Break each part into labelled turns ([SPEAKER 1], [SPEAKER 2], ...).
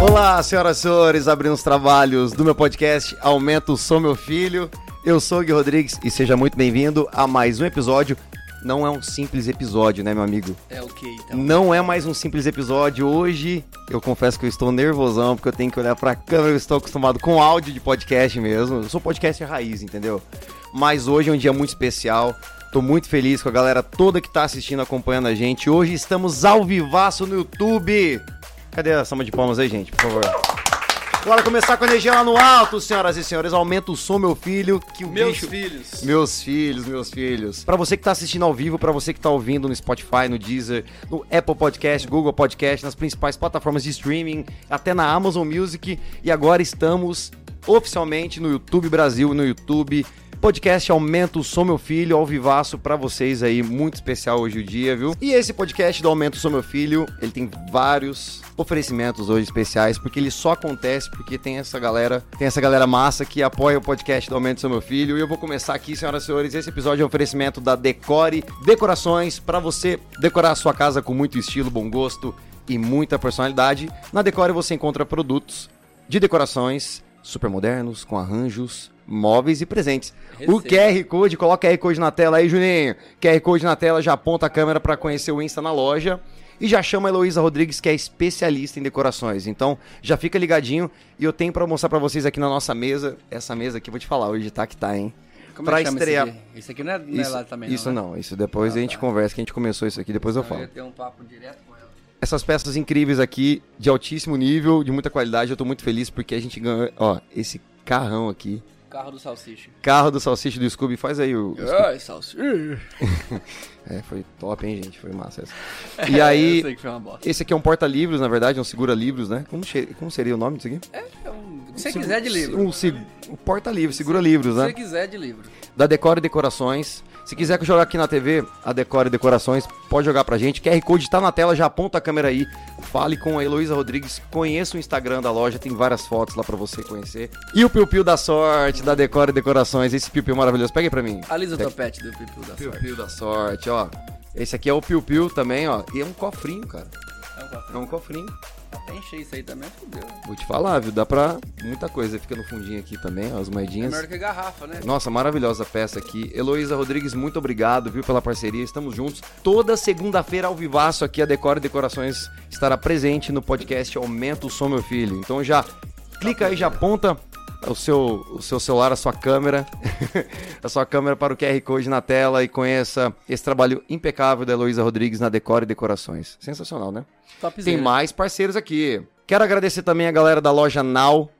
[SPEAKER 1] Olá, senhoras e senhores, abrindo os trabalhos do meu podcast Aumenta o Som Meu Filho. Eu sou o Gui Rodrigues e seja muito bem-vindo a mais um episódio. Não é um simples episódio, né, meu amigo?
[SPEAKER 2] É ok, então.
[SPEAKER 1] Não é mais um simples episódio. Hoje eu confesso que eu estou nervosão porque eu tenho que olhar pra câmera. Eu estou acostumado com áudio de podcast mesmo. Eu sou podcast raiz, entendeu? Mas hoje é um dia muito especial. Tô muito feliz com a galera toda que tá assistindo, acompanhando a gente. Hoje estamos ao vivaço no YouTube. Cadê a soma de palmas aí, gente, por favor? Bora começar com a energia lá no alto, senhoras e senhores. Aumenta o som, meu filho, que o
[SPEAKER 2] Meus
[SPEAKER 1] bicho...
[SPEAKER 2] filhos.
[SPEAKER 1] Meus filhos, meus filhos. Pra você que tá assistindo ao vivo, pra você que tá ouvindo no Spotify, no Deezer, no Apple Podcast, Google Podcast, nas principais plataformas de streaming, até na Amazon Music. E agora estamos oficialmente no YouTube Brasil, no YouTube. Podcast Aumenta o Som Meu Filho, ao vivaço pra vocês aí, muito especial hoje o dia, viu? E esse podcast do Aumenta o Som Meu Filho, ele tem vários oferecimentos hoje especiais, porque ele só acontece porque tem essa galera, tem essa galera massa que apoia o podcast do Aumento do Seu Meu Filho. E eu vou começar aqui, senhoras e senhores, esse episódio é um oferecimento da Decore Decorações para você decorar a sua casa com muito estilo, bom gosto e muita personalidade. Na Decore você encontra produtos de decorações super modernos, com arranjos, móveis e presentes. O
[SPEAKER 2] Receba.
[SPEAKER 1] QR Code, coloca o QR Code na tela aí, Juninho. QR Code na tela, já aponta a câmera para conhecer o Insta na loja. E já chama a Heloísa Rodrigues, que é especialista em decorações. Então, já fica ligadinho. E eu tenho para mostrar para vocês aqui na nossa mesa. Essa mesa aqui, eu vou te falar, hoje tá que tá, hein?
[SPEAKER 2] Como
[SPEAKER 1] pra
[SPEAKER 2] é que chama
[SPEAKER 1] estrear.
[SPEAKER 2] Isso aqui, isso aqui não é, não é
[SPEAKER 1] Isso,
[SPEAKER 2] lá também,
[SPEAKER 1] isso
[SPEAKER 2] né?
[SPEAKER 1] não, isso depois
[SPEAKER 2] Ah,
[SPEAKER 1] a gente
[SPEAKER 2] tá.
[SPEAKER 1] conversa, que a gente começou isso aqui, depois eu
[SPEAKER 2] Eu
[SPEAKER 1] falo.
[SPEAKER 2] ia ter um papo direto com ela.
[SPEAKER 1] Essas peças incríveis aqui, de altíssimo nível, de muita qualidade, eu tô muito feliz porque a gente ganhou, ó, esse carrão aqui.
[SPEAKER 2] Carro do salsicha.
[SPEAKER 1] Carro do salsicha do Scooby, faz aí o...
[SPEAKER 2] Ai, salsicha.
[SPEAKER 1] É, foi top, hein, gente, foi massa essa. E aí,
[SPEAKER 2] Eu sei que foi uma bosta.
[SPEAKER 1] esse aqui é um porta-livros, na verdade, é um segura-livros, né? Como, che- como seria o nome disso aqui?
[SPEAKER 2] É um- o que você quiser de livro.
[SPEAKER 1] Um, se- um porta-livros, segura-livros,
[SPEAKER 2] O que
[SPEAKER 1] né?
[SPEAKER 2] você quiser de livro.
[SPEAKER 1] da Decore Decorações. Se quiser que eu jogar aqui na TV, a Decore Decorações, pode jogar pra gente. QR Code tá na tela, já aponta a câmera aí. Fale com a Heloísa Rodrigues, conheça o Instagram da loja, tem várias fotos lá pra você conhecer. E o Piu Piu da Sorte, da Decore Decorações, esse Piu Piu maravilhoso. Pega aí pra mim.
[SPEAKER 2] Alisa o topete do Pipo da
[SPEAKER 1] Piu
[SPEAKER 2] Sorte.
[SPEAKER 1] Piu da Sorte, ó. Esse aqui é o Piu Piu também, ó. E é um cofrinho, cara.
[SPEAKER 2] É um café.
[SPEAKER 1] É um cofrinho.
[SPEAKER 2] Até encher isso aí também, fudeu. É
[SPEAKER 1] Vou te falar, viu? Dá pra muita coisa. Fica no fundinho aqui também, ó, as
[SPEAKER 2] É
[SPEAKER 1] moedinhas.
[SPEAKER 2] melhor que garrafa, né?
[SPEAKER 1] Nossa, maravilhosa peça aqui. Heloísa Rodrigues, muito obrigado, viu, pela parceria. Estamos juntos. Toda segunda-feira, ao vivaço, aqui a Decore Decorações estará presente no podcast Aumenta o Som, Meu Filho. Então já clica aí, já aponta o seu, o seu celular, a sua câmera, a sua câmera para o QR Code na tela e conheça esse trabalho impecável da Heloísa Rodrigues na Decore Decorações. Sensacional, né? Tem
[SPEAKER 2] Topzinho.
[SPEAKER 1] mais parceiros aqui. Quero agradecer também a galera da loja Now,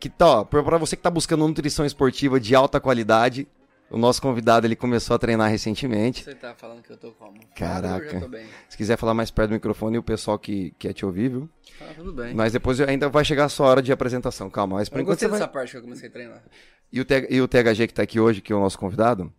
[SPEAKER 1] que tá, ó, pra pra você que tá buscando nutrição esportiva de alta qualidade, o nosso convidado ele começou a treinar recentemente.
[SPEAKER 2] Você tá falando que eu tô como?
[SPEAKER 1] Caraca.
[SPEAKER 2] Eu já tô bem.
[SPEAKER 1] Se quiser falar mais perto do microfone e o pessoal que quer te ouvir, viu?
[SPEAKER 2] Ah, tudo bem.
[SPEAKER 1] Mas depois ainda vai chegar a sua hora de apresentação, calma. Mas por
[SPEAKER 2] eu
[SPEAKER 1] enquanto você
[SPEAKER 2] gostei
[SPEAKER 1] vai...
[SPEAKER 2] dessa parte que eu comecei a treinar.
[SPEAKER 1] e, o T- e o THG que tá aqui hoje, que é o nosso convidado,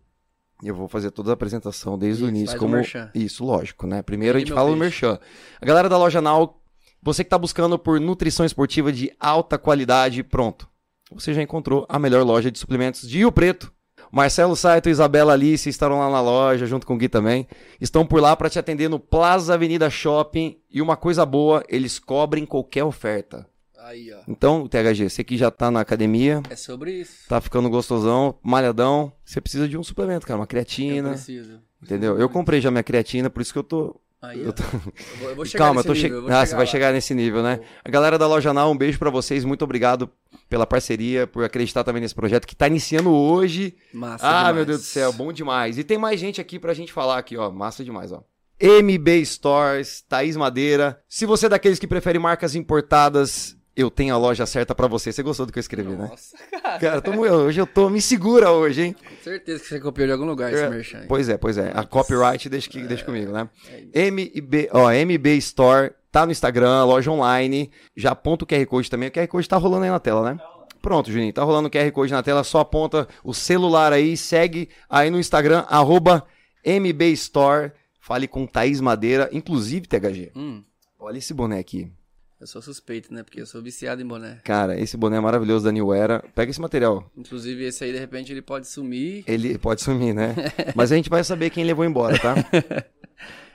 [SPEAKER 1] eu vou fazer toda a apresentação desde o
[SPEAKER 2] Isso,
[SPEAKER 1] início.
[SPEAKER 2] faz o
[SPEAKER 1] como
[SPEAKER 2] merchan.
[SPEAKER 1] Isso, lógico, né? Primeiro a
[SPEAKER 2] Vende
[SPEAKER 1] gente
[SPEAKER 2] meu
[SPEAKER 1] fala no
[SPEAKER 2] peixe.
[SPEAKER 1] merchan. A galera da Loja Now, você que tá buscando por nutrição esportiva de alta qualidade, pronto. Você já encontrou a melhor loja de suplementos de Rio Preto. Marcelo Saito e Isabela Alice estarão lá na loja, junto com o Gui também. Estão por lá para te atender no Plaza Avenida Shopping. E uma coisa boa, eles cobrem qualquer oferta.
[SPEAKER 2] Aí, ó.
[SPEAKER 1] Então, THG, você que já tá na academia,
[SPEAKER 2] É sobre isso.
[SPEAKER 1] tá ficando gostosão, malhadão, você precisa de um suplemento, cara, uma
[SPEAKER 2] Eu
[SPEAKER 1] creatina,
[SPEAKER 2] preciso.
[SPEAKER 1] entendeu? Eu comprei já minha creatina, por isso que eu tô...
[SPEAKER 2] Aí, ó.
[SPEAKER 1] eu tô-
[SPEAKER 2] Eu vou, eu vou
[SPEAKER 1] E
[SPEAKER 2] chegar
[SPEAKER 1] Calma, eu
[SPEAKER 2] nesse
[SPEAKER 1] tô
[SPEAKER 2] nível, eu
[SPEAKER 1] chegando.
[SPEAKER 2] vou
[SPEAKER 1] Ah, você vai
[SPEAKER 2] lá.
[SPEAKER 1] chegar nesse nível, né?
[SPEAKER 2] Vou.
[SPEAKER 1] A galera da Loja Now, um beijo pra vocês, muito obrigado pela parceria, por acreditar também nesse projeto que tá iniciando hoje.
[SPEAKER 2] Massa
[SPEAKER 1] ah,
[SPEAKER 2] demais.
[SPEAKER 1] meu Deus do céu, bom demais. E tem mais gente aqui pra gente falar aqui, ó, massa demais, ó. MB Stores, Thaís Madeira. Se você é daqueles que prefere marcas importadas, eu tenho a loja certa pra você. Você gostou do que eu escrevi, né?
[SPEAKER 2] Nossa, cara.
[SPEAKER 1] Cara, eu tô, mu- hoje eu tô. Me segura hoje, hein?
[SPEAKER 2] Com certeza que você copiou de algum lugar esse
[SPEAKER 1] É,
[SPEAKER 2] merchan. aí.
[SPEAKER 1] Pois é, pois é. A copyright deixa, que- deixa comigo, né?
[SPEAKER 2] É isso.
[SPEAKER 1] MB, ó, MB Store, tá no Instagram, loja online. Já aponta o QR Code também. O QR Code tá rolando aí na tela, né? Pronto, Juninho, tá rolando o QR Code na tela. Só aponta o celular aí, segue aí no Instagram, arroba MB Store. Fale com Thaís Madeira, inclusive THG.
[SPEAKER 2] Hum,
[SPEAKER 1] Olha esse boné aqui.
[SPEAKER 2] eu sou suspeito, né? Porque eu sou viciado em boné.
[SPEAKER 1] Cara, esse boné é maravilhoso da New Era. Pega esse material.
[SPEAKER 2] Inclusive, esse aí, de repente, ele pode sumir.
[SPEAKER 1] Ele pode sumir, né? Mas a gente vai saber quem levou embora, tá?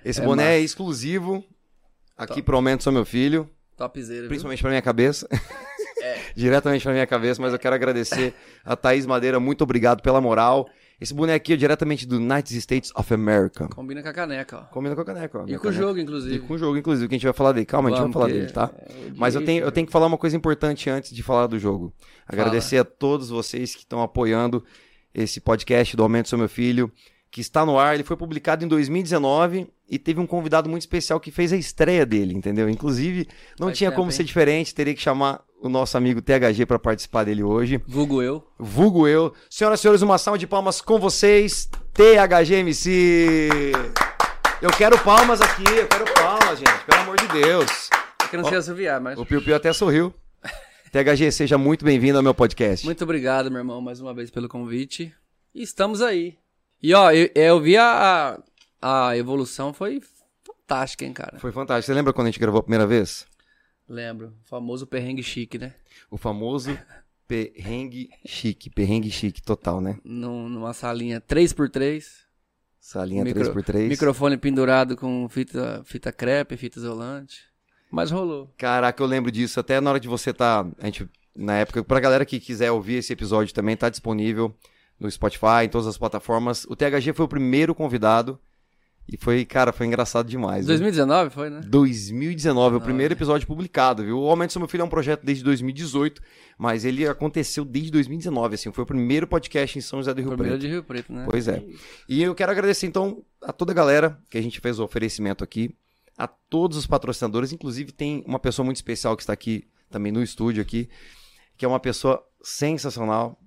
[SPEAKER 1] Esse
[SPEAKER 2] É
[SPEAKER 1] boné é
[SPEAKER 2] massa.
[SPEAKER 1] exclusivo. Aqui
[SPEAKER 2] Top. Uhum.
[SPEAKER 1] pro Aumento Sou Meu Filho.
[SPEAKER 2] Topzera, viu?
[SPEAKER 1] Principalmente pra minha cabeça.
[SPEAKER 2] É.
[SPEAKER 1] diretamente pra minha cabeça, mas eu quero agradecer a Thaís Madeira, muito obrigado pela moral. Esse bonequinho é diretamente do United States of America.
[SPEAKER 2] Combina com a caneca, ó.
[SPEAKER 1] Combina com a caneca, ó.
[SPEAKER 2] E
[SPEAKER 1] minha
[SPEAKER 2] com o
[SPEAKER 1] caneca.
[SPEAKER 2] jogo,
[SPEAKER 1] E
[SPEAKER 2] inclusive.
[SPEAKER 1] com o jogo, inclusive, que a gente vai falar dele. Calma, a gente
[SPEAKER 2] Vamos,
[SPEAKER 1] vai falar
[SPEAKER 2] que
[SPEAKER 1] dele, tá?
[SPEAKER 2] é-
[SPEAKER 1] Mas eu tenho, eu tenho que falar uma coisa importante antes de falar do jogo.
[SPEAKER 2] Fala.
[SPEAKER 1] Agradecer a todos vocês que estão apoiando esse podcast do Aumento Seu Meu Filho, que está no ar. Ele foi publicado em 2019 e teve um convidado muito especial que fez a estreia dele, entendeu? Inclusive, não
[SPEAKER 2] Faz
[SPEAKER 1] tinha
[SPEAKER 2] tempo,
[SPEAKER 1] como
[SPEAKER 2] hein?
[SPEAKER 1] ser diferente, teria que chamar o nosso amigo THG para participar dele hoje.
[SPEAKER 2] Vulgo eu.
[SPEAKER 1] Vulgo eu. Senhoras e senhores, uma salva de palmas com vocês, THGMC. Eu quero palmas aqui, eu quero palmas, gente, pelo amor de Deus.
[SPEAKER 2] É que eu não sei assoviar, mas.
[SPEAKER 1] O Piu Piu até sorriu. THG, seja muito bem-vindo ao meu podcast.
[SPEAKER 2] Muito obrigado, meu irmão, mais uma vez pelo convite. E estamos aí. E ó, eu, eu vi a, a, a evolução foi fantástica, hein, cara.
[SPEAKER 1] Foi fantástico. Você lembra quando a gente gravou a primeira vez?
[SPEAKER 2] Lembro. O famoso perrengue chique, né?
[SPEAKER 1] O famoso perrengue chique, perrengue chique total, né?
[SPEAKER 2] Num- numa salinha 3x3.
[SPEAKER 1] Salinha
[SPEAKER 2] Micro-
[SPEAKER 1] 3x3.
[SPEAKER 2] Microfone pendurado com fita, fita crepe, fita isolante. Mas rolou.
[SPEAKER 1] Caraca, eu lembro disso. Até na hora de você tá. A gente, na época, pra galera que quiser ouvir esse episódio também, tá disponível no Spotify, em todas as plataformas. O THG foi o primeiro convidado. E foi, cara, foi engraçado demais. né?
[SPEAKER 2] 2019 foi, né? é.
[SPEAKER 1] 2019, é o primeiro episódio publicado, viu? O Aumento Seu Meu Filho é um projeto desde 2018, mas ele aconteceu desde 2019, assim, foi o primeiro podcast em São José do Rio
[SPEAKER 2] Primeiro
[SPEAKER 1] Preto.
[SPEAKER 2] de Rio Preto, né?
[SPEAKER 1] Pois é. E eu quero agradecer, então, a toda a galera que a gente fez o oferecimento aqui, a todos os patrocinadores, inclusive tem uma pessoa muito especial que está aqui também no estúdio aqui, que é uma pessoa sensacional.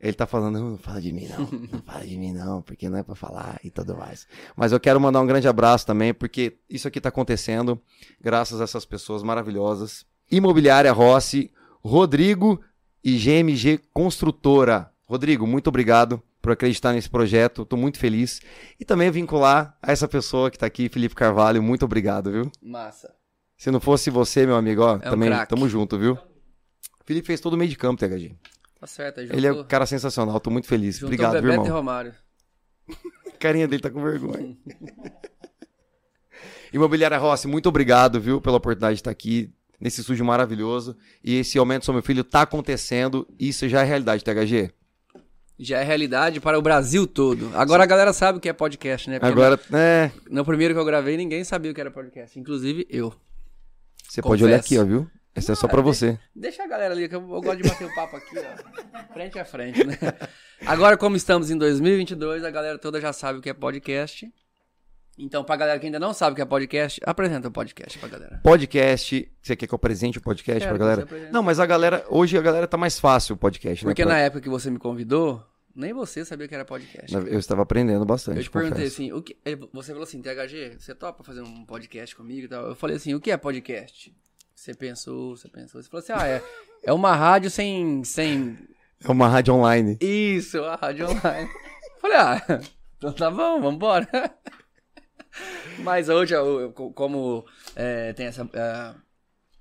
[SPEAKER 1] Ele tá falando, não, não fala de mim não, não fala de mim não, porque não é pra falar e tudo mais. Mas eu quero mandar um grande abraço também, porque isso aqui tá acontecendo graças a essas pessoas maravilhosas. Imobiliária Rossi, Rodrigo e GMG Construtora. Rodrigo, muito obrigado por acreditar nesse projeto, tô muito feliz. E também vincular a essa pessoa que tá aqui, Felipe Carvalho, muito obrigado, viu?
[SPEAKER 2] Massa.
[SPEAKER 1] Se não fosse você, meu amigo, ó,
[SPEAKER 2] É um
[SPEAKER 1] também
[SPEAKER 2] craque.
[SPEAKER 1] tamo junto, viu? Felipe fez todo o meio de campo, THG.
[SPEAKER 2] Tá certo, aí juntou.
[SPEAKER 1] Ele é um cara sensacional, tô muito feliz.
[SPEAKER 2] juntou
[SPEAKER 1] Obrigado,
[SPEAKER 2] Bebeto
[SPEAKER 1] viu, irmão.
[SPEAKER 2] e Romário.
[SPEAKER 1] A carinha dele tá com vergonha. Imobiliária Rossi, muito obrigado, viu, pela oportunidade de estar aqui nesse estúdio maravilhoso. E esse aumento sobre meu filho tá acontecendo. Isso já é realidade, THG.
[SPEAKER 2] Já é realidade para o Brasil todo. Agora a galera sabe o que é podcast, né? Porque
[SPEAKER 1] Agora, né?
[SPEAKER 2] no, no primeiro que eu gravei, ninguém sabia o que era podcast. Inclusive eu.
[SPEAKER 1] Você pode olhar aqui,
[SPEAKER 2] Confesso.
[SPEAKER 1] ó, viu? Essa é só pra você.
[SPEAKER 2] Deixa a galera ali, que eu, eu gosto de bater o papo aqui, ó. Frente a frente, né? Agora, como estamos em 2022, a galera toda já sabe o que é podcast. Então, pra galera que ainda não sabe o que é podcast, apresenta o podcast pra galera.
[SPEAKER 1] Podcast. Você quer que eu apresente o podcast
[SPEAKER 2] Quero
[SPEAKER 1] pra
[SPEAKER 2] que você
[SPEAKER 1] galera?
[SPEAKER 2] apresente.
[SPEAKER 1] Não, mas a galera. Hoje a galera tá mais fácil o podcast,
[SPEAKER 2] Porque
[SPEAKER 1] né?
[SPEAKER 2] na época que você me convidou, nem você sabia que era podcast.
[SPEAKER 1] Pra- Eu estava aprendendo bastante.
[SPEAKER 2] Eu te perguntei
[SPEAKER 1] confesso.
[SPEAKER 2] assim, o que... aí você falou assim, THG, você topa fazer um podcast comigo e tal? Eu falei assim, o que é podcast? Você pensou, você pensou, você falou assim, ah, é, é uma rádio sem, sem...
[SPEAKER 1] É uma rádio online.
[SPEAKER 2] Isso, a rádio online. Eu falei, ah, então tá bom, vambora. Mas hoje, eu- eu- co- como é, tem essa... é,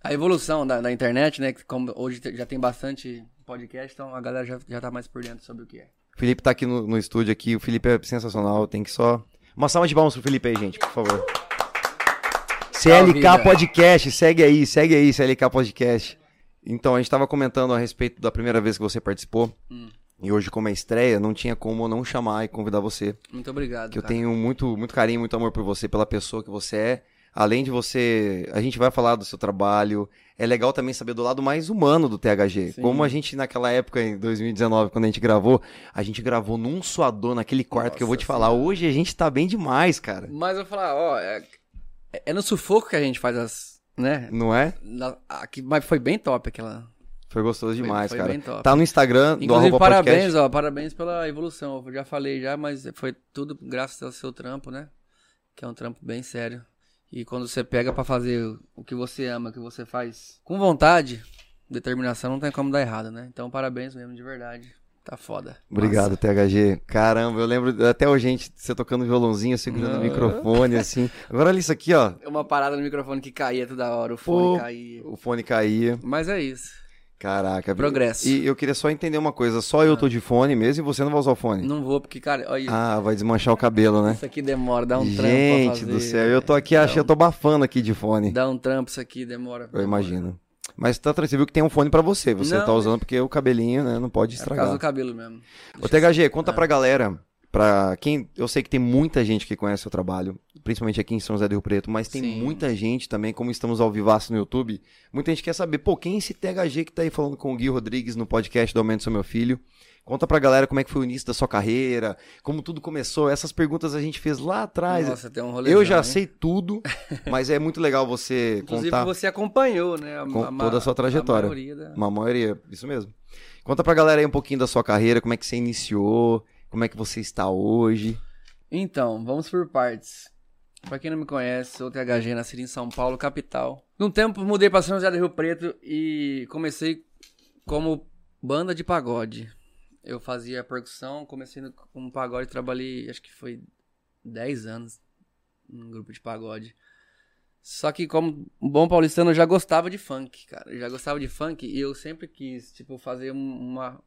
[SPEAKER 2] a evolução da, da internet, né, que como hoje te- já tem bastante podcast, então a galera já, já tá mais por dentro sobre o que é.
[SPEAKER 1] O Felipe tá aqui no, no estúdio aqui, o Felipe é sensacional, tem que só. Uma salva de palmas pro Felipe aí, gente, por favor.
[SPEAKER 2] Salve,
[SPEAKER 1] CLK
[SPEAKER 2] né? velho.
[SPEAKER 1] Podcast, segue aí, segue aí, CLK Podcast. Então, a gente tava comentando a respeito da primeira vez que você participou.
[SPEAKER 2] Hum.
[SPEAKER 1] E hoje, como é estreia, não tinha como eu não chamar e convidar você.
[SPEAKER 2] Muito obrigado,
[SPEAKER 1] Que eu
[SPEAKER 2] cara.
[SPEAKER 1] tenho muito, muito carinho, muito amor por você, pela pessoa que você é. Além de você. A gente vai falar do seu trabalho. É legal também saber do lado mais humano do THG.
[SPEAKER 2] Sim.
[SPEAKER 1] Como a gente, naquela época, em 2019, quando a gente gravou, a gente gravou num suador, naquele quarto que eu vou
[SPEAKER 2] Nossa
[SPEAKER 1] te falar. Hoje a gente tá bem demais, cara.
[SPEAKER 2] Mas eu vou falar, ó, é, é no sufoco que a gente faz as, né?
[SPEAKER 1] Não é?
[SPEAKER 2] Na- aqui, mas foi bem top aquela.
[SPEAKER 1] Foi gostoso demais,
[SPEAKER 2] foi
[SPEAKER 1] cara.
[SPEAKER 2] bem top.
[SPEAKER 1] Tá no Instagram do
[SPEAKER 2] Inclusive,
[SPEAKER 1] arroba
[SPEAKER 2] parabéns,
[SPEAKER 1] podcast.
[SPEAKER 2] ó, parabéns pela evolução. Eu já falei já, mas foi tudo graças ao seu trampo, né? Que é um trampo bem sério. E quando você pega pra fazer o que você ama, o que você faz com vontade, determinação, não tem como dar errado, né? Então, parabéns mesmo, de verdade. Tá foda.
[SPEAKER 1] Obrigado,
[SPEAKER 2] Massa.
[SPEAKER 1] THG. Caramba, eu lembro até hoje, gente, você tocando violãozinho, segurando o
[SPEAKER 2] Ah.
[SPEAKER 1] microfone, assim. Agora olha isso aqui, ó.
[SPEAKER 2] Uma parada no microfone que caía toda hora, o fone
[SPEAKER 1] Pô.
[SPEAKER 2] caía.
[SPEAKER 1] O fone caía.
[SPEAKER 2] Mas é isso.
[SPEAKER 1] Caraca.
[SPEAKER 2] Progresso. Ah.
[SPEAKER 1] E eu queria só entender uma coisa. Só eu tô de fone mesmo e você não vai usar o fone?
[SPEAKER 2] Não vou, porque, cara, olha isso.
[SPEAKER 1] Ah, vai desmanchar o cabelo, né?
[SPEAKER 2] Isso aqui demora, dá um trampo pra
[SPEAKER 1] Gente
[SPEAKER 2] fazer. né?
[SPEAKER 1] do céu, eu tô aqui, acho que eu tô bafando aqui de fone.
[SPEAKER 2] Dá um trampo isso aqui, demora. É
[SPEAKER 1] Eu imagino. Mas tá tranquilo, você viu que tem um fone pra você. Você
[SPEAKER 2] Não,
[SPEAKER 1] tá
[SPEAKER 2] mas-
[SPEAKER 1] usando porque o cabelinho, né, não pode
[SPEAKER 2] É por
[SPEAKER 1] estragar.
[SPEAKER 2] causa do cabelo mesmo.
[SPEAKER 1] Ô THG, conta pra galera, pra quem. Eu sei que tem muita gente que conhece o seu trabalho, principalmente aqui em São José do Rio Preto, mas tem
[SPEAKER 2] Sim.
[SPEAKER 1] muita gente também, como estamos ao vivaço no YouTube, muita gente quer saber, pô, quem é esse THG que tá aí falando com o Gui Rodrigues no podcast do Aumento Seu Meu Filho? Conta pra galera como é que foi o início da sua carreira, como tudo começou. Essas perguntas a gente fez lá atrás.
[SPEAKER 2] Nossa, tem um rolê.
[SPEAKER 1] eu já sei tudo, mas é muito legal você
[SPEAKER 2] Inclusive,
[SPEAKER 1] contar
[SPEAKER 2] você acompanhou, né? a-
[SPEAKER 1] Com
[SPEAKER 2] a-
[SPEAKER 1] toda a sua trajetória.
[SPEAKER 2] A maioria da...
[SPEAKER 1] uma maioria, isso mesmo. Conta pra galera aí um pouquinho da sua carreira, como é que você iniciou, como é que você está hoje.
[SPEAKER 2] Então, vamos por partes. Pra quem não me conhece, sou THG, nascido em São Paulo, capital. Num tempo, mudei pra São José do Rio Preto e comecei como banda de pagode. Eu fazia percussão, comecei no- com pagode, trabalhei, acho que foi 10 anos num grupo de pagode. Só que como um bom paulistano, eu já gostava de funk, cara. Eu já gostava de funk e eu sempre quis, tipo, fazer um- uma...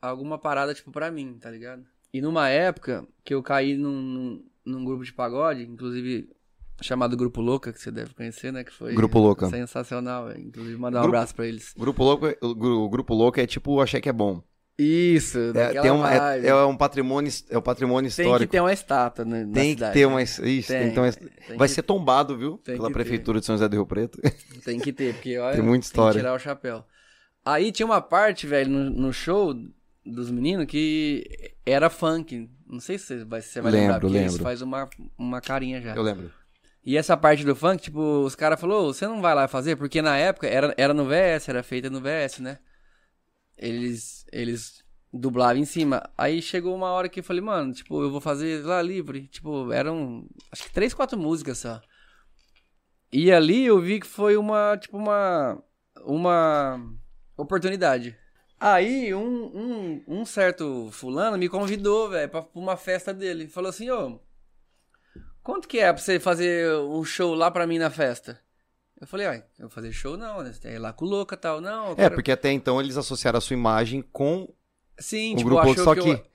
[SPEAKER 2] alguma parada, tipo, pra mim, tá ligado? E numa época que eu caí num, num, num grupo de pagode, inclusive chamado Grupo Louca, que você deve conhecer, né? Que foi
[SPEAKER 1] Grupo Louca.
[SPEAKER 2] sensacional. velho. Inclusive, mandar um
[SPEAKER 1] Grupo-
[SPEAKER 2] abraço pra eles.
[SPEAKER 1] Grupo Louco, é- o gru- o Grupo Louco é tipo o Axé que é bom.
[SPEAKER 2] Isso,
[SPEAKER 1] É,
[SPEAKER 2] daquela
[SPEAKER 1] tem uma- é-
[SPEAKER 2] vibe.
[SPEAKER 1] é, um patrimônio, his- é um patrimônio
[SPEAKER 2] Tem que
[SPEAKER 1] histórico.
[SPEAKER 2] ter uma estátua né, na
[SPEAKER 1] Tem que
[SPEAKER 2] cidade.
[SPEAKER 1] ter uma. Isso, tem
[SPEAKER 2] Tem,
[SPEAKER 1] que ter uma-
[SPEAKER 2] Tem
[SPEAKER 1] Vai
[SPEAKER 2] que-
[SPEAKER 1] ser tombado, viu?
[SPEAKER 2] tem
[SPEAKER 1] Pela
[SPEAKER 2] que ter.
[SPEAKER 1] prefeitura de São José do Rio Preto.
[SPEAKER 2] Tem que ter, porque olha,
[SPEAKER 1] Tem muita história.
[SPEAKER 2] que tirar o chapéu. Aí tinha uma parte, velho, no, no show dos meninos que era funk. Não sei se você vai, se você vai lembrar,
[SPEAKER 1] Lembro,
[SPEAKER 2] porque isso
[SPEAKER 1] lembro.
[SPEAKER 2] faz uma, uma carinha já.
[SPEAKER 1] Eu lembro.
[SPEAKER 2] E essa parte do funk, tipo, os caras falaram, você não vai lá fazer? Porque na época era, era no VS, era feita no VS, né? Eles, eles dublavam em cima. Aí chegou uma hora que eu falei, mano, tipo, eu vou fazer lá livre. Tipo, eram, acho que três, quatro músicas só. E ali eu vi que foi uma, tipo, uma, uma oportunidade. Aí um, um, um certo fulano me convidou, velho, pra pra uma festa dele. Falou assim, ô... Quanto que é pra você fazer um show lá pra mim na festa? Eu falei, ai, eu vou fazer show não, né? Você tem lá com o louca e tal, não. eu
[SPEAKER 1] É,
[SPEAKER 2] quero-
[SPEAKER 1] porque até então eles associaram a sua imagem com
[SPEAKER 2] Sim,
[SPEAKER 1] o
[SPEAKER 2] tipo,
[SPEAKER 1] Um Grupo Louco.
[SPEAKER 2] achou
[SPEAKER 1] Só
[SPEAKER 2] que,
[SPEAKER 1] que.
[SPEAKER 2] eu...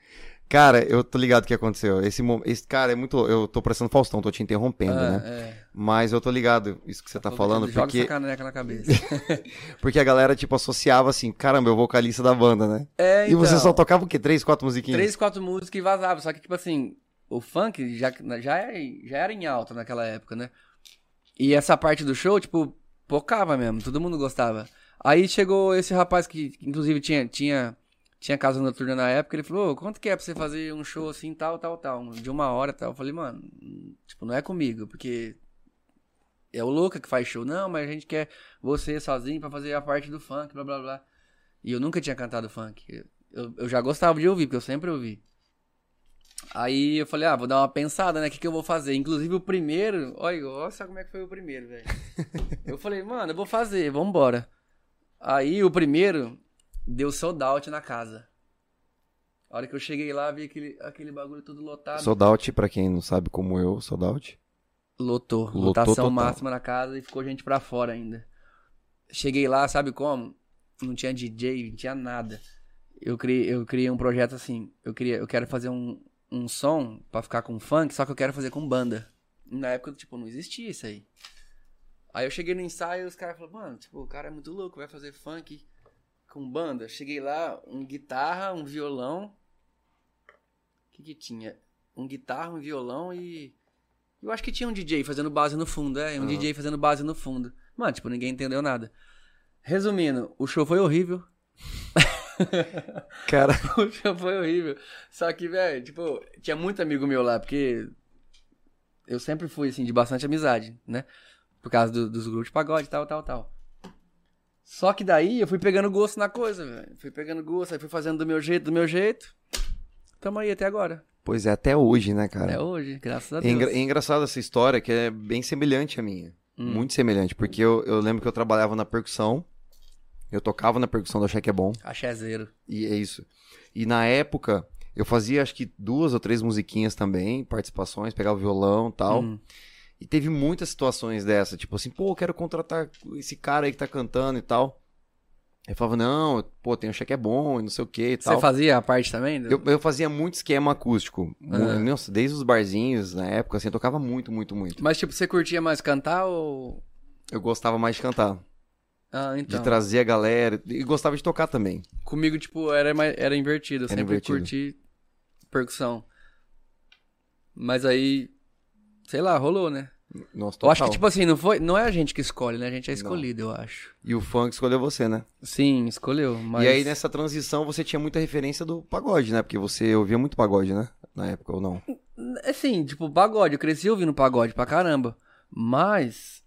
[SPEAKER 1] Cara, eu tô ligado o que aconteceu. Esse, mo- esse cara é muito. Eu tô parecendo Faustão, tô te interrompendo,
[SPEAKER 2] Ah,
[SPEAKER 1] né?
[SPEAKER 2] é.
[SPEAKER 1] Mas eu tô ligado isso que você tá
[SPEAKER 2] Todo
[SPEAKER 1] falando,
[SPEAKER 2] mundo Joga
[SPEAKER 1] porque
[SPEAKER 2] essa caneca na cabeça.
[SPEAKER 1] Porque a galera, tipo, associava assim, caramba, eu vocalista da banda, né?
[SPEAKER 2] É,
[SPEAKER 1] E você
[SPEAKER 2] então,
[SPEAKER 1] só tocava o quê? Três, quatro musiquinhas?
[SPEAKER 2] Três, quatro músicas e vazava. Só que, tipo assim, o funk já, já, era, já era em alta naquela época, né? E essa parte do show, tipo, pocava mesmo. Todo mundo gostava. Aí chegou esse rapaz que, inclusive, tinha, tinha, tinha casa noturna na época. Ele falou, "Ô, quanto que é pra você fazer um show assim, tal, tal, tal? um De uma hora, tal. Eu falei, mano, tipo, não é comigo, porque... É o Louca que faz show. Não, mas a gente quer você sozinho pra fazer a parte do funk, blá, blá, blá. E eu nunca tinha cantado funk. Eu, eu já gostava de ouvir, porque eu sempre ouvi. Aí eu falei, ah, vou dar uma pensada, né? O que, que eu vou fazer? Inclusive o primeiro. Olha, olha só como é que foi o primeiro, velho. eu falei, mano, eu vou fazer, vambora. Aí o primeiro deu sold out na casa. A hora que eu cheguei lá, vi aquele, aquele bagulho todo lotado.
[SPEAKER 1] Sold out, pra quem não sabe como eu, sold out.
[SPEAKER 2] Lotou.
[SPEAKER 1] Lotou
[SPEAKER 2] Lotação
[SPEAKER 1] total.
[SPEAKER 2] máxima na casa e ficou gente pra fora ainda. Cheguei lá, sabe como? Não tinha DJ, não tinha nada. Eu criei, eu criei um projeto assim. Eu, queria, eu quero fazer um, um som pra ficar com funk, só que eu quero fazer com banda. Na época, tipo, não existia isso aí. Aí eu cheguei no ensaio e os caras falaram, mano, tipo, o cara é muito louco, vai fazer funk com banda. Cheguei lá, um guitarra, um violão. O que que tinha? Um guitarra, um violão e. Eu acho que tinha um DJ fazendo base no fundo, é, um
[SPEAKER 1] Aham.
[SPEAKER 2] DJ fazendo base no fundo. Mano, tipo, ninguém entendeu nada. Resumindo, o show foi horrível.
[SPEAKER 1] Cara,
[SPEAKER 2] O show foi horrível. Só que, velho, tipo, tinha muito amigo meu lá, porque eu sempre fui, assim, de bastante amizade, né? Por causa do- dos grupos de pagode, tal, tal, tal. Só que daí eu fui pegando gosto na coisa, velho. Fui pegando gosto, aí fui fazendo do meu jeito, do meu jeito. Tamo aí até agora.
[SPEAKER 1] pois é, até hoje, né,
[SPEAKER 2] Até
[SPEAKER 1] cara?
[SPEAKER 2] hoje, graças a
[SPEAKER 1] É,
[SPEAKER 2] Deus.
[SPEAKER 1] engra- é engraçado essa história, que é bem semelhante à minha.
[SPEAKER 2] Hum.
[SPEAKER 1] Muito semelhante, porque eu, eu lembro que eu trabalhava na percussão, eu tocava na percussão do Axé que é bom,
[SPEAKER 2] Axé zero.
[SPEAKER 1] e é isso. E na época, eu fazia acho que duas ou três musiquinhas também, participações, pegava o violão e tal.
[SPEAKER 2] Hum.
[SPEAKER 1] E teve muitas situações dessa, tipo assim, pô, eu quero contratar esse cara aí que tá cantando e tal. Eu falava, não, pô, tem um cheque é bom e não sei o que e
[SPEAKER 2] Você
[SPEAKER 1] tal.
[SPEAKER 2] fazia a parte também? do-
[SPEAKER 1] Eu, eu fazia muito esquema acústico. Mu-
[SPEAKER 2] Aham.
[SPEAKER 1] Nossa, desde os barzinhos, na época, assim, eu tocava muito, muito, muito.
[SPEAKER 2] Mas, tipo, você curtia mais cantar ou.
[SPEAKER 1] Eu gostava mais de cantar,
[SPEAKER 2] Ah,
[SPEAKER 1] de
[SPEAKER 2] então.
[SPEAKER 1] trazer a galera. E gostava de tocar também.
[SPEAKER 2] Comigo, tipo, era, mais- era invertido. Eu
[SPEAKER 1] Era
[SPEAKER 2] sempre
[SPEAKER 1] invertido.
[SPEAKER 2] curti percussão. Mas aí. Sei lá, rolou, né?
[SPEAKER 1] Nossa,
[SPEAKER 2] Eu acho que,
[SPEAKER 1] total.
[SPEAKER 2] tipo assim, não, foi, não é a gente que escolhe, né? A gente é
[SPEAKER 1] Não.
[SPEAKER 2] escolhido, eu acho.
[SPEAKER 1] E o funk escolheu você, né?
[SPEAKER 2] Sim, escolheu. Mas...
[SPEAKER 1] E aí, nessa transição, você tinha muita referência do pagode, né? Porque você ouvia muito pagode, né? Na época, ou não?
[SPEAKER 2] Assim, tipo, pagode. Eu cresci ouvindo pagode pra caramba. Mas.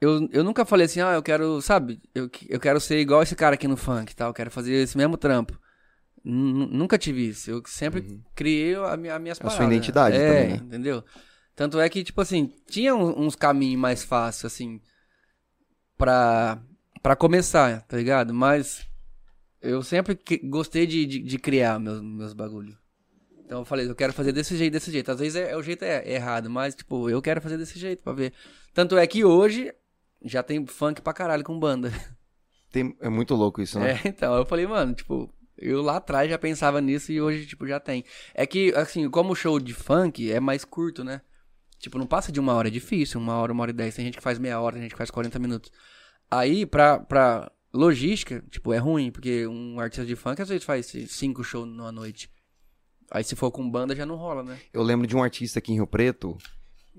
[SPEAKER 2] Eu, eu nunca falei assim, ah, eu quero, sabe? Eu, que- eu quero ser igual esse cara aqui no funk e tal. Eu quero fazer esse mesmo trampo. Nun- Nunca tive isso. Eu sempre criei a minha, as minhas
[SPEAKER 1] Uhum. A sua
[SPEAKER 2] paradas, né?
[SPEAKER 1] identidade
[SPEAKER 2] é,
[SPEAKER 1] também, né?
[SPEAKER 2] entendeu? Tanto é que, tipo assim, tinha um- uns caminhos mais fáceis, assim, pra, pra começar, tá ligado? Mas eu sempre que- gostei de, de, de criar meus, meus bagulhos. Então eu falei, eu quero fazer desse jeito, desse jeito. Às vezes é, é o jeito é, é errado, mas, tipo, eu quero fazer desse jeito pra ver. Tanto é que hoje já tem funk pra caralho com banda.
[SPEAKER 1] Tem- É muito louco isso, né?
[SPEAKER 2] É, então, eu falei, mano, tipo, eu lá atrás já pensava nisso e hoje, tipo, já tem. É que, assim, como o show de funk é mais curto, né? Tipo, não passa de uma hora, é difícil, uma hora, uma hora e dez. Tem gente que faz meia hora, tem gente que faz 40 minutos. Aí, pra, pra logística, tipo, é ruim, porque um artista de funk às vezes faz cinco shows numa noite. Aí se for com banda já não rola, né?
[SPEAKER 1] Eu lembro de um artista aqui em Rio Preto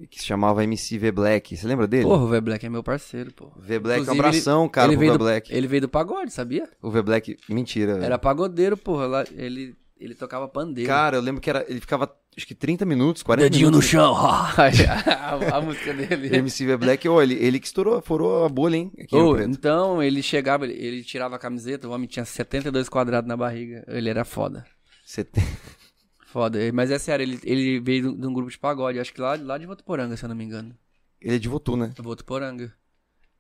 [SPEAKER 1] que se chamava MC V Black. Você lembra dele?
[SPEAKER 2] Porra, o V Black é meu parceiro, pô.
[SPEAKER 1] V Black, um
[SPEAKER 2] Inclusive,
[SPEAKER 1] abração, cara,
[SPEAKER 2] ele
[SPEAKER 1] pro
[SPEAKER 2] veio
[SPEAKER 1] V
[SPEAKER 2] do-
[SPEAKER 1] Black. É.
[SPEAKER 2] Ele veio do pagode, sabia?
[SPEAKER 1] O V Black, mentira. velho.
[SPEAKER 2] Era pagodeiro, porra. Lá, ele, ele tocava pandeiro.
[SPEAKER 1] Cara, é eu lembro que era, ele ficava acho que 30 minutos, 40
[SPEAKER 2] Dedinho no
[SPEAKER 1] minutos.
[SPEAKER 2] chão. a, a música dele.
[SPEAKER 1] MC V Black, ô, ele, ele que estourou, furou a bolha, hein? Aqui em Rio
[SPEAKER 2] Ô,
[SPEAKER 1] Preto.
[SPEAKER 2] então ele chegava, ele, ele tirava a camiseta, o homem tinha 72 quadrados na barriga. Ele era foda.
[SPEAKER 1] Você tem-
[SPEAKER 2] Foda. Mas é sério, ele, ele veio de um- de um grupo de pagode, acho que lá, lá de Votuporanga, se eu não me engano.
[SPEAKER 1] Ele é de Votu, né?
[SPEAKER 2] Votuporanga.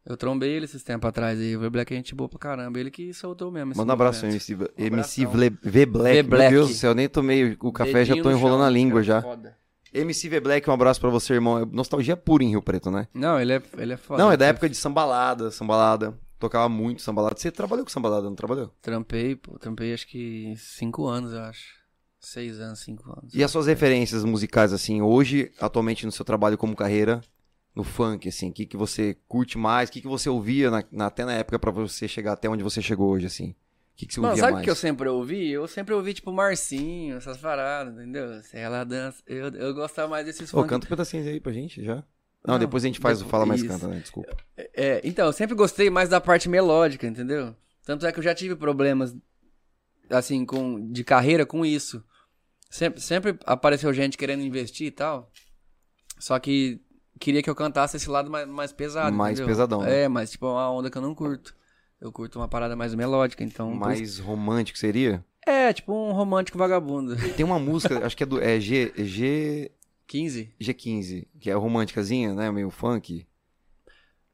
[SPEAKER 2] Eu trombei ele esses tempos atrás aí. O V Black é gente boa pra caramba. Ele que soltou mesmo. esse
[SPEAKER 1] Manda um abraço,
[SPEAKER 2] movimento.
[SPEAKER 1] MC,
[SPEAKER 2] Um
[SPEAKER 1] MC
[SPEAKER 2] abração.
[SPEAKER 1] Vle- V Black.
[SPEAKER 2] V
[SPEAKER 1] Meu
[SPEAKER 2] Black.
[SPEAKER 1] Deus do céu, eu nem tomei o café, já
[SPEAKER 2] Dedinho
[SPEAKER 1] tô
[SPEAKER 2] no
[SPEAKER 1] enrolando
[SPEAKER 2] chão, assim,
[SPEAKER 1] a língua
[SPEAKER 2] cara,
[SPEAKER 1] já.
[SPEAKER 2] foda.
[SPEAKER 1] MC V Black, um abraço pra você, irmão. É Nostalgia pura em Rio Preto, né?
[SPEAKER 2] Não, ele é, ele é foda.
[SPEAKER 1] Não, é da época de sambalada, sambalada. Tocava muito sambalada. Você trabalhou com sambalada, não trabalhou?
[SPEAKER 2] Trampei, pô. Trampei acho que 5 anos, eu acho. 6 anos, 5 anos.
[SPEAKER 1] E as suas referências musicais, assim, hoje, atualmente no seu trabalho como carreira, no funk, assim, o que, que você curte mais? O que, que você ouvia na- na- até na época pra você chegar até onde você chegou hoje, assim? O que, que você
[SPEAKER 2] Mano,
[SPEAKER 1] ouvia
[SPEAKER 2] sabe o
[SPEAKER 1] mais?
[SPEAKER 2] que eu sempre ouvi? Eu sempre ouvi, tipo, Marcinho, essas paradas, entendeu? Se ela dança. Eu, eu gostava mais desses
[SPEAKER 1] Ô,
[SPEAKER 2] funk.
[SPEAKER 1] canta um pedacinho aí pra gente já. Não,
[SPEAKER 2] Não,
[SPEAKER 1] depois a gente faz o
[SPEAKER 2] depois-
[SPEAKER 1] Fala Mais
[SPEAKER 2] isso.
[SPEAKER 1] Canta, né? Desculpa.
[SPEAKER 2] É, então, eu sempre gostei mais da parte melódica, entendeu? Tanto é que eu já tive problemas, assim, com, de carreira com isso. Sempre, sempre apareceu gente querendo investir e tal. Só que queria que eu cantasse esse lado mais, mais pesado.
[SPEAKER 1] Mais
[SPEAKER 2] entendeu?
[SPEAKER 1] pesadão, né?
[SPEAKER 2] É, mas, tipo, é uma onda que eu não curto. Eu curto uma parada mais melódica, então. por isso-
[SPEAKER 1] Mais romântico seria?
[SPEAKER 2] É, tipo um romântico vagabundo.
[SPEAKER 1] Tem uma música, acho que é do é G, G,
[SPEAKER 2] 15?
[SPEAKER 1] G15, que é românticazinha, né? Meio funk.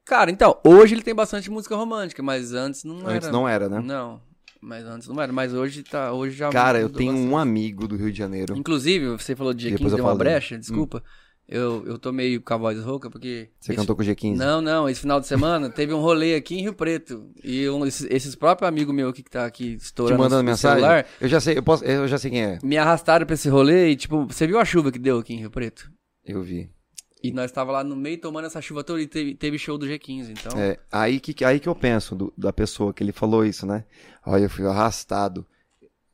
[SPEAKER 2] Cara, então, hoje ele tem bastante música romântica, mas antes não era.
[SPEAKER 1] Antes não era, né?
[SPEAKER 2] Não, mas antes não era. Mas hoje tá. Hoje já.
[SPEAKER 1] Cara, eu
[SPEAKER 2] mudou
[SPEAKER 1] tenho
[SPEAKER 2] bastante.
[SPEAKER 1] um amigo do Rio de Janeiro.
[SPEAKER 2] Inclusive, você falou de dia
[SPEAKER 1] Depois
[SPEAKER 2] 15
[SPEAKER 1] eu
[SPEAKER 2] deu uma
[SPEAKER 1] falo dele.
[SPEAKER 2] brecha, desculpa. Eu, eu tô meio com a voz rouca, porque.
[SPEAKER 1] Você
[SPEAKER 2] esse-
[SPEAKER 1] cantou com o G15.
[SPEAKER 2] Não, não, esse final de semana teve um rolê aqui em Rio Preto. E um- esses, esses próprios amigos meus aqui que tá aqui
[SPEAKER 1] Te
[SPEAKER 2] estourando
[SPEAKER 1] mandando
[SPEAKER 2] o
[SPEAKER 1] mensagem?
[SPEAKER 2] celular
[SPEAKER 1] Eu já sei, eu posso, eu já sei quem é.
[SPEAKER 2] me arrastaram pra esse rolê e, tipo, você viu a chuva que deu aqui em Rio Preto?
[SPEAKER 1] Eu vi.
[SPEAKER 2] E nós tava lá no meio tomando essa chuva toda e teve, teve show do G15, então.
[SPEAKER 1] É, aí, que, aí que eu penso do- da pessoa que ele falou isso, né? Olha, eu fui arrastado.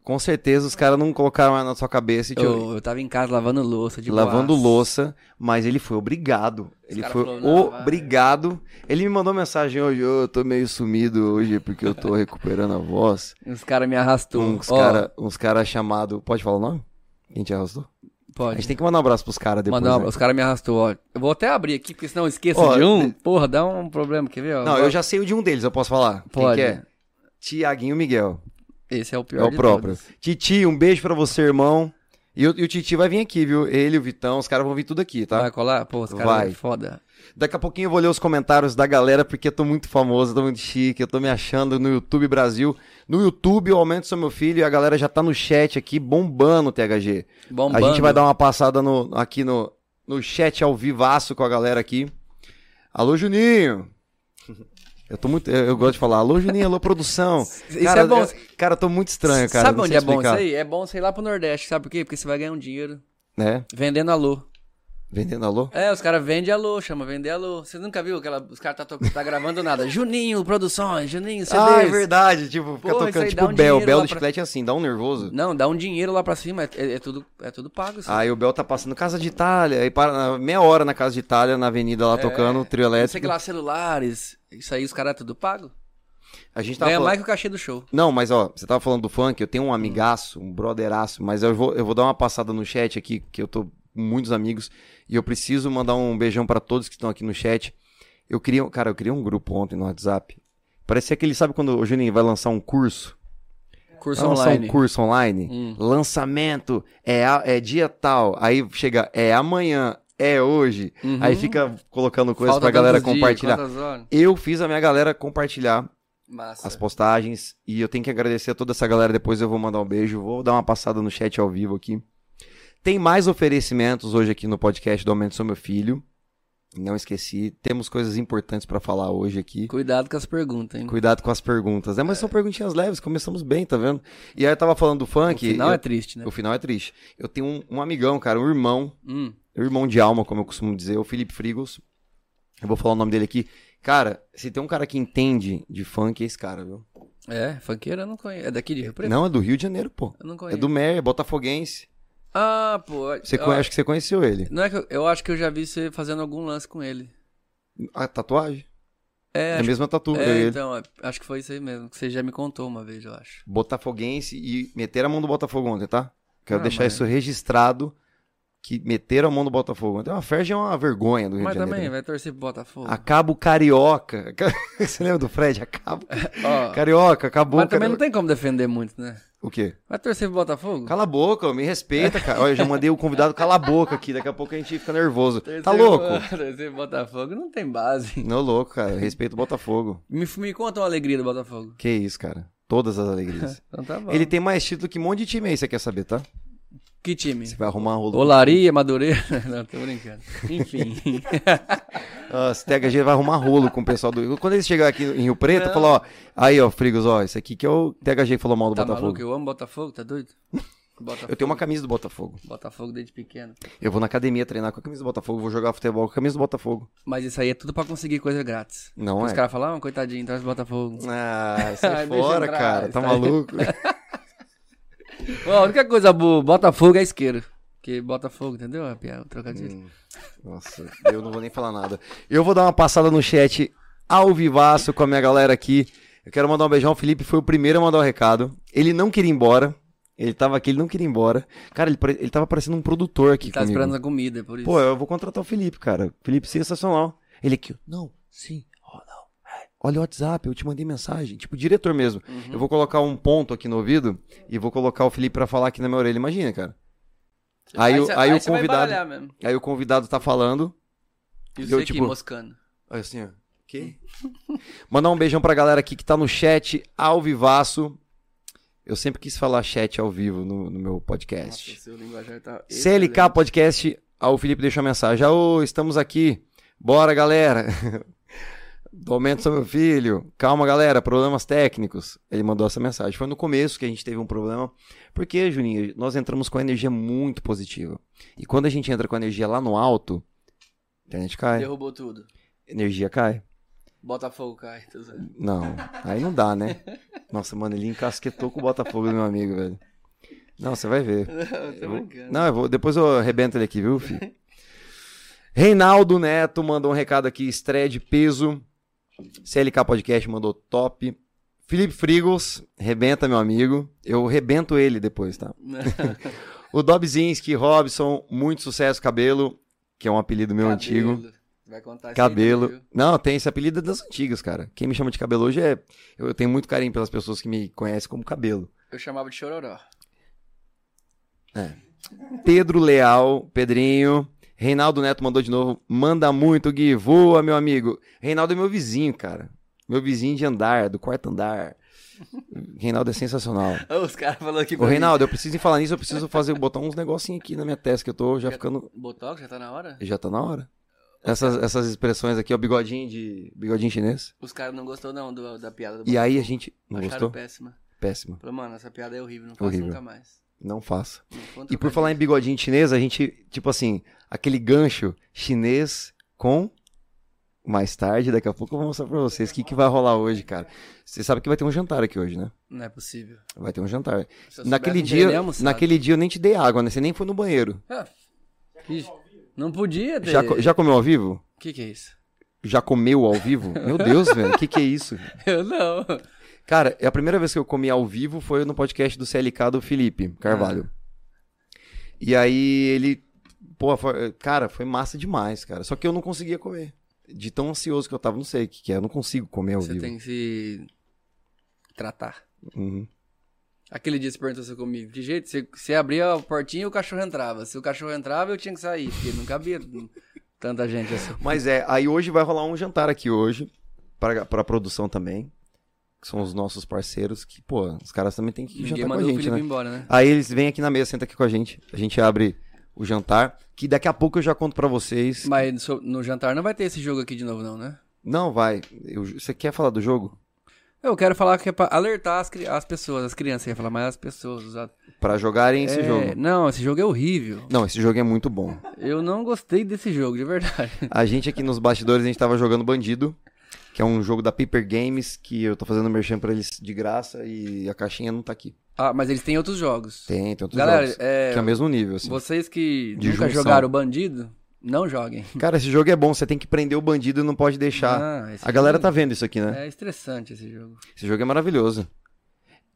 [SPEAKER 1] Com certeza os caras não colocaram na sua cabeça e te,
[SPEAKER 2] Eu, eu tava em casa lavando louça, de
[SPEAKER 1] lavando
[SPEAKER 2] boas.
[SPEAKER 1] louça, mas ele foi obrigado. Ele
[SPEAKER 2] cara
[SPEAKER 1] foi
[SPEAKER 2] falou, "Não, vai."
[SPEAKER 1] obrigado. Ele me mandou mensagem hoje, "Ô, eu tô meio sumido hoje porque eu tô recuperando a voz.
[SPEAKER 2] Os caras me arrastou.
[SPEAKER 1] Uns
[SPEAKER 2] Ó,
[SPEAKER 1] cara, uns cara chamado, pode falar o nome? Quem te arrastou? A
[SPEAKER 2] Pode.
[SPEAKER 1] gente tem que mandar um abraço pros caras depois.
[SPEAKER 2] Mandar,
[SPEAKER 1] né?
[SPEAKER 2] Os caras me arrastou, ó. Eu vou até abrir aqui, porque senão eu esqueço
[SPEAKER 1] Ó, né?
[SPEAKER 2] de um. Porra, dá um problema, quer ver? ó?
[SPEAKER 1] Não,
[SPEAKER 2] Agora-
[SPEAKER 1] eu já sei o de um deles, eu posso falar. Quem
[SPEAKER 2] Pode.
[SPEAKER 1] que é? Tiaguinho Miguel.
[SPEAKER 2] Esse é o pior
[SPEAKER 1] É o
[SPEAKER 2] de
[SPEAKER 1] próprio.
[SPEAKER 2] todos.
[SPEAKER 1] Titi, um beijo pra você, irmão. E o, e o Titi vai vir aqui, viu? Ele, o Vitão, os caras vão vir tudo aqui, tá?
[SPEAKER 2] Vai colar? Pô, os
[SPEAKER 1] Vai.
[SPEAKER 2] caras é foda.
[SPEAKER 1] Daqui a pouquinho eu vou ler os comentários da galera, porque eu tô muito famoso, eu tô muito chique, eu tô me achando no YouTube Brasil. No YouTube, eu aumento sou meu filho e a galera já tá no chat aqui bombando, THG.
[SPEAKER 2] Bombando.
[SPEAKER 1] A gente vai dar um uma passada no, aqui no, no chat ao vivaço com a galera aqui. Alô, Juninho! Eu tô muito. Eu, eu gosto de falar, alô, Juninho, alô, produção.
[SPEAKER 2] Isso é bom.
[SPEAKER 1] Eu, cara, eu tô muito estranho, cara.
[SPEAKER 2] sabe
[SPEAKER 1] não
[SPEAKER 2] onde
[SPEAKER 1] sei
[SPEAKER 2] é bom isso
[SPEAKER 1] explicar.
[SPEAKER 2] aí? É bom você ir lá pro Nordeste, sabe por quê? Porque você vai ganhar um dinheiro
[SPEAKER 1] É.
[SPEAKER 2] vendendo alô.
[SPEAKER 1] Vendendo alô?
[SPEAKER 2] É, os caras vendem alô, chama vender alô. Você nunca viu aquela. Os caras tá, to- tá gravando nada. Juninho Produções, Juninho CDs.
[SPEAKER 1] Ah, é verdade. Tipo, fica
[SPEAKER 2] Pô, isso
[SPEAKER 1] tocando
[SPEAKER 2] aí
[SPEAKER 1] tipo
[SPEAKER 2] dá
[SPEAKER 1] o
[SPEAKER 2] um
[SPEAKER 1] Bel. O
[SPEAKER 2] dinheiro
[SPEAKER 1] Bel
[SPEAKER 2] lá
[SPEAKER 1] do
[SPEAKER 2] pra-
[SPEAKER 1] chiclete é assim, dá um nervoso.
[SPEAKER 2] Não, dá um dinheiro lá pra cima, é, é tudo, é tudo pago. Assim.
[SPEAKER 1] Aí o Bel tá passando Casa de Itália, aí para na- meia hora na Casa de Itália, na avenida lá tocando o trio
[SPEAKER 2] Não É, sei
[SPEAKER 1] elétrico.
[SPEAKER 2] que lá, celulares, isso aí os caras é tudo pago.
[SPEAKER 1] A gente tava
[SPEAKER 2] Ganha
[SPEAKER 1] tá falando...
[SPEAKER 2] mais que Hum. o cachê do show.
[SPEAKER 1] Não, mas ó, você tava falando do funk, eu tenho um amigaço, um brotheraço, mas eu vou, eu vou dar uma passada no chat aqui, que eu tô com muitos amigos, e eu preciso mandar um beijão pra todos que estão aqui no chat. Eu queria, cara, eu criei um grupo ontem no WhatsApp. Parecia aquele, sabe quando o Juninho vai lançar um curso?
[SPEAKER 2] Curso
[SPEAKER 1] Vai lançar
[SPEAKER 2] online.
[SPEAKER 1] um curso online?
[SPEAKER 2] Hum.
[SPEAKER 1] Lançamento é, a- é dia tal, aí chega, é amanhã, é hoje,
[SPEAKER 2] Uhum.
[SPEAKER 1] aí fica colocando coisa
[SPEAKER 2] Falta
[SPEAKER 1] pra galera
[SPEAKER 2] tantos dias,
[SPEAKER 1] compartilhar.
[SPEAKER 2] quantas horas?
[SPEAKER 1] Eu fiz a minha galera compartilhar
[SPEAKER 2] Massa.
[SPEAKER 1] as postagens. E eu tenho que agradecer a toda essa galera. Depois eu vou mandar um beijo. Vou dar uma passada no chat ao vivo aqui. Tem mais oferecimentos hoje aqui no podcast do Aumento Sou Meu Filho. Não esqueci. Temos coisas importantes pra falar hoje aqui.
[SPEAKER 2] Cuidado com as perguntas, hein?
[SPEAKER 1] Cuidado com as perguntas. É, mas são perguntinhas leves. Começamos bem, tá vendo? E aí eu tava falando do
[SPEAKER 2] O
[SPEAKER 1] funk.
[SPEAKER 2] final
[SPEAKER 1] eu-
[SPEAKER 2] é triste, né?
[SPEAKER 1] O final é triste. Eu tenho um, um amigão, cara, um irmão.
[SPEAKER 2] Hum.
[SPEAKER 1] Um irmão de alma, como eu costumo dizer. O Felipe Frigos. Eu vou falar o nome dele aqui. Cara, se tem um cara que entende de funk, é esse cara, viu?
[SPEAKER 2] É, funkeiro eu não conheço. É daqui de Rio Preto?
[SPEAKER 1] Não, é do Rio de Janeiro, pô.
[SPEAKER 2] Eu não
[SPEAKER 1] É
[SPEAKER 2] conheço.
[SPEAKER 1] do Meyer, é botafoguense.
[SPEAKER 2] Ah, pô.
[SPEAKER 1] Você
[SPEAKER 2] eu-
[SPEAKER 1] conhe- Acho que você conheceu ele.
[SPEAKER 2] Não é que eu, eu acho que eu já vi você fazendo algum lance com ele.
[SPEAKER 1] A tatuagem? É,
[SPEAKER 2] É,
[SPEAKER 1] a
[SPEAKER 2] acho-
[SPEAKER 1] mesma tatuagem.
[SPEAKER 2] é,
[SPEAKER 1] ele.
[SPEAKER 2] então, é, acho que foi isso aí mesmo, que você já me contou uma vez, eu acho.
[SPEAKER 1] Botafoguense e meter a mão do Botafogo ontem, tá? Quero
[SPEAKER 2] Ah,
[SPEAKER 1] deixar
[SPEAKER 2] mas-
[SPEAKER 1] isso registrado, que meteram a mão do Botafogo ontem. A Ferge é uma vergonha do Rio
[SPEAKER 2] Mas
[SPEAKER 1] de Janeiro. Ah, né?
[SPEAKER 2] também, vai torcer pro Botafogo.
[SPEAKER 1] Acabo Carioca. Você lembra do Fred? Acabo
[SPEAKER 2] Ó,
[SPEAKER 1] Carioca, acabou.
[SPEAKER 2] mas também
[SPEAKER 1] Cari-
[SPEAKER 2] não tem como defender muito, né?
[SPEAKER 1] O quê?
[SPEAKER 2] Vai torcer pro Botafogo?
[SPEAKER 1] Cala a boca, me respeita, cara. Olha, eu já mandei o convidado cala a boca aqui. Daqui a pouco a gente fica nervoso.
[SPEAKER 2] Torcer
[SPEAKER 1] Tá
[SPEAKER 2] pro-
[SPEAKER 1] louco?
[SPEAKER 2] torcer pro Botafogo não tem base.
[SPEAKER 1] Não, louco, cara. Eu Respeito o Botafogo.
[SPEAKER 2] Me, me conta uma alegria do Botafogo.
[SPEAKER 1] Que isso, cara. Todas as alegrias.
[SPEAKER 2] Então tá bom.
[SPEAKER 1] Ele tem mais título que um monte de time aí, você quer saber, tá?
[SPEAKER 2] Que time?
[SPEAKER 1] Você vai arrumar um rolo.
[SPEAKER 2] Olaria, Madureira? Não, tô brincando. Enfim.
[SPEAKER 1] Nossa, THG vai arrumar rolo com o pessoal do. Quando ele chegar aqui em Rio Preto,
[SPEAKER 2] É.
[SPEAKER 1] eu falo, ó, aí, ó, Frigos, ó, esse aqui que é o THG que falou mal do
[SPEAKER 2] tá
[SPEAKER 1] Botafogo.
[SPEAKER 2] maluco? Eu amo Botafogo, tá doido? Botafogo,
[SPEAKER 1] Eu tenho uma camisa do Botafogo.
[SPEAKER 2] Botafogo desde pequeno.
[SPEAKER 1] Eu vou na academia treinar com a camisa do Botafogo, vou jogar futebol com a camisa do Botafogo.
[SPEAKER 2] Mas isso aí é tudo pra conseguir coisa grátis.
[SPEAKER 1] Não
[SPEAKER 2] Porque Os
[SPEAKER 1] é.
[SPEAKER 2] caras falam, ah, coitadinho, traz Botafogo.
[SPEAKER 1] Ah, sai
[SPEAKER 2] Ai, deixa
[SPEAKER 1] fora,
[SPEAKER 2] entrar,
[SPEAKER 1] cara. Tá
[SPEAKER 2] sai.
[SPEAKER 1] maluco?
[SPEAKER 2] Ó, a única coisa boa, Botafogo é isqueiro. Porque Botafogo, entendeu? É piada, trocadilho.
[SPEAKER 1] Hum, Nossa, eu não vou nem falar nada. Eu vou dar uma passada no chat ao vivaço com a minha galera aqui. Eu quero mandar um beijão. O Felipe foi o primeiro a mandar o recado. Ele não queria ir embora. Ele tava aqui, ele não queria ir embora. Cara, ele, pare- ele tava parecendo um produtor aqui
[SPEAKER 2] Ele tá
[SPEAKER 1] comigo.
[SPEAKER 2] esperando a comida, é por isso.
[SPEAKER 1] Pô, eu vou contratar o Felipe, cara. Felipe sensacional. Ele aqui, não, sim, ó, não. é. Olha o WhatsApp, eu te mandei mensagem. Tipo, diretor mesmo.
[SPEAKER 2] Uhum.
[SPEAKER 1] Eu vou colocar um ponto aqui no ouvido e vou colocar o Felipe pra falar aqui na minha orelha. Imagina, cara. Aí, o-
[SPEAKER 2] cê-
[SPEAKER 1] aí o
[SPEAKER 2] cê vai
[SPEAKER 1] convidado.
[SPEAKER 2] baralhar mesmo.
[SPEAKER 1] Aí o convidado tá falando.
[SPEAKER 2] E
[SPEAKER 1] Eu,
[SPEAKER 2] você aqui,
[SPEAKER 1] tipo-
[SPEAKER 2] moscando.
[SPEAKER 1] Aí assim, ó. Que? Mandar um beijão pra galera aqui que tá no chat ao vivaço. Eu sempre quis falar chat ao vivo no, no meu podcast.
[SPEAKER 2] Nossa, seu linguajar tá...
[SPEAKER 1] CLK Podcast. Ah, o Felipe deixou a mensagem. Ô, estamos aqui. Bora, galera. Do aumento sobre meu filho. Calma, galera. Problemas técnicos. Ele mandou essa mensagem. Foi no começo que a gente teve um problema. Porque, Juninho, nós entramos com a energia muito positiva. E quando a gente entra com a energia lá no alto, a internet cai.
[SPEAKER 2] Derrubou tudo.
[SPEAKER 1] Energia cai.
[SPEAKER 2] Botafogo cai. tô zoando.
[SPEAKER 1] Não, aí não dá, né? Nossa, mano, ele encasquetou com o Botafogo do meu amigo, velho. Não, você vai ver.
[SPEAKER 2] Não, tô
[SPEAKER 1] Eu vou-
[SPEAKER 2] brincando.
[SPEAKER 1] Não, eu vou, depois eu arrebento ele aqui, viu, filho? Reinaldo Neto mandou um recado aqui, estreia de peso. CLK Podcast mandou top. Felipe Frigos, rebenta, meu amigo. Eu rebento ele depois, tá? O Dobzinski, Robson, muito sucesso, cabelo, que é um apelido meu antigo.
[SPEAKER 2] Cabelo. Vai contar isso aí também,
[SPEAKER 1] Cabelo.
[SPEAKER 2] viu?
[SPEAKER 1] Não, tem esse apelido das antigas, cara. Quem me chama de cabelo hoje é. Eu, eu tenho muito carinho pelas pessoas que me conhecem como cabelo.
[SPEAKER 2] Eu chamava de chororó.
[SPEAKER 1] Pedro Leal, Pedrinho. Reinaldo Neto mandou de novo. Manda muito, Gui. Voa, meu amigo. Reinaldo é meu vizinho, cara. Meu vizinho de andar, do quarto andar. Reinaldo é sensacional.
[SPEAKER 2] Ô, Os caras falaram aqui
[SPEAKER 1] Ô,
[SPEAKER 2] pra mim.
[SPEAKER 1] Reinaldo, eu preciso em falar nisso, eu preciso fazer botar uns negocinhos aqui na minha testa, que eu tô já ficando.
[SPEAKER 2] Botox, já tá na tá hora?
[SPEAKER 1] Já tá na hora. essas, essas expressões aqui, ó, bigodinho de. bigodinho chinês.
[SPEAKER 2] Os caras não gostou não do- da piada do
[SPEAKER 1] E aí a gente. Não
[SPEAKER 2] Acharam
[SPEAKER 1] gostou?
[SPEAKER 2] péssima.
[SPEAKER 1] Péssimo.
[SPEAKER 2] Falou, mano, essa piada é horrível, não faço
[SPEAKER 1] Horrível.
[SPEAKER 2] nunca mais.
[SPEAKER 1] Não faça.
[SPEAKER 2] Não conta
[SPEAKER 1] E por
[SPEAKER 2] pra
[SPEAKER 1] falar em
[SPEAKER 2] ninguém.
[SPEAKER 1] bigodinho chinês, a gente, tipo assim, aquele gancho chinês com. Mais tarde, daqui a pouco eu vou mostrar pra vocês o que, que vai rolar hoje, cara. Você sabe que vai ter um jantar aqui hoje, né?
[SPEAKER 2] Não é possível.
[SPEAKER 1] Vai ter um jantar.
[SPEAKER 2] Se eu
[SPEAKER 1] Naquele
[SPEAKER 2] soubesse, não
[SPEAKER 1] dia,
[SPEAKER 2] teria almoçado.
[SPEAKER 1] naquele dia eu nem te dei água, né? Você nem foi no banheiro.
[SPEAKER 2] Ah, que- Não podia ter.
[SPEAKER 1] Já, co- já comeu ao vivo?
[SPEAKER 2] Que que é isso?
[SPEAKER 1] Já comeu ao vivo? Meu Deus, velho, o que, que é isso?
[SPEAKER 2] Eu não.
[SPEAKER 1] Cara, é a primeira vez que eu comi ao vivo foi no podcast do CLK do Felipe Carvalho.
[SPEAKER 2] Ah.
[SPEAKER 1] E aí ele. Pô, foi- cara, foi massa demais, cara. Só que eu não conseguia comer. De tão ansioso que eu tava, não sei o que, que é. Eu não consigo comer ao
[SPEAKER 2] Você
[SPEAKER 1] vivo.
[SPEAKER 2] tem que se tratar.
[SPEAKER 1] Uhum.
[SPEAKER 2] Aquele dia você perguntou se eu comi. De jeito, você, você abria a portinha e o cachorro entrava. Se o cachorro entrava, eu tinha que sair, porque não cabia tanta gente assim.
[SPEAKER 1] Mas é, aí hoje vai rolar um jantar aqui hoje. Pra, pra produção também. Que são os nossos parceiros. Que, pô, os caras também têm que
[SPEAKER 2] Ninguém
[SPEAKER 1] jantar com a
[SPEAKER 2] mandou o
[SPEAKER 1] gente,
[SPEAKER 2] Felipe
[SPEAKER 1] né?
[SPEAKER 2] embora, né?
[SPEAKER 1] Aí eles vêm aqui na mesa, senta aqui com a gente. A gente abre o jantar. Que daqui a pouco eu já conto pra vocês.
[SPEAKER 2] Mas so- no jantar não vai ter esse jogo aqui de novo, não, né?
[SPEAKER 1] Não, vai. Eu- você quer falar do jogo?
[SPEAKER 2] Eu quero falar que é pra alertar as, cri- as pessoas, as crianças, eu ia falar, mas as pessoas. Os ad-
[SPEAKER 1] Pra jogarem esse
[SPEAKER 2] É,
[SPEAKER 1] jogo.
[SPEAKER 2] Não, esse jogo é horrível.
[SPEAKER 1] Não, esse jogo é muito bom.
[SPEAKER 2] Eu não gostei desse jogo, de verdade.
[SPEAKER 1] A gente aqui nos bastidores, a gente tava jogando Bandido, que é um jogo da Paper Games, que eu tô fazendo merchan pra eles de graça e a caixinha não tá aqui.
[SPEAKER 2] Ah, mas eles têm outros jogos.
[SPEAKER 1] Tem, tem outros
[SPEAKER 2] Galera,
[SPEAKER 1] jogos,
[SPEAKER 2] é,
[SPEAKER 1] que é o mesmo nível, assim.
[SPEAKER 2] vocês que
[SPEAKER 1] De
[SPEAKER 2] nunca
[SPEAKER 1] junção.
[SPEAKER 2] jogaram bandido, não joguem.
[SPEAKER 1] Cara, esse jogo é bom, você tem que prender o bandido e não pode deixar.
[SPEAKER 2] Ah, esse
[SPEAKER 1] a galera
[SPEAKER 2] jogo
[SPEAKER 1] tá vendo isso aqui, né?
[SPEAKER 2] É estressante esse jogo.
[SPEAKER 1] Esse jogo é maravilhoso.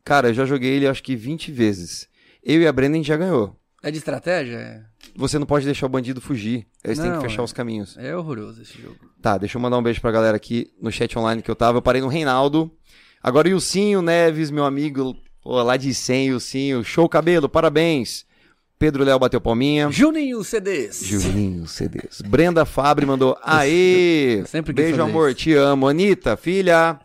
[SPEAKER 1] Cara, eu já joguei ele acho que 20 vezes. Eu e a Brenda, a gente já ganhou.
[SPEAKER 2] É de estratégia?
[SPEAKER 1] Você não pode deixar o bandido fugir. Eles têm
[SPEAKER 2] Não,
[SPEAKER 1] que fechar
[SPEAKER 2] é.
[SPEAKER 1] os caminhos.
[SPEAKER 2] É, é horroroso esse jogo.
[SPEAKER 1] Tá, deixa eu mandar um beijo pra galera aqui no chat online que eu tava. Eu parei no Reinaldo. Agora, Ilcinho Neves, meu amigo, pô, lá de 100, Ilcinho. Show cabelo, parabéns. Pedro Léo bateu palminha.
[SPEAKER 2] Juninho CDs.
[SPEAKER 1] Juninho CDs. Brenda Fabre mandou aê.
[SPEAKER 2] eu sempre quis
[SPEAKER 1] beijo,
[SPEAKER 2] fazer
[SPEAKER 1] amor,
[SPEAKER 2] isso.
[SPEAKER 1] te amo. Anitta, filha.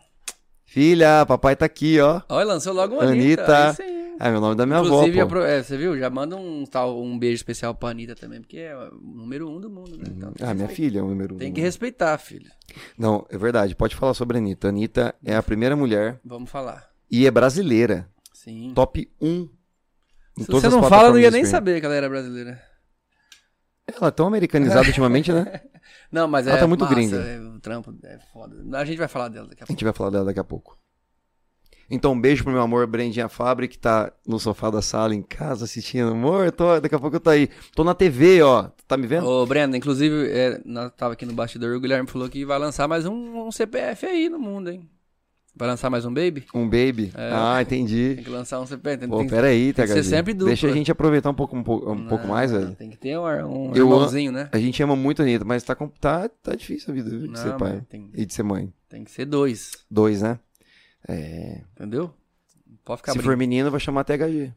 [SPEAKER 1] Filha, papai tá aqui, ó.
[SPEAKER 2] Olha, lançou logo uma Anitta.
[SPEAKER 1] Anitta.
[SPEAKER 2] aí sim.
[SPEAKER 1] É meu nome da minha
[SPEAKER 2] Inclusive,
[SPEAKER 1] avó. pô.
[SPEAKER 2] apro- é, você viu? Já manda um, tal, um beijo especial pra Anitta também, porque é o número um do mundo, né? Então, tem
[SPEAKER 1] Ah,
[SPEAKER 2] que
[SPEAKER 1] minha
[SPEAKER 2] respeitar.
[SPEAKER 1] filha é o número um.
[SPEAKER 2] Tem que respeitar, filho.
[SPEAKER 1] Não, é verdade. Pode falar sobre a Anitta. A Anitta é a primeira mulher
[SPEAKER 2] Vamos falar.
[SPEAKER 1] e é brasileira.
[SPEAKER 2] Sim.
[SPEAKER 1] Top 1. em
[SPEAKER 2] Se
[SPEAKER 1] todas
[SPEAKER 2] você
[SPEAKER 1] as
[SPEAKER 2] não fala, eu não
[SPEAKER 1] plataformas
[SPEAKER 2] ia
[SPEAKER 1] de
[SPEAKER 2] nem
[SPEAKER 1] streaming.
[SPEAKER 2] saber que ela era brasileira.
[SPEAKER 1] Ela é tão americanizada ultimamente, né?
[SPEAKER 2] Não, mas
[SPEAKER 1] Ela
[SPEAKER 2] é
[SPEAKER 1] tá muito
[SPEAKER 2] massa,
[SPEAKER 1] gringa.
[SPEAKER 2] é, o trampo é foda. A gente vai falar dela daqui a
[SPEAKER 1] A gente
[SPEAKER 2] pouco.
[SPEAKER 1] vai falar dela daqui a pouco. Então, um beijo pro meu amor Brendinha Fabre, que tá no sofá da sala em casa assistindo. Amor, tô, daqui a pouco eu tô aí. Tô na TV, ó. Tá me vendo?
[SPEAKER 2] Ô, Brenda, inclusive, é, nós tava aqui no bastidor, o Guilherme falou que vai lançar mais um, um CPF aí no mundo, hein? Vai lançar mais um baby?
[SPEAKER 1] Um baby. Ah, entendi.
[SPEAKER 2] Tem que lançar um CPF. É. Tem,
[SPEAKER 1] Pô,
[SPEAKER 2] tem-
[SPEAKER 1] peraí,
[SPEAKER 2] tem que ser
[SPEAKER 1] THG.
[SPEAKER 2] sempre duplo.
[SPEAKER 1] Deixa a gente aproveitar um pouco, um pouco, um
[SPEAKER 2] Não,
[SPEAKER 1] pouco mais, velho.
[SPEAKER 2] Tem que ter um, um
[SPEAKER 1] Eu
[SPEAKER 2] irmãozinho, né?
[SPEAKER 1] A gente ama muito a Anitta, mas tá, com- tá, tá difícil a vida de ser
[SPEAKER 2] Não,
[SPEAKER 1] pai
[SPEAKER 2] mas tem,
[SPEAKER 1] e de ser mãe.
[SPEAKER 2] tem que ser dois,
[SPEAKER 1] Dois, né? É.
[SPEAKER 2] entendeu? Não Pode ficar
[SPEAKER 1] Se for menino, vai chamar THG.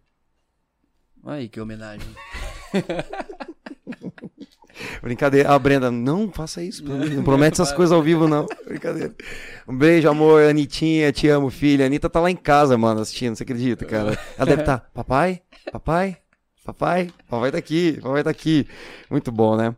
[SPEAKER 2] Aí, que homenagem.
[SPEAKER 1] Brincadeira. A Brenda, não faça isso. pelo amor de Deus. Não promete essas coisas ao vivo, não. Brincadeira. Um beijo, amor. Anitinha, te amo, filha. A Anitta tá lá em casa, mano, assistindo. Você acredita, cara? Ela deve estar. Papai? Papai? Papai? Papai tá aqui. Papai tá aqui. Muito bom, né?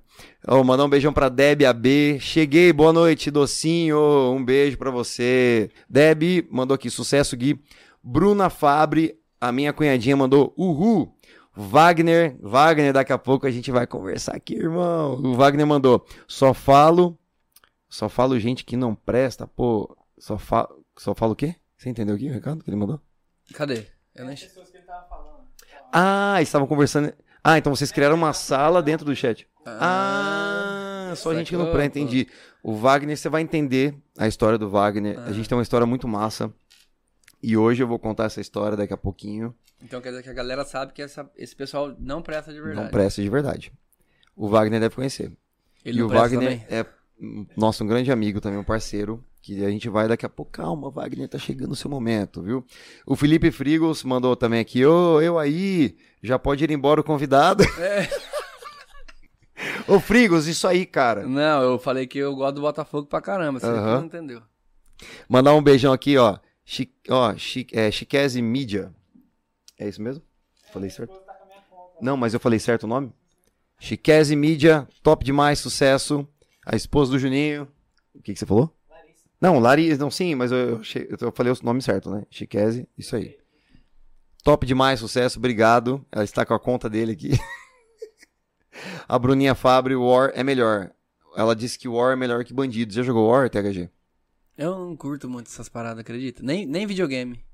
[SPEAKER 1] Ô, mandar um beijão pra Deb AB. Cheguei, boa noite, docinho. Um beijo pra você. Deb mandou aqui, sucesso, Gui. Bruna Fabre, a minha cunhadinha, mandou uhul. Wagner, Wagner, daqui a pouco a gente vai conversar aqui, irmão. O Wagner mandou, só falo, só falo gente que não presta, pô, só falo, só falo o quê? Você entendeu aqui o recado que ele mandou?
[SPEAKER 2] Cadê? Eu nem...
[SPEAKER 1] Ah, eles estavam conversando, ah, então vocês criaram uma sala dentro do chat. Ah, só gente que não
[SPEAKER 2] sacou,
[SPEAKER 1] presta, entendi. O Wagner, você vai entender a história do Wagner, a
[SPEAKER 2] Ah.
[SPEAKER 1] gente tem uma história muito massa. E hoje eu vou contar essa história daqui a pouquinho.
[SPEAKER 2] Então quer dizer que a galera sabe que essa- esse pessoal não presta de verdade.
[SPEAKER 1] Não presta de verdade. O Wagner deve conhecer.
[SPEAKER 2] Ele
[SPEAKER 1] e
[SPEAKER 2] não
[SPEAKER 1] o
[SPEAKER 2] presta
[SPEAKER 1] Wagner
[SPEAKER 2] também?
[SPEAKER 1] é hum, nosso um grande amigo também, um parceiro, que a gente vai daqui a pouco. Calma, Wagner, tá chegando o seu momento, viu? O Felipe Frigos mandou também aqui, ô, eu aí, já pode ir embora o convidado.
[SPEAKER 2] É.
[SPEAKER 1] ô, Frigos, isso aí, cara.
[SPEAKER 2] Não, eu falei que eu gosto do Botafogo pra caramba, você
[SPEAKER 1] Aham.
[SPEAKER 2] não entendeu.
[SPEAKER 1] Mandar um beijão aqui, ó. Chi, ó, chi, é, Chiquese Mídia. É isso mesmo? Falei certo? Não, mas eu falei certo o nome? Chiquese Mídia, top demais, sucesso. a esposa do Juninho. O que, que você falou? Larissa. Não, Larissa, não, sim, mas eu, eu, achei- eu falei o nome certo, né? Chiquese, isso aí. Top demais, sucesso, obrigado. Ela está com a conta dele aqui. a Bruninha Fabri, War é melhor. Ela disse que War é melhor que Bandidos. Já jogou War, THG?
[SPEAKER 2] Eu não curto muito essas paradas, acredita? Nem, nem videogame.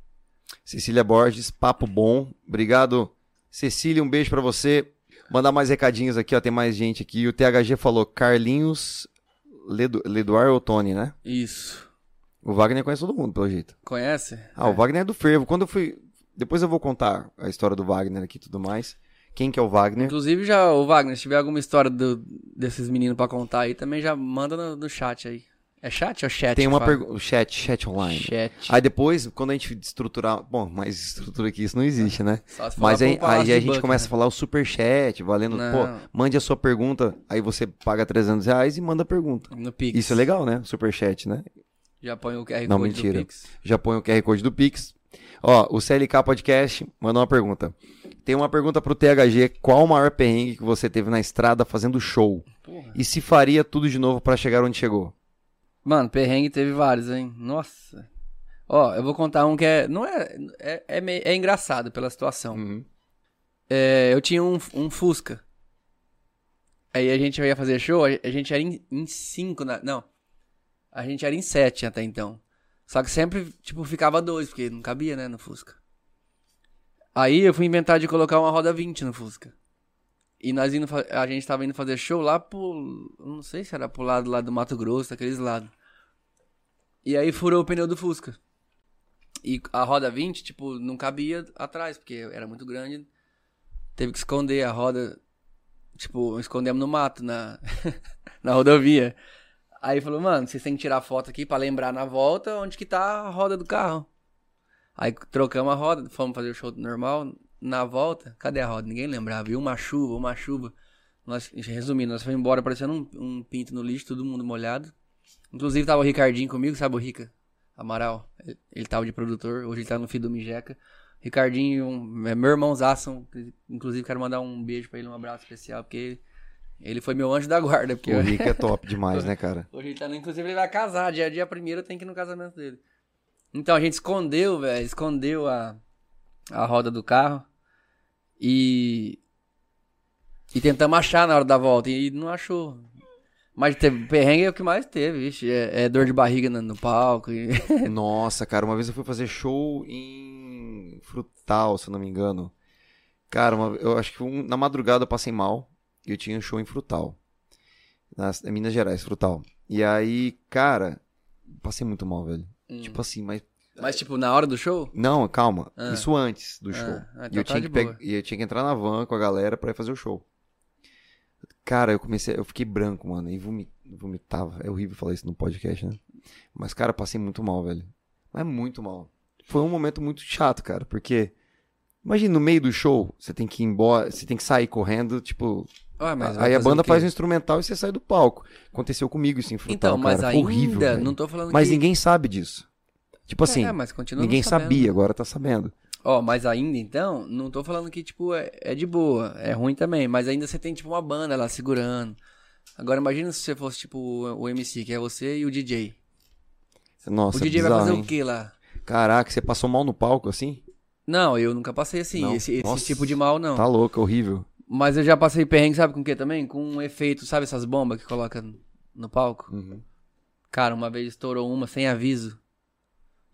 [SPEAKER 1] Cecília Borges, papo bom. Obrigado, Cecília, um beijo pra você. Mandar mais recadinhos aqui, ó, tem mais gente aqui. O THG falou Carlinhos Ledu- Leduar ou Tony, né?
[SPEAKER 2] Isso.
[SPEAKER 1] O Wagner conhece todo mundo, pelo jeito.
[SPEAKER 2] Conhece?
[SPEAKER 1] Ah, o Wagner é do Fervo. Quando eu fui... Depois eu vou contar a história do Wagner aqui e tudo mais. Quem que é o Wagner?
[SPEAKER 2] Inclusive, já, o Wagner, se tiver alguma história do- desses meninos pra contar aí, também já manda no, no chat aí. É chat ou chat?
[SPEAKER 1] Tem uma
[SPEAKER 2] que fala?
[SPEAKER 1] pergunta... Ah, Chat, chat online.
[SPEAKER 2] Chat.
[SPEAKER 1] Aí depois, quando a gente estruturar... Bom, mais estrutura que isso não existe, né?
[SPEAKER 2] Só se falar
[SPEAKER 1] Mas aí,
[SPEAKER 2] pro
[SPEAKER 1] aí
[SPEAKER 2] Palácio
[SPEAKER 1] a
[SPEAKER 2] de
[SPEAKER 1] gente
[SPEAKER 2] Buckingham.
[SPEAKER 1] começa a falar o superchat, valendo,
[SPEAKER 2] né? Não.
[SPEAKER 1] pô, mande a sua pergunta, aí você paga 300 reais e manda a pergunta.
[SPEAKER 2] No Pix.
[SPEAKER 1] Isso é legal, né? Superchat, né?
[SPEAKER 2] Já põe o QR
[SPEAKER 1] Não,
[SPEAKER 2] Code
[SPEAKER 1] mentira.
[SPEAKER 2] do Pix.
[SPEAKER 1] Já põe o QR Code do Pix. Ó, o CLK Podcast mandou uma pergunta. Tem uma pergunta pro THG, qual o maior perrengue que você teve na estrada fazendo show?
[SPEAKER 2] Porra.
[SPEAKER 1] E se faria tudo de novo pra chegar onde chegou?
[SPEAKER 2] Mano, perrengue teve vários, hein? Nossa. Ó, eu vou contar um que é. Não é. É, é, meio- é engraçado pela situação. É, eu tinha um, um Fusca. Aí a gente ia fazer show, a a gente era em, em cinco, na- não. A gente era em sete até então. Só que sempre, tipo, ficava dois, porque não cabia, né, no Fusca. Aí eu fui inventar de colocar uma roda 20 no Fusca. E nós indo, fa- a gente tava indo fazer show lá pro, eu não sei se era pro lado lá do Mato Grosso, daqueles lados. E aí furou o pneu do Fusca. E a roda 20, tipo, não cabia atrás, porque era muito grande teve que esconder a roda. Tipo, escondemos no mato, na, na rodovia. Aí falou, mano, vocês têm que tirar foto aqui pra lembrar na volta onde que tá a roda do carro. Aí trocamos a roda, fomos fazer o show normal. Na volta, cadê a roda? Ninguém lembrava. E uma chuva, uma chuva. Nós, resumindo, nós fomos embora parecendo um, um pinto no lixo, todo mundo molhado. Inclusive tava o Ricardinho comigo, sabe o Rica? Amaral. Ele, ele tava de produtor, hoje ele tá no Fio do Mijeca. Ricardinho, um- é meu irmãozaço, inclusive quero mandar um beijo pra ele, um abraço especial, porque ele, ele foi meu anjo da guarda. Porque
[SPEAKER 1] O
[SPEAKER 2] eu-
[SPEAKER 1] Rick é top demais, né, cara?
[SPEAKER 2] Hoje ele tá, no- inclusive ele vai casar, dia dia primeiro tem que ir no casamento dele. Então a gente escondeu, velho, escondeu a, a roda do carro e e tentamos achar na hora da volta e não achou. Mas teve perrengue é o que mais teve, vixe, é, é dor de barriga no, no palco. e-
[SPEAKER 1] Nossa, cara, uma vez eu fui fazer show em Frutal, se eu não me engano. Cara, uma- eu acho que um- na madrugada eu passei mal e eu tinha um show em Frutal. Nas, em Minas Gerais, Frutal. E aí, cara, passei muito mal, velho. Tipo assim, mas.
[SPEAKER 2] Hum. Mas tipo na hora do show?
[SPEAKER 1] Não, calma.
[SPEAKER 2] Ah.
[SPEAKER 1] Isso antes do
[SPEAKER 2] Ah,
[SPEAKER 1] show.
[SPEAKER 2] ah,
[SPEAKER 1] e
[SPEAKER 2] então
[SPEAKER 1] eu,
[SPEAKER 2] tá
[SPEAKER 1] tinha
[SPEAKER 2] de
[SPEAKER 1] que pe-
[SPEAKER 2] boa.
[SPEAKER 1] e eu tinha que entrar na van com a galera pra ir fazer o show. Cara, eu comecei, eu fiquei branco, mano, e vomi- vomitava. É horrível falar isso no podcast, né? Mas, cara, eu passei muito mal, velho. Mas é muito mal. Foi um momento muito chato, cara, porque. Imagina, no meio do show, você tem que ir embora, você tem que sair correndo, tipo.
[SPEAKER 2] Ué, Ah, mas vai
[SPEAKER 1] aí a
[SPEAKER 2] fazer o
[SPEAKER 1] banda
[SPEAKER 2] quê?
[SPEAKER 1] faz um instrumental e você sai do palco. Aconteceu comigo isso em Frutal,
[SPEAKER 2] Então, mas
[SPEAKER 1] cara. Foi
[SPEAKER 2] ainda
[SPEAKER 1] horrível. velho.
[SPEAKER 2] não tô falando
[SPEAKER 1] Mas
[SPEAKER 2] que
[SPEAKER 1] ninguém sabe disso. Tipo assim,
[SPEAKER 2] É, mas continua não
[SPEAKER 1] ninguém
[SPEAKER 2] sabendo.
[SPEAKER 1] sabia, agora tá sabendo.
[SPEAKER 2] Ó, mas ainda então, não tô falando que, tipo, é, é de boa, é ruim também, mas ainda você tem, tipo, uma banda lá segurando. Agora imagina se você fosse, tipo, o o MC, que é você e o DJ.
[SPEAKER 1] Nossa, é
[SPEAKER 2] o DJ
[SPEAKER 1] bizarro,
[SPEAKER 2] vai fazer
[SPEAKER 1] hein?
[SPEAKER 2] o quê lá?
[SPEAKER 1] Caraca, você passou mal no palco assim?
[SPEAKER 2] Não, eu nunca passei assim,
[SPEAKER 1] Não?
[SPEAKER 2] esse, esse
[SPEAKER 1] Nossa,
[SPEAKER 2] tipo de mal não.
[SPEAKER 1] Tá louco, horrível.
[SPEAKER 2] Mas eu já passei perrengue, sabe com o quê também? Com um efeito, sabe essas bombas que coloca no palco? Cara, uma vez estourou uma sem aviso.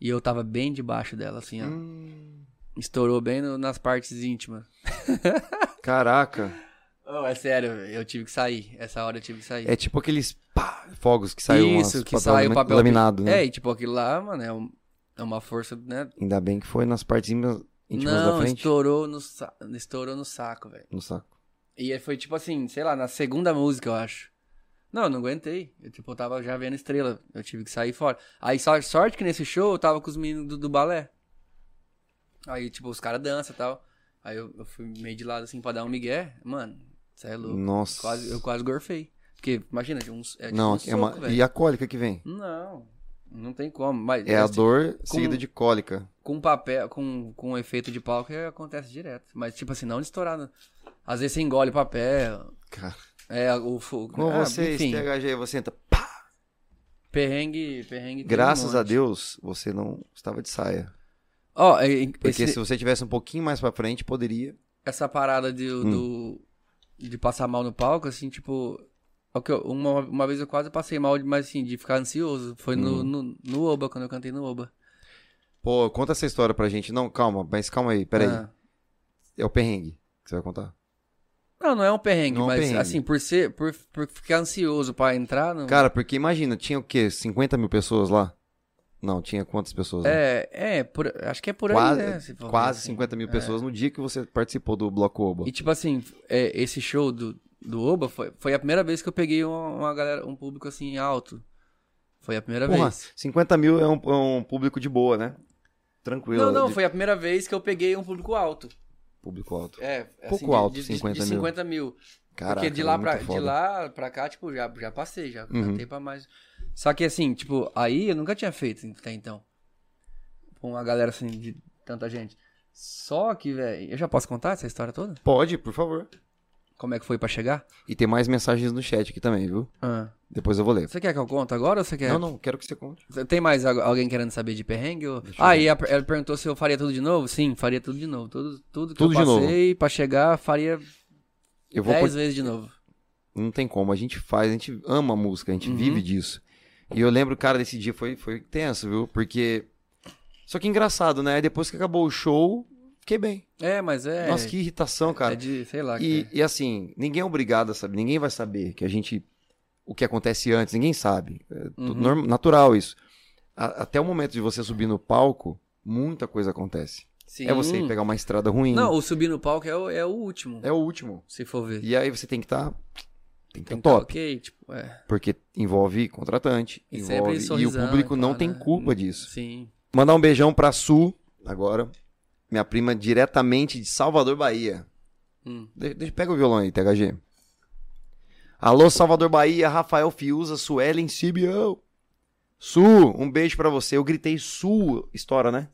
[SPEAKER 2] E eu tava bem debaixo dela, assim, ó.
[SPEAKER 1] Hum.
[SPEAKER 2] Estourou bem no- nas partes íntimas.
[SPEAKER 1] Caraca.
[SPEAKER 2] Oh, é sério, eu tive que sair. Essa hora eu tive que sair.
[SPEAKER 1] É tipo aqueles pá, fogos que saem
[SPEAKER 2] Isso,
[SPEAKER 1] umas
[SPEAKER 2] que
[SPEAKER 1] papel
[SPEAKER 2] sai o
[SPEAKER 1] lami-
[SPEAKER 2] papel
[SPEAKER 1] laminado, né?
[SPEAKER 2] É, e tipo, aquilo lá, mano, é, um- é uma força, né?
[SPEAKER 1] Ainda bem que foi nas partes íntimas íntimas da
[SPEAKER 2] Não,
[SPEAKER 1] frente.
[SPEAKER 2] estourou no, sa- estourou no saco, velho.
[SPEAKER 1] No saco.
[SPEAKER 2] E aí foi tipo assim, sei lá, na segunda música, eu acho. Não, eu não aguentei. Eu, tipo, eu tava já vendo estrela. Eu tive que sair fora. Aí, só sorte que nesse show eu tava com os meninos do, do balé. Aí, tipo, os caras dançam e tal. Aí eu, eu fui meio de lado, assim, pra dar um migué. Mano, cê é louco.
[SPEAKER 1] Nossa.
[SPEAKER 2] Quase, eu quase gorfei. Porque, imagina, de uns, é tipo
[SPEAKER 1] Não,
[SPEAKER 2] um
[SPEAKER 1] é uma...
[SPEAKER 2] soco, velho.
[SPEAKER 1] e a cólica que vem?
[SPEAKER 2] Não, não tem como. Mas,
[SPEAKER 1] É a
[SPEAKER 2] mas,
[SPEAKER 1] dor
[SPEAKER 2] com-
[SPEAKER 1] seguida de cólica.
[SPEAKER 2] com papel, com, com efeito de palco, é, acontece direto. Mas, tipo assim, não de estourar. né? Às vezes você engole papel.
[SPEAKER 1] Cara,
[SPEAKER 2] É, o fogo.
[SPEAKER 1] Com
[SPEAKER 2] ah,
[SPEAKER 1] vocês,
[SPEAKER 2] enfim,
[SPEAKER 1] THG, você é entra. Pá!
[SPEAKER 2] perrengue, perrengue. tem um
[SPEAKER 1] Graças
[SPEAKER 2] monte.
[SPEAKER 1] a Deus, você não estava de saia.
[SPEAKER 2] Ó, e- e-
[SPEAKER 1] Porque
[SPEAKER 2] esse-
[SPEAKER 1] se você tivesse um pouquinho mais pra frente, poderia.
[SPEAKER 2] essa parada de,
[SPEAKER 1] Hum.
[SPEAKER 2] do- de passar mal no palco, assim, tipo. é o que eu- Uma, uma vez eu quase passei mal, mas assim, de ficar ansioso. Foi
[SPEAKER 1] Uhum.
[SPEAKER 2] no, no, no Oba, quando eu cantei no Oba.
[SPEAKER 1] Pô, conta essa história pra gente. Não, calma, mas calma aí, peraí.
[SPEAKER 2] Ah.
[SPEAKER 1] É o perrengue que você vai contar.
[SPEAKER 2] Não, não é um perrengue,
[SPEAKER 1] Não é um
[SPEAKER 2] mas
[SPEAKER 1] perrengue.
[SPEAKER 2] assim, por ser. Por, por ficar ansioso pra entrar. Não...
[SPEAKER 1] Cara, porque imagina, tinha o quê? 50 mil pessoas lá? Não, tinha quantas pessoas lá?
[SPEAKER 2] É, é, por- acho que é por
[SPEAKER 1] quase,
[SPEAKER 2] aí, né? se for
[SPEAKER 1] quase
[SPEAKER 2] assim.
[SPEAKER 1] 50 mil pessoas no dia que você participou do Bloco Oba.
[SPEAKER 2] E tipo assim, é, esse show do, do Oba foi, foi a primeira vez que eu peguei uma, uma galera, um público assim alto. Foi a primeira
[SPEAKER 1] Porra,
[SPEAKER 2] vez.
[SPEAKER 1] 50 mil é um, é um público de boa, né? Tranquilo.
[SPEAKER 2] Não, não,
[SPEAKER 1] de
[SPEAKER 2] foi a primeira vez que eu peguei um público alto.
[SPEAKER 1] Público alto.
[SPEAKER 2] É, assim,
[SPEAKER 1] Pouco
[SPEAKER 2] de-
[SPEAKER 1] alto,
[SPEAKER 2] de,
[SPEAKER 1] 50
[SPEAKER 2] de,
[SPEAKER 1] mil.
[SPEAKER 2] de 50 mil.
[SPEAKER 1] Caraca,
[SPEAKER 2] Porque de lá,
[SPEAKER 1] é
[SPEAKER 2] pra,
[SPEAKER 1] muito
[SPEAKER 2] de
[SPEAKER 1] foda.
[SPEAKER 2] lá pra cá, tipo, já, já passei, já
[SPEAKER 1] Uhum.
[SPEAKER 2] cantei pra mais. Só que assim, tipo, aí eu nunca tinha feito até então. Com uma galera assim, de tanta gente. Só que, velho, eu já posso contar essa história toda?
[SPEAKER 1] Pode, por favor.
[SPEAKER 2] Como é que foi pra chegar?
[SPEAKER 1] E tem mais mensagens no chat aqui também, viu?
[SPEAKER 2] Ah.
[SPEAKER 1] Depois eu vou ler.
[SPEAKER 2] Você quer que eu conte agora ou você quer?
[SPEAKER 1] Não, não, quero que você conte.
[SPEAKER 2] Tem mais algu- alguém querendo saber de perrengue? Ou...
[SPEAKER 1] Deixa eu
[SPEAKER 2] Ah, e a- ela perguntou se eu faria tudo de novo? Sim, faria tudo de novo. Tudo, tudo que
[SPEAKER 1] Tudo de
[SPEAKER 2] eu
[SPEAKER 1] novo.
[SPEAKER 2] passei pra chegar, faria
[SPEAKER 1] Eu vou
[SPEAKER 2] 10
[SPEAKER 1] por-
[SPEAKER 2] vezes de novo.
[SPEAKER 1] Não tem como, a gente faz, a gente ama a música, a
[SPEAKER 2] Uhum.
[SPEAKER 1] gente vive disso. E eu lembro, cara, desse dia foi, foi tenso, viu? Porque. Só que engraçado, né? Depois que acabou o show, fiquei bem.
[SPEAKER 2] É, mas é.
[SPEAKER 1] Nossa, que irritação, cara.
[SPEAKER 2] É de, sei lá.
[SPEAKER 1] E,
[SPEAKER 2] cara.
[SPEAKER 1] e assim, ninguém é obrigado a saber, ninguém vai saber que a gente. o que acontece antes, ninguém sabe. É tudo
[SPEAKER 2] Uhum.
[SPEAKER 1] norm- natural isso. A- até o momento de você subir no palco, muita coisa acontece.
[SPEAKER 2] Sim.
[SPEAKER 1] É você pegar uma estrada ruim.
[SPEAKER 2] Não, o subir no palco é o, é o último,
[SPEAKER 1] É o último.
[SPEAKER 2] se for ver.
[SPEAKER 1] E aí você tem que estar. tem que estar
[SPEAKER 2] Tem que tá
[SPEAKER 1] top.
[SPEAKER 2] Ok, tipo, é.
[SPEAKER 1] Porque envolve contratante,
[SPEAKER 2] E sempre
[SPEAKER 1] envolve. E o
[SPEAKER 2] sorrisão
[SPEAKER 1] público
[SPEAKER 2] e
[SPEAKER 1] não
[SPEAKER 2] pá,
[SPEAKER 1] tem
[SPEAKER 2] né?
[SPEAKER 1] culpa disso.
[SPEAKER 2] Sim.
[SPEAKER 1] Mandar um beijão pra Su agora. Minha prima diretamente de Salvador, Bahia.
[SPEAKER 2] Hum.
[SPEAKER 1] De- deixa- pega o violão aí, THG. Alô, Salvador Bahia, Rafael Fiuza, Suelen Sibião. Su, um beijo pra você. Eu gritei Su, estoura, né?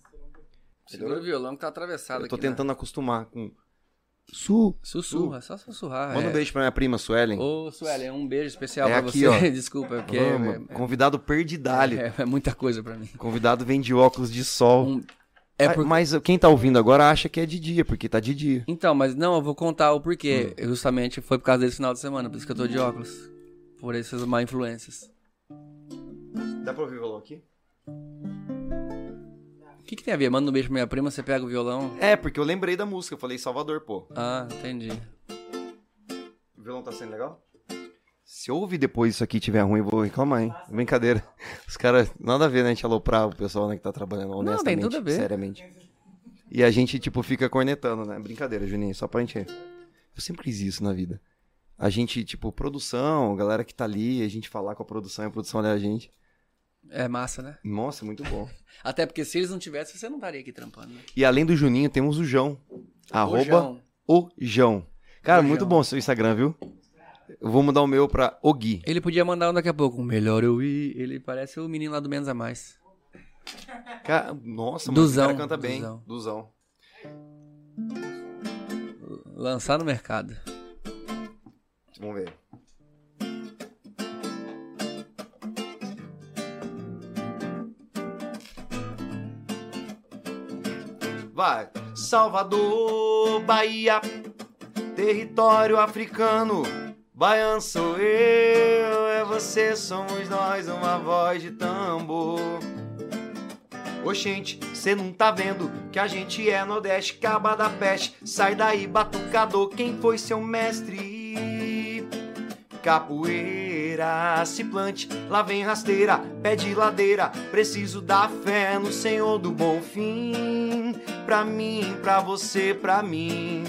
[SPEAKER 2] Segura o violão que tá atravessado
[SPEAKER 1] Eu tô
[SPEAKER 2] aqui, né?
[SPEAKER 1] tentando acostumar com Su.
[SPEAKER 2] Sussurra, só sussurrar.
[SPEAKER 1] Manda
[SPEAKER 2] é.
[SPEAKER 1] um beijo pra minha prima Suelen.
[SPEAKER 2] Ô, Suelen, um beijo especial
[SPEAKER 1] É
[SPEAKER 2] pra
[SPEAKER 1] aqui,
[SPEAKER 2] você.
[SPEAKER 1] ó.
[SPEAKER 2] Desculpa, porque é,
[SPEAKER 1] Vamos, convidado perdidalho.
[SPEAKER 2] é- é muita coisa pra mim.
[SPEAKER 1] Convidado vem de óculos de sol.
[SPEAKER 2] Um- É
[SPEAKER 1] Ah,
[SPEAKER 2] por...
[SPEAKER 1] Mas quem tá ouvindo agora acha que é de dia, porque tá de dia.
[SPEAKER 2] Então, mas não, eu vou contar o
[SPEAKER 1] Hum.
[SPEAKER 2] porquê. Justamente foi por causa desse final de semana, por isso que eu tô de óculos. Por essas má influências.
[SPEAKER 1] Dá pra ouvir o violão aqui?
[SPEAKER 2] O que, que tem a ver? Manda um beijo pra minha prima, você pega o violão.
[SPEAKER 1] É, porque eu lembrei da música. Eu falei Salvador, pô.
[SPEAKER 2] Ah, entendi.
[SPEAKER 1] O violão tá sendo legal? Se eu ouvir depois isso aqui e tiver ruim, eu vou reclamar, hein? Brincadeira. Os caras, nada a ver, né? A gente aloprar o pessoal né, que tá trabalhando honestamente.
[SPEAKER 2] tem tudo a ver.
[SPEAKER 1] Seriamente. E a gente, tipo, fica cornetando, né? Brincadeira, Juninho, só pra gente... Eu sempre quis isso na vida. A gente, tipo, produção, galera que tá ali, a gente falar com a produção e a produção olhar a gente.
[SPEAKER 2] É massa, né?
[SPEAKER 1] Nossa, muito bom.
[SPEAKER 2] Até porque se eles não tivessem, você não estaria aqui trampando, né?
[SPEAKER 1] E além do Juninho, temos o João. Arroba o João.
[SPEAKER 2] Rojão.
[SPEAKER 1] Cara,
[SPEAKER 2] O
[SPEAKER 1] muito
[SPEAKER 2] Jão.
[SPEAKER 1] bom seu Instagram, viu? Eu vou mudar o meu pra O Gui.
[SPEAKER 2] Ele podia mandar um daqui a pouco. Melhor eu ir. Ele parece o menino lá do Menos a Mais.
[SPEAKER 1] Ca- Nossa,
[SPEAKER 2] Duzão,
[SPEAKER 1] mano, o cara canta bem. Duzão.
[SPEAKER 2] Duzão. Lançar no mercado.
[SPEAKER 1] Vamos ver. Vai. Salvador, Bahia, território africano. Baiano sou eu, é você, somos nós, uma voz de tambor. Ô gente, cê não tá vendo que a gente é Nordeste, caba da peste. Sai daí, batucador, quem foi seu mestre? Capoeira, se plante, lá vem rasteira, pé de ladeira. Preciso da fé no Senhor do Bom Fim. Pra mim, pra você, pra mim.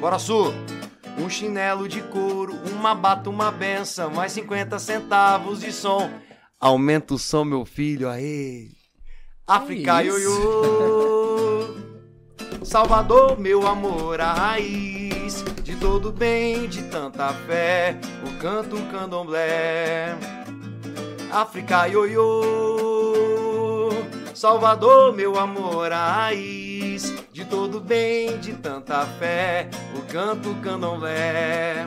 [SPEAKER 1] Bora, Su! Um chinelo de couro, uma bata, uma benção, mais 50 centavos de som. Aumenta o som, meu filho, aê! África,
[SPEAKER 2] Que isso?
[SPEAKER 1] ioiô! Salvador, meu amor, a raiz de todo bem, de tanta fé, o canto candomblé. África, ioiô! Salvador, meu amor, a raiz de todo bem, de tanta fé, o canto candomblé.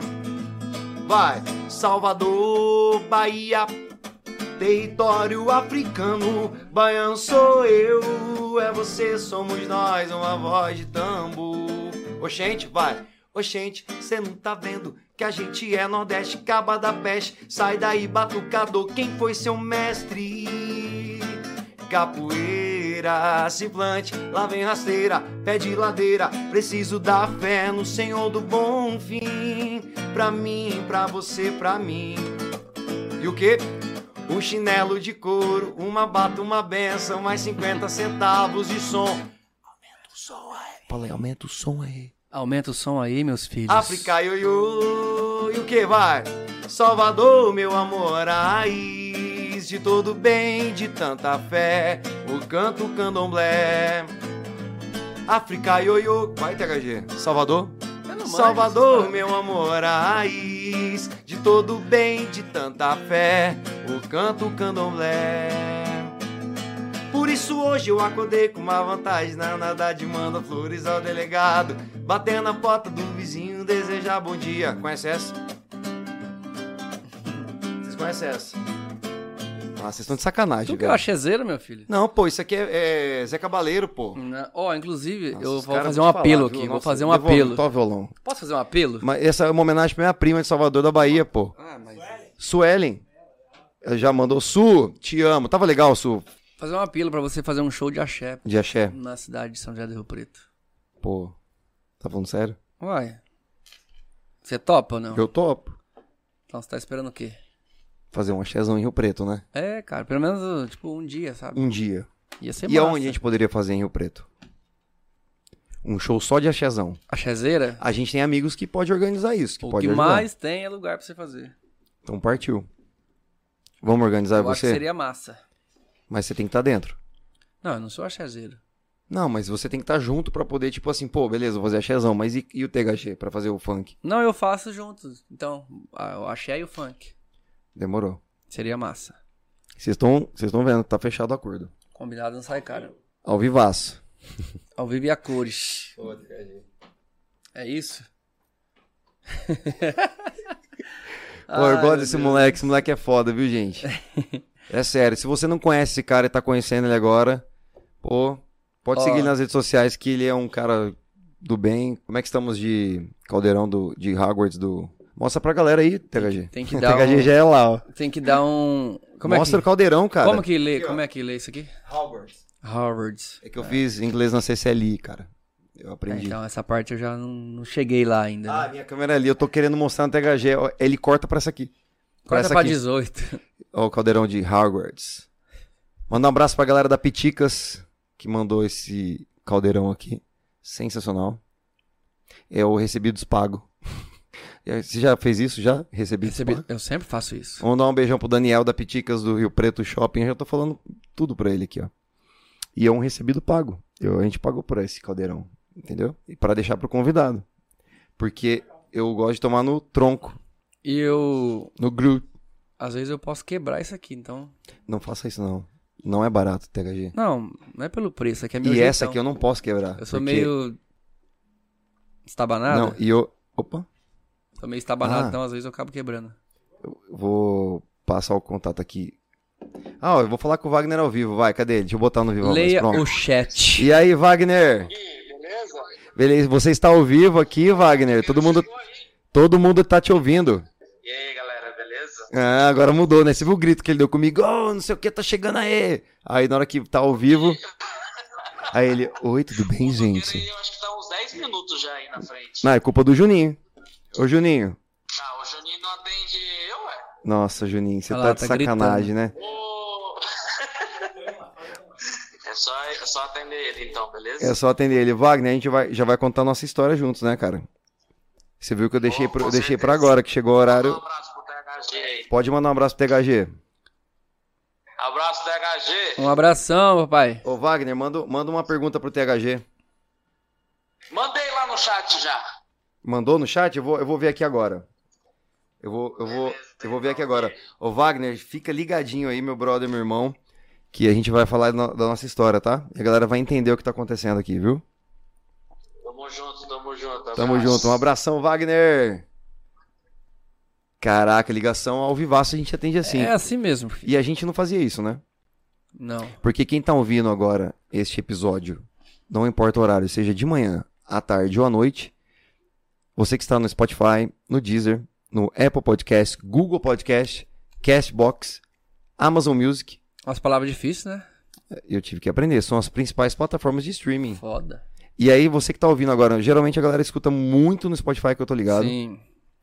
[SPEAKER 1] Vai, Salvador, Bahia, território africano. Baiano sou eu, é você, somos nós, uma voz de tambor. Oxente, vai. Oxente, cê não tá vendo que a gente é Nordeste, caba da peste. Sai daí, batucador, quem foi seu mestre? Capoeira, simplante, lá vem rasteira, pé de ladeira. Preciso da fé no Senhor do bom fim. Pra mim, pra você, pra mim. E o quê? Um chinelo de couro, uma bata, uma benção, mais 50 centavos de som. Aumenta o som aí. Falei, aumenta o som aí.
[SPEAKER 2] Aumenta o som aí, meus filhos.
[SPEAKER 1] África, ioiô, e o que vai? Salvador, meu amor, raiz de todo bem, de tanta fé, o canto candomblé. África, ioiô, vai, THG. Salvador?
[SPEAKER 2] Eu não manjo,
[SPEAKER 1] Salvador, meu amor, raiz de todo bem, de tanta fé, o canto candomblé. Por isso hoje eu acordei com uma vantagem na Haddad manda flores ao delegado, batendo na porta do vizinho, desejar bom dia. Conhece essa? Vocês conhecem essa? Ah, vocês estão de sacanagem,
[SPEAKER 2] Tu que é
[SPEAKER 1] velho.
[SPEAKER 2] uma chezeira, meu filho.
[SPEAKER 1] Não, pô, isso aqui é, é Zé Cabaleiro, pô.
[SPEAKER 2] Na- Ó, inclusive,
[SPEAKER 1] Nossa,
[SPEAKER 2] eu
[SPEAKER 1] os
[SPEAKER 2] vou
[SPEAKER 1] caras
[SPEAKER 2] fazer
[SPEAKER 1] vão
[SPEAKER 2] um
[SPEAKER 1] te
[SPEAKER 2] apelo
[SPEAKER 1] falar,
[SPEAKER 2] aqui.
[SPEAKER 1] viu?
[SPEAKER 2] Vou
[SPEAKER 1] Nossa,
[SPEAKER 2] fazer um
[SPEAKER 1] devolve-
[SPEAKER 2] apelo.
[SPEAKER 1] Tó violão.
[SPEAKER 2] Posso fazer um apelo?
[SPEAKER 1] Mas essa é uma homenagem pra minha prima de Salvador da Bahia, pô.
[SPEAKER 2] Ah, mas...
[SPEAKER 1] Suelen. Ela já mandou. Su, te amo. Tava legal, Su,
[SPEAKER 2] Fazer um apelo pra você fazer um show de axé
[SPEAKER 1] de axé.
[SPEAKER 2] na cidade de São José do Rio Preto.
[SPEAKER 1] Pô, tá falando sério?
[SPEAKER 2] Uai. Você topa ou não?
[SPEAKER 1] Eu topo.
[SPEAKER 2] Então você tá esperando o quê?
[SPEAKER 1] Fazer um axézão em Rio Preto, né?
[SPEAKER 2] É, cara, pelo menos, tipo, um dia, sabe?
[SPEAKER 1] Um dia.
[SPEAKER 2] Ia ser
[SPEAKER 1] e
[SPEAKER 2] massa.
[SPEAKER 1] aonde a gente poderia fazer em Rio Preto? Um show só de axézão.
[SPEAKER 2] A chezeira?
[SPEAKER 1] A gente tem amigos que pode organizar isso, que
[SPEAKER 2] o
[SPEAKER 1] pode
[SPEAKER 2] que
[SPEAKER 1] ajudar.
[SPEAKER 2] mais tem é lugar pra você fazer.
[SPEAKER 1] Então partiu. Vamos organizar
[SPEAKER 2] eu acho
[SPEAKER 1] você?
[SPEAKER 2] que seria massa.
[SPEAKER 1] Mas você tem que estar dentro.
[SPEAKER 2] Não, eu não sou achazeiro.
[SPEAKER 1] Não, mas você tem que estar junto pra poder, tipo assim, pô, beleza, vou fazer axézão, mas e, e o THG pra fazer o funk?
[SPEAKER 2] Não, eu faço juntos. Então, a- o axé e o funk.
[SPEAKER 1] Demorou.
[SPEAKER 2] Seria massa.
[SPEAKER 1] Vocês estão vocês estão vendo, tá fechado o acordo.
[SPEAKER 2] Combinado não sai cara.
[SPEAKER 1] Ao vivaço.
[SPEAKER 2] Ao vivo e a cores. É isso?
[SPEAKER 1] Pô, eu
[SPEAKER 2] Ai,
[SPEAKER 1] gosto
[SPEAKER 2] Ah, meu
[SPEAKER 1] desse
[SPEAKER 2] Deus.
[SPEAKER 1] moleque, esse moleque é foda, viu, gente? é sério, se você não conhece esse cara e tá conhecendo ele agora, pô, pode
[SPEAKER 2] Ó.
[SPEAKER 1] seguir ele nas redes sociais que ele é um cara do bem. Como é que estamos de caldeirão do, de Hogwarts do... Mostra pra galera aí, THG.
[SPEAKER 2] Tem que dar
[SPEAKER 1] THG
[SPEAKER 2] um...
[SPEAKER 1] já é lá, ó.
[SPEAKER 2] Tem que dar um... Como
[SPEAKER 1] Mostra
[SPEAKER 2] é
[SPEAKER 1] o
[SPEAKER 2] que...
[SPEAKER 1] caldeirão, cara.
[SPEAKER 2] Como que lê? Como é que lê isso aqui?
[SPEAKER 1] Hogwarts.
[SPEAKER 2] Harvard.
[SPEAKER 1] É que eu fiz inglês na CCLI, cara. Eu aprendi.
[SPEAKER 2] então, essa parte eu já não, não cheguei lá ainda.
[SPEAKER 1] Ah,
[SPEAKER 2] né?
[SPEAKER 1] minha câmera é ali, eu tô querendo mostrar no THG. ó, Ele corta pra essa aqui. pra
[SPEAKER 2] Corta
[SPEAKER 1] essa
[SPEAKER 2] pra
[SPEAKER 1] aqui.
[SPEAKER 2] 18.
[SPEAKER 1] Ó, o caldeirão de Hogwarts. Mandar um abraço pra galera da Piticas, que mandou esse caldeirão aqui. Sensacional. É o Recebidos Pago. É, Você já fez isso? Já? Recebidos
[SPEAKER 2] Recebi-
[SPEAKER 1] Pago?
[SPEAKER 2] Eu sempre faço isso.
[SPEAKER 1] Vamos dar um beijão pro Daniel da Piticas do Rio Preto Shopping. Eu já tô falando tudo pra ele aqui, ó. E é um recebido pago. Eu, a gente pagou por esse caldeirão, entendeu? E pra deixar pro convidado. Porque eu gosto de tomar no tronco,
[SPEAKER 2] E eu...
[SPEAKER 1] no gru.
[SPEAKER 2] Às vezes eu posso quebrar isso aqui, então...
[SPEAKER 1] Não faça isso, não. Não é barato, THG.
[SPEAKER 2] Não, não é pelo preço, aqui é meu
[SPEAKER 1] E essa
[SPEAKER 2] jeitão.
[SPEAKER 1] aqui eu não posso quebrar.
[SPEAKER 2] Eu sou
[SPEAKER 1] porque-
[SPEAKER 2] meio. Estabanado?
[SPEAKER 1] Não, e eu. Opa,
[SPEAKER 2] Sou meio estabanado,
[SPEAKER 1] Ah.
[SPEAKER 2] então às vezes eu acabo quebrando.
[SPEAKER 1] eu vou passar o contato aqui. Ah, ó, eu vou falar com o Wagner ao vivo, vai, cadê ele? Deixa eu botar no vivo.
[SPEAKER 2] Leia
[SPEAKER 1] pronto.
[SPEAKER 2] o chat.
[SPEAKER 1] E aí, Wagner?
[SPEAKER 3] beleza?
[SPEAKER 1] Beleza, você está ao vivo aqui, Wagner? É, Todo mundo, todo mundo tá te ouvindo.
[SPEAKER 3] E aí, galera, beleza?
[SPEAKER 1] Ah, agora mudou, né? Você viu o grito que ele deu comigo? Oh, não sei o que, tá chegando aí. Aí na hora que tá ao vivo. Aí ele, oi, tudo bem, gente?
[SPEAKER 3] Eu acho que tá uns 10 minutos já aí na frente.
[SPEAKER 1] Não, é culpa do Juninho. Ô, Juninho.
[SPEAKER 3] Ah, o Juninho não atende eu, ué.
[SPEAKER 1] Nossa, Juninho, você
[SPEAKER 2] Olha
[SPEAKER 1] tá
[SPEAKER 2] lá,
[SPEAKER 1] de
[SPEAKER 2] tá
[SPEAKER 1] sacanagem, né?
[SPEAKER 3] Ô. é, só, é só atender ele então, beleza?
[SPEAKER 1] É só atender ele. Wagner, a gente vai, já vai contar nossa história juntos, né, cara? Você viu que eu deixei,
[SPEAKER 3] Com
[SPEAKER 1] pra, eu
[SPEAKER 3] certeza.
[SPEAKER 1] deixei pra agora, que chegou o
[SPEAKER 3] Um
[SPEAKER 1] horário.
[SPEAKER 3] abraço pro THG aí.
[SPEAKER 1] Pode mandar um abraço pro THG.
[SPEAKER 3] Abraço, THG.
[SPEAKER 2] Um abração, papai.
[SPEAKER 1] Ô, Wagner, manda, manda uma pergunta pro THG.
[SPEAKER 3] Mandei lá no chat já.
[SPEAKER 1] Mandou no chat? Eu vou, eu vou ver aqui agora. Eu vou, eu vou, eu vou ver aqui agora. Ô, Wagner, fica ligadinho aí, meu brother, meu irmão, que a gente vai falar no- da nossa história, tá? E a galera vai entender o que tá acontecendo aqui, viu?
[SPEAKER 3] Tamo junto, tamo junto.
[SPEAKER 1] Tamo Um
[SPEAKER 3] abraço.
[SPEAKER 1] junto. Um abração, Wagner. Caraca, ligação ao vivaço a gente atende assim.
[SPEAKER 2] É assim mesmo, filho.
[SPEAKER 1] E a gente não fazia isso, né?
[SPEAKER 2] Não.
[SPEAKER 1] Porque quem tá ouvindo agora este episódio, não importa o horário, seja de manhã, à tarde ou à noite, você que está no Spotify, no Deezer, no Apple Podcast, Google Podcast, Cashbox, Amazon Music,
[SPEAKER 2] Umas palavras difíceis, né?
[SPEAKER 1] eu tive que aprender, são as principais plataformas de streaming.
[SPEAKER 2] Foda.
[SPEAKER 1] E aí você que tá ouvindo agora, geralmente a galera escuta muito no Spotify que eu tô ligado.
[SPEAKER 2] Sim.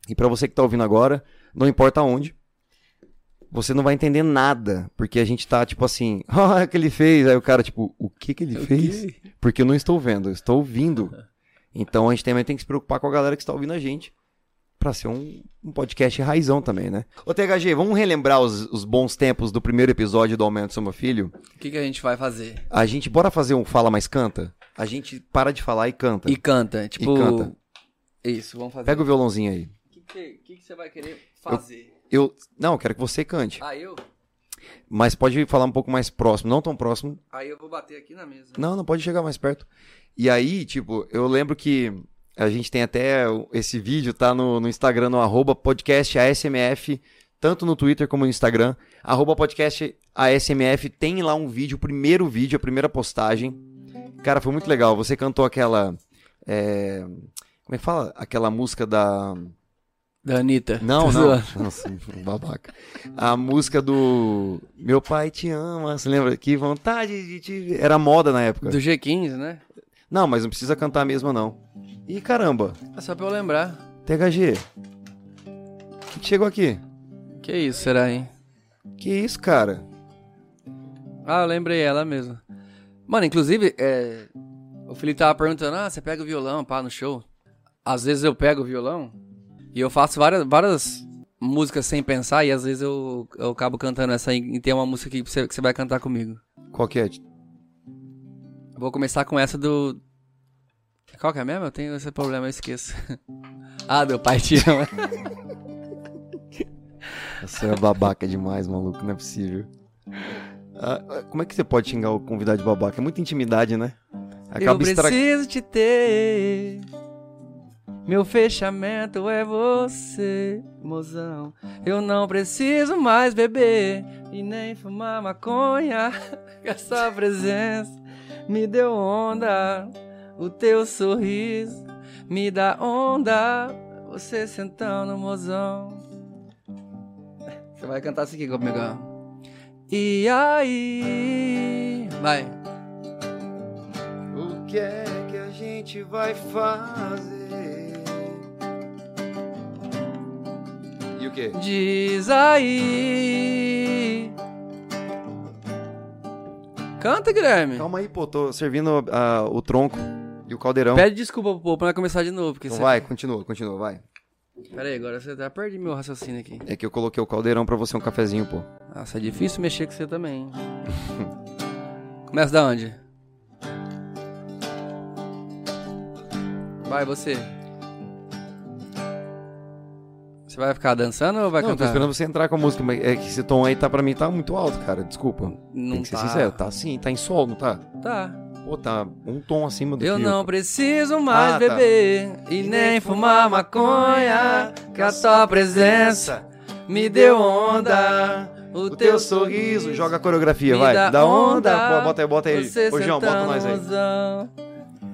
[SPEAKER 1] E pra você que tá ouvindo agora, não importa onde, você não vai entender nada, porque a gente tá tipo assim, ó, o que ele fez, aí o cara tipo, o que que ele fez? Porque eu não estou vendo, eu estou ouvindo. Então a gente também tem que se preocupar com a galera que está ouvindo a gente. Pra ser um, um podcast raizão também, né? Ô THG, vamos relembrar os, os bons tempos do primeiro episódio do Aumento Soma Filho?
[SPEAKER 2] O que, que a gente vai fazer?
[SPEAKER 1] A gente, bora fazer um Fala Mais Canta? A gente para de falar Tá. e canta.
[SPEAKER 2] E canta. Tipo.
[SPEAKER 1] canta.
[SPEAKER 2] Isso, vamos fazer.
[SPEAKER 1] Pega o violãozinho aí.
[SPEAKER 2] O que, que, que que você vai querer fazer?
[SPEAKER 1] Eu, não, eu quero que você cante.
[SPEAKER 2] Aí eu.
[SPEAKER 1] Mas pode falar um pouco mais próximo, não tão próximo.
[SPEAKER 2] Aí eu vou bater aqui na mesa.
[SPEAKER 1] Não, não pode chegar mais perto. E aí, tipo, eu lembro que a gente tem até o- esse vídeo, tá no, no Instagram, no arroba podcast ASMF, tanto no Twitter como no Instagram. Arroba podcast ASMF tem lá um vídeo, o primeiro vídeo, a primeira postagem. Cara, foi muito legal. Você cantou aquela. é, como é que fala? Aquela música da.
[SPEAKER 2] Da Anitta.
[SPEAKER 1] Não, não.
[SPEAKER 2] Tô zoando.
[SPEAKER 1] Nossa, um babaca. A música do Meu Pai Te Ama, você lembra? Que vontade de te ver. Era moda na época.
[SPEAKER 2] Do G15, né?
[SPEAKER 1] Não, mas não precisa cantar a mesma, não. E caramba,
[SPEAKER 2] É só pra eu lembrar.
[SPEAKER 1] THG. O que chegou aqui?
[SPEAKER 2] Que isso, será, hein?
[SPEAKER 1] Que isso, cara?
[SPEAKER 2] Ah, eu lembrei ela mesmo. Mano, inclusive, é, o Felipe tava perguntando, ah, você pega o violão, pá, no show. Às vezes eu pego o violão e eu faço várias, várias músicas sem pensar e às vezes eu, eu acabo cantando essa e e tem uma música aqui que você, que você vai cantar comigo.
[SPEAKER 1] Qual que é?
[SPEAKER 2] Vou começar com essa do... Qual que é mesmo? Eu tenho esse problema, eu esqueço. ah, meu pai te ama.
[SPEAKER 1] Você é babaca demais, maluco, não é possível. Ah, ah, como é que você pode xingar o convidado de babaca? É muita intimidade, né?
[SPEAKER 2] eu
[SPEAKER 1] Acaba estragando.
[SPEAKER 2] preciso te ter. Meu fechamento é você, mozão. Eu não preciso mais beber e nem fumar maconha. Essa presença me deu onda. O teu sorriso me dá onda. Você sentando, mozão. Você vai cantar isso aqui comigo. ó. E aí? Vai.
[SPEAKER 1] O que é que a gente vai fazer? E o quê?
[SPEAKER 2] Diz aí. Canta, Guilherme.
[SPEAKER 1] Calma aí, pô, tô servindo ah, o tronco e o caldeirão.
[SPEAKER 2] Pede desculpa pro povo pra nós começar de novo. Porque
[SPEAKER 1] Então
[SPEAKER 2] você...
[SPEAKER 1] vai, continua, continua, vai.
[SPEAKER 2] Pera aí, agora você até perdi meu raciocínio aqui.
[SPEAKER 1] É que eu coloquei o caldeirão pra você um cafezinho, pô.
[SPEAKER 2] Nossa, é difícil mexer com você também. hein? Começa da onde? Vai, você. Você vai ficar dançando ou vai
[SPEAKER 1] não, eu tô
[SPEAKER 2] cantar?
[SPEAKER 1] esperando você entrar com a música, mas é que esse tom aí tá pra mim tá muito alto, cara. Desculpa.
[SPEAKER 2] Não
[SPEAKER 1] Tem que ser
[SPEAKER 2] tá.
[SPEAKER 1] sincero, tá assim, tá em sol, não tá?
[SPEAKER 2] Tá.
[SPEAKER 1] Pô, tá um tom acima do
[SPEAKER 2] Eu
[SPEAKER 1] que
[SPEAKER 2] não preciso mais
[SPEAKER 1] Ah, tá.
[SPEAKER 2] beber e nem fumar maconha, que a tua presença me deu onda. O,
[SPEAKER 1] O teu sorriso, joga a coreografia,
[SPEAKER 2] me
[SPEAKER 1] vai.
[SPEAKER 2] dá
[SPEAKER 1] Dá onda.
[SPEAKER 2] onda.
[SPEAKER 1] Pô, bota aí, bota aí.
[SPEAKER 2] Você
[SPEAKER 1] Ô, João, bota
[SPEAKER 2] sentando
[SPEAKER 1] nós aí.
[SPEAKER 2] mozão.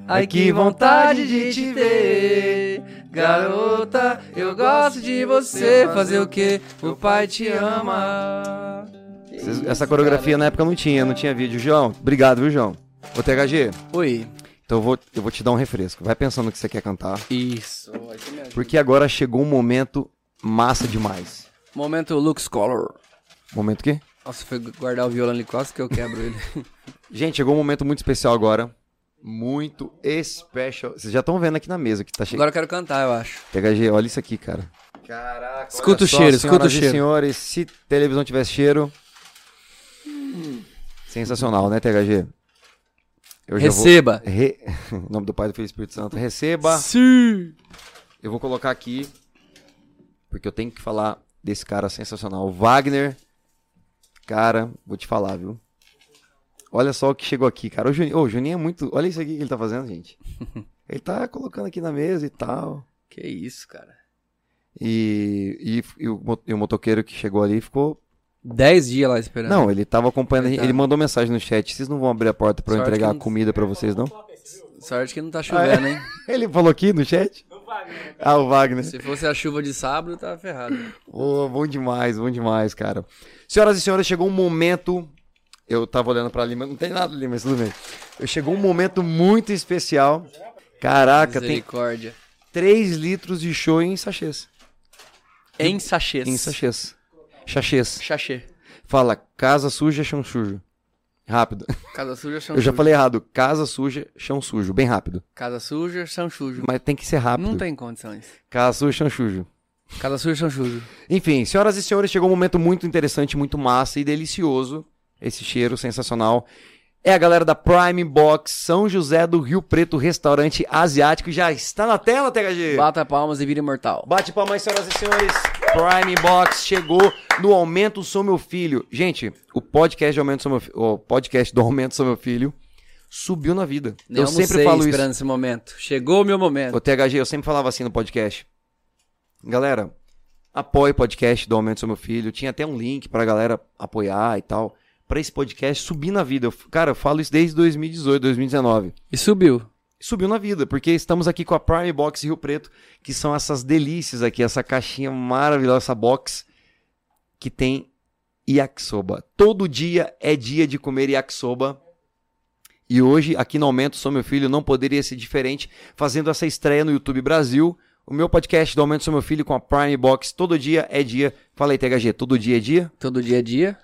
[SPEAKER 2] Ai
[SPEAKER 1] É
[SPEAKER 2] que vontade de te ver, garota. Eu gosto de você. Fazer o que? O pai te ama.
[SPEAKER 1] Vocês- Essa coreografia na época não tinha, não tinha vídeo. João, obrigado, viu, João? Ô, THG,
[SPEAKER 2] Oi.
[SPEAKER 1] então eu vou, eu vou te dar um refresco. Vai pensando no que você quer cantar.
[SPEAKER 2] Isso. vai ser mesmo.
[SPEAKER 1] Porque agora chegou um momento massa demais.
[SPEAKER 2] Momento Lux Color.
[SPEAKER 1] Momento o quê?
[SPEAKER 2] Nossa, foi guardar o violão ali quase que eu quebro ele.
[SPEAKER 1] Gente, chegou um momento muito especial agora. Muito especial. Vocês já estão vendo aqui na mesa que tá chegando.
[SPEAKER 2] Agora eu quero cantar, eu acho.
[SPEAKER 1] THG, olha isso aqui, cara. Caraca.
[SPEAKER 2] Escuta o cheiro, escuta o cheiro.
[SPEAKER 1] E senhores, se televisão tivesse cheiro. Sensacional, né, THG? Eu já vou-
[SPEAKER 2] Receba.
[SPEAKER 1] Re- em nome do Pai, do Filho e do Espírito Santo. Receba.
[SPEAKER 2] Sim.
[SPEAKER 1] Eu vou colocar aqui, porque eu tenho que falar desse cara sensacional. Wagner, cara, vou te falar, viu? Olha só o que chegou aqui, cara. O Juninho, ô, o Juninho é muito. Olha isso aqui que ele tá fazendo, gente. Ele tá colocando aqui na mesa e tal.
[SPEAKER 2] Que isso, cara.
[SPEAKER 1] E, e- e o, mo- e o motoqueiro que chegou ali ficou.
[SPEAKER 2] Dez dias lá esperando.
[SPEAKER 1] Não, ele tava acompanhando. a gente,
[SPEAKER 2] Coitado.
[SPEAKER 1] Ele mandou mensagem no chat: vocês não vão abrir a porta pra eu
[SPEAKER 2] Sorte que
[SPEAKER 1] entregar a
[SPEAKER 2] não-
[SPEAKER 1] comida pra vocês, não?
[SPEAKER 2] Sorte que não tá chovendo, hein?
[SPEAKER 1] Ele falou aqui no chat? Ah, o Wagner.
[SPEAKER 2] Se fosse a chuva de sábado, tá ferrado.
[SPEAKER 1] Ô, bom demais, bom demais, cara. Senhoras e senhores, chegou um momento. Eu tava olhando pra ali, mas não tem nada ali, mas tudo bem. Eu- Chegou um momento muito especial. Caraca, tem
[SPEAKER 2] Misericórdia.
[SPEAKER 1] 3 litros de show em sachês.
[SPEAKER 2] Em sachês.
[SPEAKER 1] Em sachês. Sachês.
[SPEAKER 2] Sachê.
[SPEAKER 1] Fala, casa suja, chão sujo. Rápido.
[SPEAKER 2] Casa suja, chão
[SPEAKER 1] Eu já
[SPEAKER 2] sujo.
[SPEAKER 1] falei errado. Casa suja, chão sujo. Bem rápido.
[SPEAKER 2] Casa suja, chão sujo.
[SPEAKER 1] Mas tem que ser rápido.
[SPEAKER 2] Não tem condições.
[SPEAKER 1] Casa suja, chão sujo.
[SPEAKER 2] Casa suja, chão sujo.
[SPEAKER 1] Enfim, senhoras e senhores, chegou um momento muito interessante, muito massa e delicioso. Esse cheiro sensacional. É a galera da Prime Box, São José do Rio Preto, restaurante asiático. Já está na tela, THG.
[SPEAKER 2] Bata palmas e vira imortal.
[SPEAKER 1] Bate palmas, senhoras e senhores. Prime Box chegou no Aumento Sou Meu Filho. Gente, o podcast, do Aumento Sou Meu Fi- o podcast do Aumento Sou Meu Filho subiu na vida.
[SPEAKER 2] Nem
[SPEAKER 1] eu sempre
[SPEAKER 2] almocei
[SPEAKER 1] falo isso.
[SPEAKER 2] esperando esse momento. Chegou o meu momento.
[SPEAKER 1] Ô, THG, eu sempre falava assim no podcast. Galera, apoie o podcast do Aumento do Meu Filho. Tinha até um link pra galera apoiar e tal. Pra esse podcast subir na vida. Eu f- cara, eu falo isso desde 2018, 2019.
[SPEAKER 2] E subiu.
[SPEAKER 1] Subiu na vida, porque estamos aqui com a Prime Box Rio Preto, que são essas delícias aqui, essa caixinha maravilhosa, essa box que tem yakisoba. Todo dia é dia de comer yakisoba. E hoje, aqui no Aumento Sou Meu Filho, não poderia ser diferente, fazendo essa estreia no YouTube Brasil. O meu podcast do Aumento Sou Meu Filho com a Prime Box. Todo dia é dia. Fala aí, THG, todo dia é dia?
[SPEAKER 2] Todo dia a dia.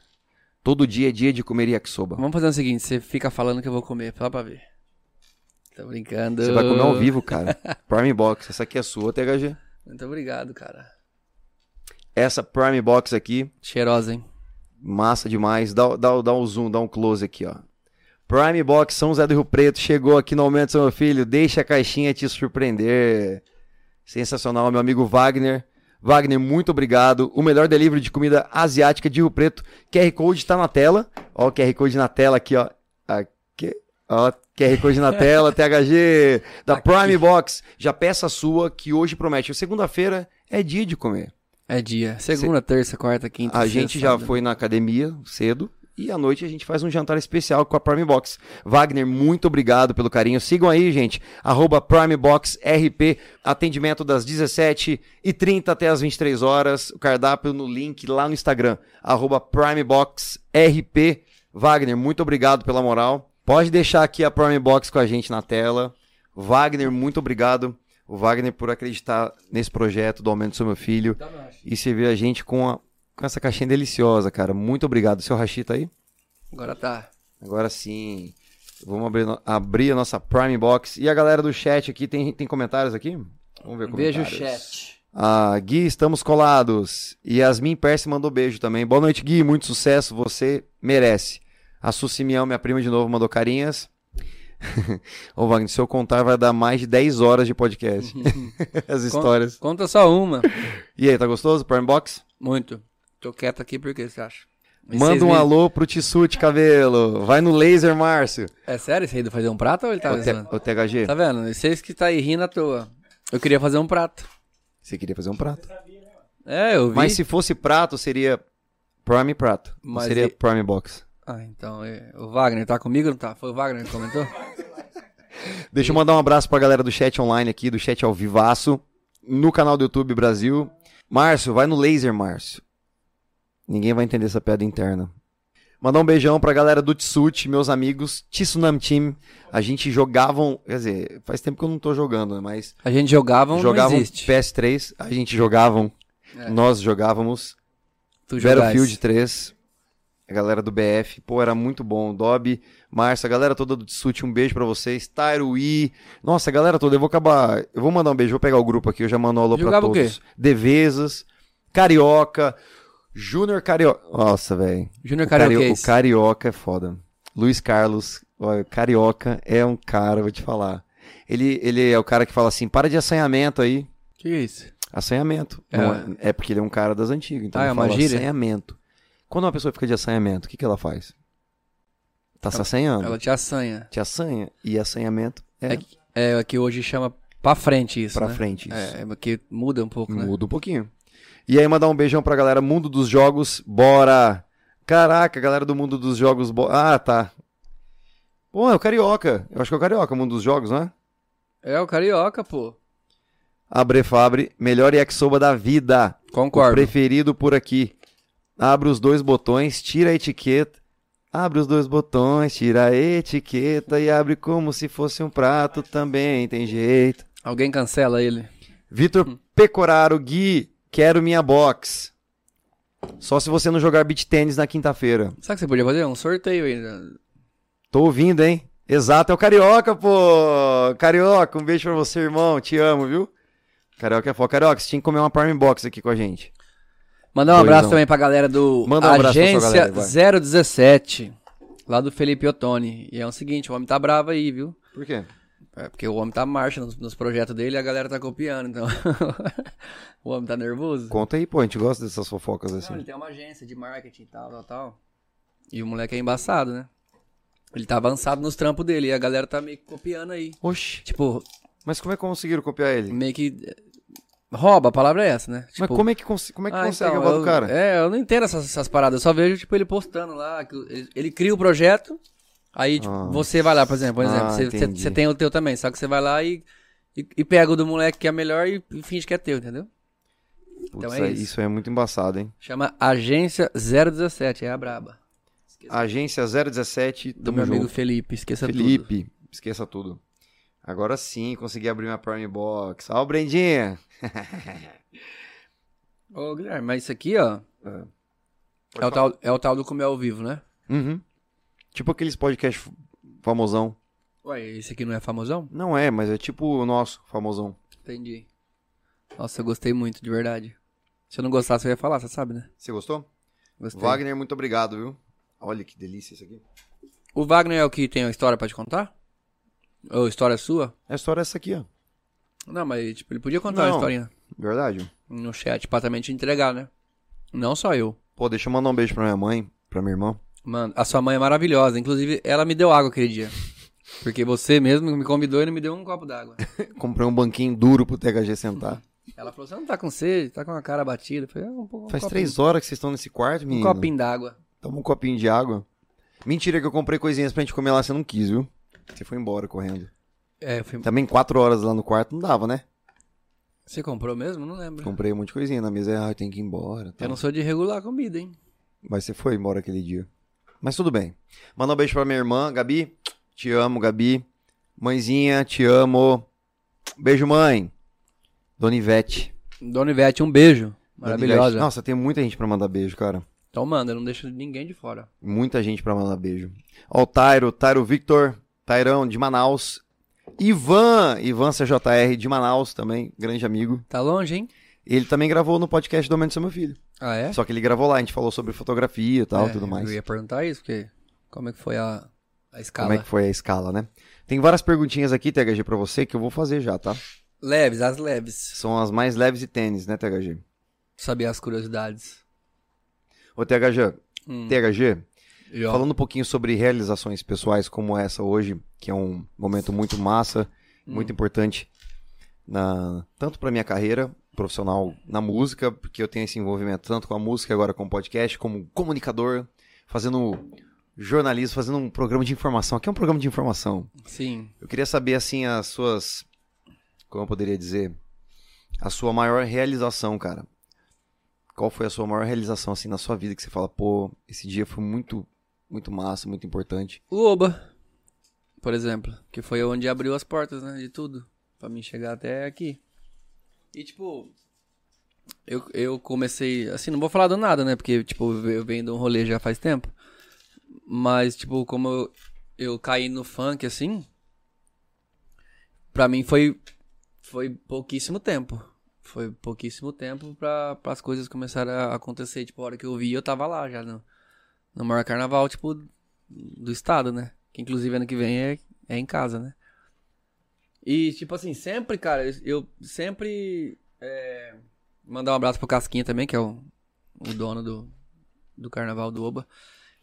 [SPEAKER 1] Todo dia é dia de comer yakisoba.
[SPEAKER 2] Vamos fazer o seguinte: você fica falando que eu vou comer, só pra ver. Tô brincando.
[SPEAKER 1] Você vai comer ao vivo, cara. Prime Box, essa aqui é sua, THG.
[SPEAKER 2] Muito obrigado, cara.
[SPEAKER 1] Essa Prime Box aqui,
[SPEAKER 2] Cheirosa, hein?
[SPEAKER 1] Massa demais. Dá, dá, dá um zoom, dá um close aqui, ó. Prime Box São José do Rio Preto chegou aqui no Aumento Seu Filho. Deixa a caixinha te surpreender. Sensacional, meu amigo Wagner. Wagner, muito obrigado. O melhor delivery de comida asiática de Rio Preto. QR Code tá na tela. Ó, o QR Code na tela aqui, ó. Aqui. Ó, QR Code na tela, THG. Da Prime Box. Já peça a sua, que hoje promete. Segunda-feira é dia de comer.
[SPEAKER 2] É dia. Segunda, terça, quarta, quinta.
[SPEAKER 1] A
[SPEAKER 2] sexta,
[SPEAKER 1] gente já
[SPEAKER 2] sábado.
[SPEAKER 1] foi na academia cedo e à noite a gente faz um jantar especial com a Prime Box. Wagner, muito obrigado pelo carinho. Sigam aí, gente. Arroba Prime Box RP. Atendimento das 17h30 até as 23 horas. O cardápio no link lá no Instagram. Arroba Prime Box RP. Wagner, muito obrigado pela moral. Pode deixar aqui a Prime Box com a gente na tela. Wagner, muito obrigado. O Wagner por acreditar nesse projeto do Aumento do Seu Meu Filho e servir a gente com, a- com essa caixinha deliciosa, cara. Muito obrigado. Seu Rashi tá aí?
[SPEAKER 2] Agora tá.
[SPEAKER 1] Agora sim. Vamos abrir, no- abrir a nossa Prime Box. E a galera do chat aqui, tem, tem comentários aqui? Vamos ver
[SPEAKER 2] Um beijo,
[SPEAKER 1] comentários.
[SPEAKER 2] chat.
[SPEAKER 1] Ah, Gui, estamos colados. E Yasmin Perse mandou beijo também. Boa noite, Gui. Muito sucesso. Você merece. A Su Simeão, minha prima de novo, mandou carinhas. Ô, Wagner, se eu contar, vai dar mais de 10 horas de podcast. As histórias.
[SPEAKER 2] Conta só uma.
[SPEAKER 1] E aí, tá gostoso? Prime Box?
[SPEAKER 2] Muito. Tô quieto aqui porque você acha? Mas vocês
[SPEAKER 1] Manda um
[SPEAKER 2] me-
[SPEAKER 1] alô pro Tissute Cabelo. Vai no Laser Márcio.
[SPEAKER 2] É sério? Você indo fazer um prato ou ele tá
[SPEAKER 1] Ô, T-
[SPEAKER 2] zoando?
[SPEAKER 1] ô, THG,
[SPEAKER 2] Tá vendo? Vocês que tá aí rindo à toa. Eu queria fazer um prato.
[SPEAKER 1] você queria fazer um prato.
[SPEAKER 2] É, eu vi.
[SPEAKER 1] Mas se fosse prato, seria Prime Prato. Não
[SPEAKER 2] Mas
[SPEAKER 1] seria
[SPEAKER 2] e-
[SPEAKER 1] Prime Box.
[SPEAKER 2] Ah, então. é, O Wagner tá comigo ou não tá? Foi o Wagner que comentou?
[SPEAKER 1] Deixa eu mandar um abraço pra galera do chat online aqui, do chat ao vivaço, no canal do YouTube Brasil. Márcio, vai no laser, Márcio. Ninguém vai entender essa piada interna. Mandar um beijão pra galera do Tsuchi, meus amigos, Tsunami Team. A gente jogavam, quer dizer, faz tempo que eu não tô jogando, né? Mas
[SPEAKER 2] A gente jogava um
[SPEAKER 1] jogavam
[SPEAKER 2] não existe.
[SPEAKER 1] PS3, a gente jogavam,
[SPEAKER 2] É.
[SPEAKER 1] nós jogávamos
[SPEAKER 2] Tu jogais.
[SPEAKER 1] Battlefield 3. A galera do BF, pô, era muito bom. Dob, Márcia, a galera toda do Tsut, um beijo pra vocês. Tairuí. Nossa, a galera toda, eu vou acabar. Eu vou mandar um beijo, vou pegar o grupo aqui, eu já mando um alô pra
[SPEAKER 2] Jogava o quê?
[SPEAKER 1] todos. Devezas, Carioca, Júnior Carioca. Nossa, velho.
[SPEAKER 2] Júnior
[SPEAKER 1] O, cario...
[SPEAKER 2] Carioquês.
[SPEAKER 1] o Carioca é foda. Luiz Carlos, olha, Carioca é um cara, vou te falar. Ele, ele é o cara que fala assim: para de assanhamento aí.
[SPEAKER 2] Que isso?
[SPEAKER 1] Assanhamento.
[SPEAKER 2] É.
[SPEAKER 1] Não É. é porque ele é um cara das antigas. Então
[SPEAKER 2] Ah,
[SPEAKER 1] ele
[SPEAKER 2] é uma
[SPEAKER 1] fala
[SPEAKER 2] gíria?
[SPEAKER 1] assanhamento. Quando uma pessoa fica de assanhamento, o que, que ela faz? Tá se assanhando.
[SPEAKER 2] Ela te assanha.
[SPEAKER 1] Te assanha. E assanhamento é.
[SPEAKER 2] É que hoje chama Pra frente isso,
[SPEAKER 1] Pra
[SPEAKER 2] né?
[SPEAKER 1] frente, isso.
[SPEAKER 2] É, é que muda um pouco, né?
[SPEAKER 1] Muda um pouquinho. E aí, mandar um beijão pra galera Mundo dos Jogos, bora! Caraca, galera do Mundo dos Jogos, bo... ah, tá. Pô, é o Carioca, eu acho que é o Carioca, Mundo dos Jogos, né?
[SPEAKER 2] É o Carioca, pô.
[SPEAKER 1] Abre Fabre, melhor yakisoba da vida, o
[SPEAKER 2] Concordo.
[SPEAKER 1] preferido por aqui. Abre os dois botões, tira a etiqueta, abre os dois botões, tira a etiqueta e abre como se fosse um prato também, tem jeito.
[SPEAKER 2] Alguém cancela ele.
[SPEAKER 1] Vitor Pecoraro, Gui, quero minha box. Só se você não jogar beat tênis na quinta-feira.
[SPEAKER 2] Sabe o que você podia fazer? Um sorteio ainda.
[SPEAKER 1] Tô ouvindo, hein? Exato, é o Carioca, pô! Carioca, um beijo pra você, irmão. Te amo, viu? Carioca é foda. Carioca, você tinha que comer uma Prime Box aqui com a gente.
[SPEAKER 2] Mandar um
[SPEAKER 1] Pois
[SPEAKER 2] abraço
[SPEAKER 1] não.
[SPEAKER 2] também pra galera do
[SPEAKER 1] Manda um abraço pra sua
[SPEAKER 2] Agência
[SPEAKER 1] galera, vai.
[SPEAKER 2] 017, lá do Felipe Ottoni. E é o seguinte, o homem tá bravo aí, viu?
[SPEAKER 1] Por quê?
[SPEAKER 2] É porque o homem tá marcha nos, nos projetos dele e a galera tá copiando, então. o homem tá nervoso.
[SPEAKER 1] Conta aí, pô. A gente gosta dessas fofocas
[SPEAKER 2] Não, ele
[SPEAKER 1] assim.
[SPEAKER 2] tem uma agência de marketing e tal, tal, tal. E o moleque é embaçado, né? Ele tá avançado nos trampos dele e a galera tá meio que copiando aí.
[SPEAKER 1] Oxi,
[SPEAKER 2] Tipo,
[SPEAKER 1] mas como é que conseguiram copiar ele?
[SPEAKER 2] meio que. eh, Rouba, a palavra é essa, né?
[SPEAKER 1] Mas
[SPEAKER 2] Tipo,
[SPEAKER 1] como é que, cons- como é que
[SPEAKER 2] ah,
[SPEAKER 1] consegue
[SPEAKER 2] então,
[SPEAKER 1] a voz
[SPEAKER 2] eu-
[SPEAKER 1] do cara?
[SPEAKER 2] É, eu não entendo essas, essas paradas. Eu só vejo, tipo, ele postando lá. que Ele, ele cria o projeto, aí tipo,
[SPEAKER 1] Ah.
[SPEAKER 2] você vai lá, por exemplo. Por
[SPEAKER 1] Ah,
[SPEAKER 2] exemplo, você- você
[SPEAKER 1] entendi.
[SPEAKER 2] você tem o teu também, só que você vai lá e, e, e pega o do moleque que é melhor e, e finge que é teu, entendeu?
[SPEAKER 1] Putz,
[SPEAKER 2] é
[SPEAKER 1] é-
[SPEAKER 2] isso.
[SPEAKER 1] isso é muito embaçado, hein?
[SPEAKER 2] Chama Agência 017, é a braba.
[SPEAKER 1] Agência 017,
[SPEAKER 2] Do
[SPEAKER 1] tamo
[SPEAKER 2] meu
[SPEAKER 1] junto.
[SPEAKER 2] amigo Felipe, esqueça tudo.
[SPEAKER 1] Felipe, esqueça tudo. Agora sim, consegui abrir minha Prime Box. Ó, o Brendinha.
[SPEAKER 2] Ô, Guilherme, mas isso aqui, ó,
[SPEAKER 1] Pode
[SPEAKER 2] é o, tal, é o tal do comer ao vivo, né?
[SPEAKER 1] Uhum. Tipo aqueles podcasts f- famosão.
[SPEAKER 2] Ué, esse aqui não é famosão?
[SPEAKER 1] Não é, mas é tipo o nosso famosão.
[SPEAKER 2] Entendi. Nossa, eu gostei muito, de verdade. Se eu não gostasse, eu ia falar, você sabe, né?
[SPEAKER 1] Você gostou?
[SPEAKER 2] Gostei.
[SPEAKER 1] Wagner, muito obrigado, viu? Olha que delícia isso aqui.
[SPEAKER 2] O Wagner é o que tem a história pra te contar? Ou história sua?
[SPEAKER 1] A história é essa aqui, ó.
[SPEAKER 2] Não, mas tipo, ele podia contar
[SPEAKER 1] Não.
[SPEAKER 2] uma historinha
[SPEAKER 1] Verdade.
[SPEAKER 2] no chat pra também te entregar, né? Não só eu.
[SPEAKER 1] Pô, deixa eu mandar um beijo pra minha mãe, pra minha irmã.
[SPEAKER 2] Mano, a sua mãe é maravilhosa. Inclusive, ela me deu água aquele dia. Porque você mesmo me convidou e não me deu um copo d'água.
[SPEAKER 1] Comprei um banquinho duro pro THG sentar.
[SPEAKER 2] Ela falou, você não tá com sede, tá com a cara batida. Eu falei, ah, um pouco, um
[SPEAKER 1] Faz
[SPEAKER 2] copinho-
[SPEAKER 1] três horas que vocês estão nesse quarto,
[SPEAKER 2] Um
[SPEAKER 1] menino.
[SPEAKER 2] copinho d'água.
[SPEAKER 1] Toma um copinho de água. Mentira que eu comprei coisinhas pra gente comer lá, você não quis, viu? Você foi embora correndo.
[SPEAKER 2] É, eu fui-
[SPEAKER 1] Também quatro horas lá no quarto não dava, né?
[SPEAKER 2] você comprou mesmo? Não lembro.
[SPEAKER 1] Comprei um monte de coisinha na mesa. Ah, eu tenho que ir embora. tal.
[SPEAKER 2] Eu não sou de regular comida, hein?
[SPEAKER 1] Mas você foi embora aquele dia. Mas tudo bem. Manda um beijo pra minha irmã, Gabi. Te amo, Gabi. Mãezinha, te amo. Beijo, mãe. Dona Ivete.
[SPEAKER 2] Dona Ivete, um beijo.
[SPEAKER 1] Dona Ivete.
[SPEAKER 2] Maravilhosa.
[SPEAKER 1] Nossa, tem muita gente pra mandar beijo, cara.
[SPEAKER 2] Então manda, não deixa ninguém de fora.
[SPEAKER 1] Muita gente pra mandar beijo. Ó, o Tairo, Tairo Victor, Tairão de Manaus. Ivan, Ivan CJR de Manaus também, grande amigo.
[SPEAKER 2] Tá longe, hein?
[SPEAKER 1] Ele também gravou no podcast do Aumento do Seu Meu Filho.
[SPEAKER 2] Ah, é?
[SPEAKER 1] Só que ele gravou lá, a gente falou sobre fotografia e tal,
[SPEAKER 2] É,
[SPEAKER 1] tudo mais.
[SPEAKER 2] Eu ia perguntar isso, porque como é que foi a, a escala?
[SPEAKER 1] Como é que foi a escala, né? Tem várias perguntinhas aqui, THG, pra você que eu vou fazer já, tá?
[SPEAKER 2] Leves, as leves.
[SPEAKER 1] São as mais leves e tênis, né, THG?
[SPEAKER 2] Saber as curiosidades.
[SPEAKER 1] Ô, THG,
[SPEAKER 2] Hum.
[SPEAKER 1] THG,
[SPEAKER 2] E, ó,
[SPEAKER 1] falando um pouquinho sobre realizações pessoais como essa hoje, que é um momento muito massa,
[SPEAKER 2] Hum.
[SPEAKER 1] muito importante, na, tanto pra minha carreira profissional na música, porque eu tenho esse envolvimento tanto com a música, agora com o podcast, como comunicador, fazendo jornalismo, fazendo um programa de informação. Aqui é um programa de informação.
[SPEAKER 2] Sim.
[SPEAKER 1] Eu queria saber, assim, as suas. Como eu poderia dizer? A sua maior realização, cara. Qual foi a sua maior realização, assim, na sua vida que você fala, pô, esse dia foi muito, muito massa, muito importante?
[SPEAKER 2] O Oba, por exemplo, que foi onde abriu as portas, né, de tudo, Pra mim chegar até aqui. E, tipo, eu, eu comecei, assim, não vou falar do nada, né, porque, tipo, eu venho de um rolê já faz tempo, mas, tipo, como eu, eu caí no funk, assim, pra mim foi, foi pouquíssimo tempo. Foi pouquíssimo tempo pra as coisas começarem a acontecer. Tipo, a hora que eu vi, eu tava lá já no, no maior carnaval, tipo, do estado, né? Que inclusive ano que vem é, é em casa, né? E tipo assim, sempre, cara, eu, eu sempre é, mandar um abraço pro Casquinha também, que é o, o dono do, do carnaval do Oba.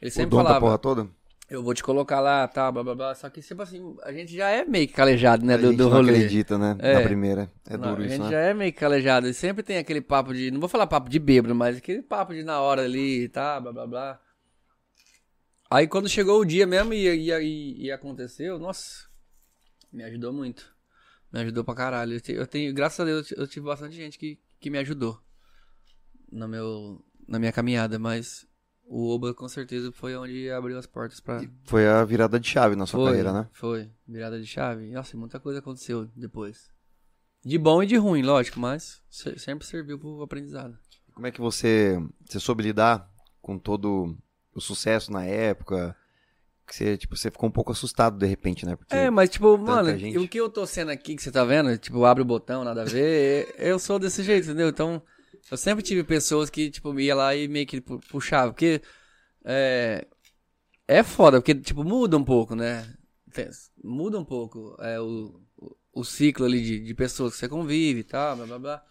[SPEAKER 2] Ele sempre
[SPEAKER 1] o dono da
[SPEAKER 2] falava.
[SPEAKER 1] um porra toda?
[SPEAKER 2] eu vou te colocar lá, tá, blá blá blá. Só que, tipo assim, a gente já é meio que calejado, né?
[SPEAKER 1] a
[SPEAKER 2] Do,
[SPEAKER 1] gente
[SPEAKER 2] do
[SPEAKER 1] não
[SPEAKER 2] rolê.
[SPEAKER 1] acredita, né?
[SPEAKER 2] É.
[SPEAKER 1] Na primeira. É
[SPEAKER 2] Não,
[SPEAKER 1] duro
[SPEAKER 2] a
[SPEAKER 1] isso,
[SPEAKER 2] gente
[SPEAKER 1] né?
[SPEAKER 2] já é meio calejado. E sempre tem aquele papo de. Não vou falar papo de bêbado, mas aquele papo de na hora ali e tá, blá blá blá. Aí quando chegou o dia mesmo e, e, e- e aconteceu, nossa, me ajudou muito. Me ajudou pra caralho. Eu te- Eu tenho, graças a Deus, eu ti- eu tive bastante gente que, que me ajudou no meu, na minha caminhada, mas o Oba com certeza foi onde abriu as portas pra.
[SPEAKER 1] Foi a virada de chave na sua
[SPEAKER 2] foi,
[SPEAKER 1] carreira, né?
[SPEAKER 2] Foi, virada de chave. Nossa, muita coisa aconteceu depois. De bom e de ruim, lógico, mas se- sempre serviu pro aprendizado.
[SPEAKER 1] Como é que você, você soube lidar com todo o sucesso na época? Que você, tipo, você ficou um pouco assustado de repente, né? Porque
[SPEAKER 2] É, mas tipo, mano,
[SPEAKER 1] gente.
[SPEAKER 2] o que eu tô sendo aqui que você tá vendo, tipo, abre o botão, nada a ver, eu sou desse jeito, entendeu? Então, eu sempre tive pessoas que, tipo, ia lá e meio que pu- puxava, porque é, é foda, porque, tipo, muda um pouco, né? Tem- Muda um pouco é, o, o- o ciclo ali de, de pessoas que você convive e tal, blá blá blá.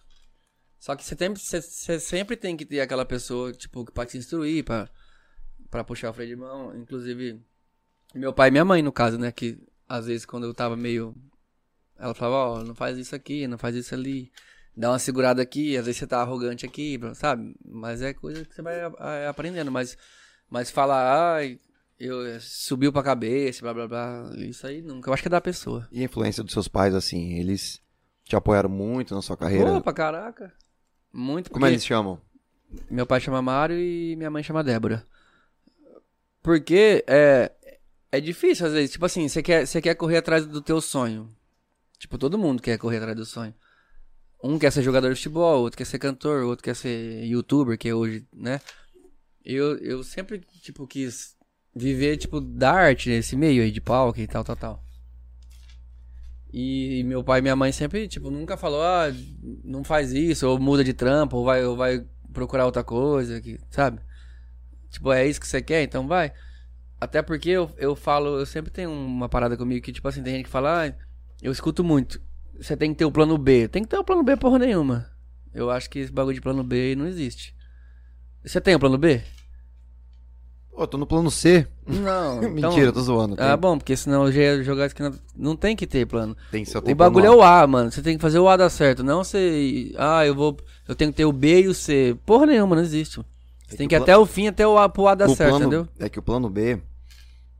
[SPEAKER 2] Só que você, tem, você, você sempre tem que ter aquela pessoa, tipo, pra te instruir, pra, pra puxar o freio de mão. Inclusive, meu pai e minha mãe, no caso, né? Que às vezes quando eu tava meio. Ela falava, ó, não faz isso aqui, não faz isso ali. Dá uma segurada aqui, às vezes você tá arrogante aqui, sabe? Mas é coisa que você vai a- a- aprendendo. Mas, mas falar, ai, eu, eh, subiu pra cabeça, blá blá blá. Isso aí nunca. Eu acho que é da pessoa.
[SPEAKER 1] E a influência dos seus pais, assim, eles te apoiaram muito na sua carreira?
[SPEAKER 2] Opa, caraca. Muito
[SPEAKER 1] Como é
[SPEAKER 2] porque-
[SPEAKER 1] eles chamam?
[SPEAKER 2] Meu pai chama Mário e minha mãe chama Débora. Porque é, é difícil às vezes. Tipo assim, você quer, você quer correr atrás do teu sonho. Tipo, todo mundo quer correr atrás do sonho. Um quer ser jogador de futebol, outro quer ser cantor, outro quer ser youtuber, que é hoje, né? Eu, eu sempre, tipo, quis viver, tipo, da arte nesse meio aí de palco e tal, tal, tal. E meu pai e minha mãe sempre, tipo, nunca falou, ah, não faz isso, ou muda de trampo, ou vai, ou vai procurar outra coisa, que, sabe? Tipo, é isso que você quer, então vai. Até porque eu, eu falo, eu sempre tenho uma parada comigo que, tipo assim, tem gente que fala, ah, eu escuto muito, você tem que ter o plano B. Tem que ter o plano B porra nenhuma. Eu acho que esse bagulho de plano B aí não existe. Você tem o plano B?
[SPEAKER 1] Pô, tô no plano C.
[SPEAKER 2] Não.
[SPEAKER 1] Mentira, tô zoando. Tem,
[SPEAKER 2] Ah, bom, porque senão eu já ia jogar isso que não, não tem que ter plano.
[SPEAKER 1] tem, só tem
[SPEAKER 2] O bagulho é
[SPEAKER 1] plano
[SPEAKER 2] o A, mano. Você tem que fazer o A dar certo. Não você. Ah, eu vou. Eu tenho que ter o B e o C. Porra nenhuma, não existe. Você
[SPEAKER 1] É
[SPEAKER 2] tem
[SPEAKER 1] que
[SPEAKER 2] que ir
[SPEAKER 1] o pla-
[SPEAKER 2] até o fim, até o A pro A dar
[SPEAKER 1] O
[SPEAKER 2] certo,
[SPEAKER 1] plano-
[SPEAKER 2] entendeu?
[SPEAKER 1] É que o plano B,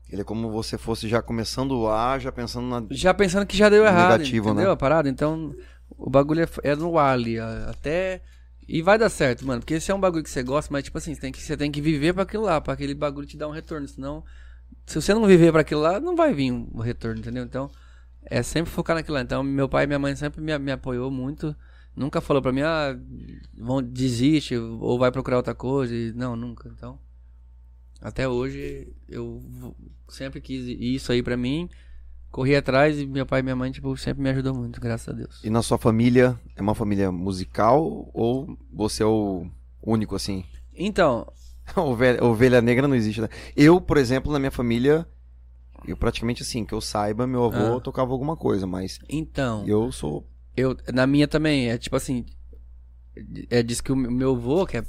[SPEAKER 1] ele é como você fosse já começando o A, já pensando na...
[SPEAKER 2] Já pensando que já deu errado.
[SPEAKER 1] Negativo,
[SPEAKER 2] entendeu?
[SPEAKER 1] né?
[SPEAKER 2] A parada? Então, o bagulho é, é no A ali. a- Até. E vai dar certo, mano. Porque esse é um bagulho que você gosta, mas tipo assim, você tem que, você tem que viver pra aquilo lá, pra aquele bagulho te dar um retorno. Senão, se você não viver pra aquilo lá, não vai vir um retorno, entendeu? Então, é sempre focar naquilo lá. Então, meu pai e minha mãe sempre me, me apoiou muito. Nunca falou pra mim, ah, vão, desiste ou vai procurar outra coisa. E, não, nunca. Então, até hoje, eu vo- sempre quis isso aí pra mim. Corri atrás e meu pai e minha mãe, tipo, sempre me ajudou muito, graças a Deus.
[SPEAKER 1] E na sua família, é uma família musical ou você é o único, assim?
[SPEAKER 2] Então,
[SPEAKER 1] Ovelha, ovelha negra não existe, né? Eu, por exemplo, na minha família, eu praticamente assim, que eu saiba, meu avô
[SPEAKER 2] Ah.
[SPEAKER 1] tocava alguma coisa, mas
[SPEAKER 2] então.
[SPEAKER 1] eu sou.
[SPEAKER 2] Eu, na minha também, é tipo assim. É, diz que o meu avô, que é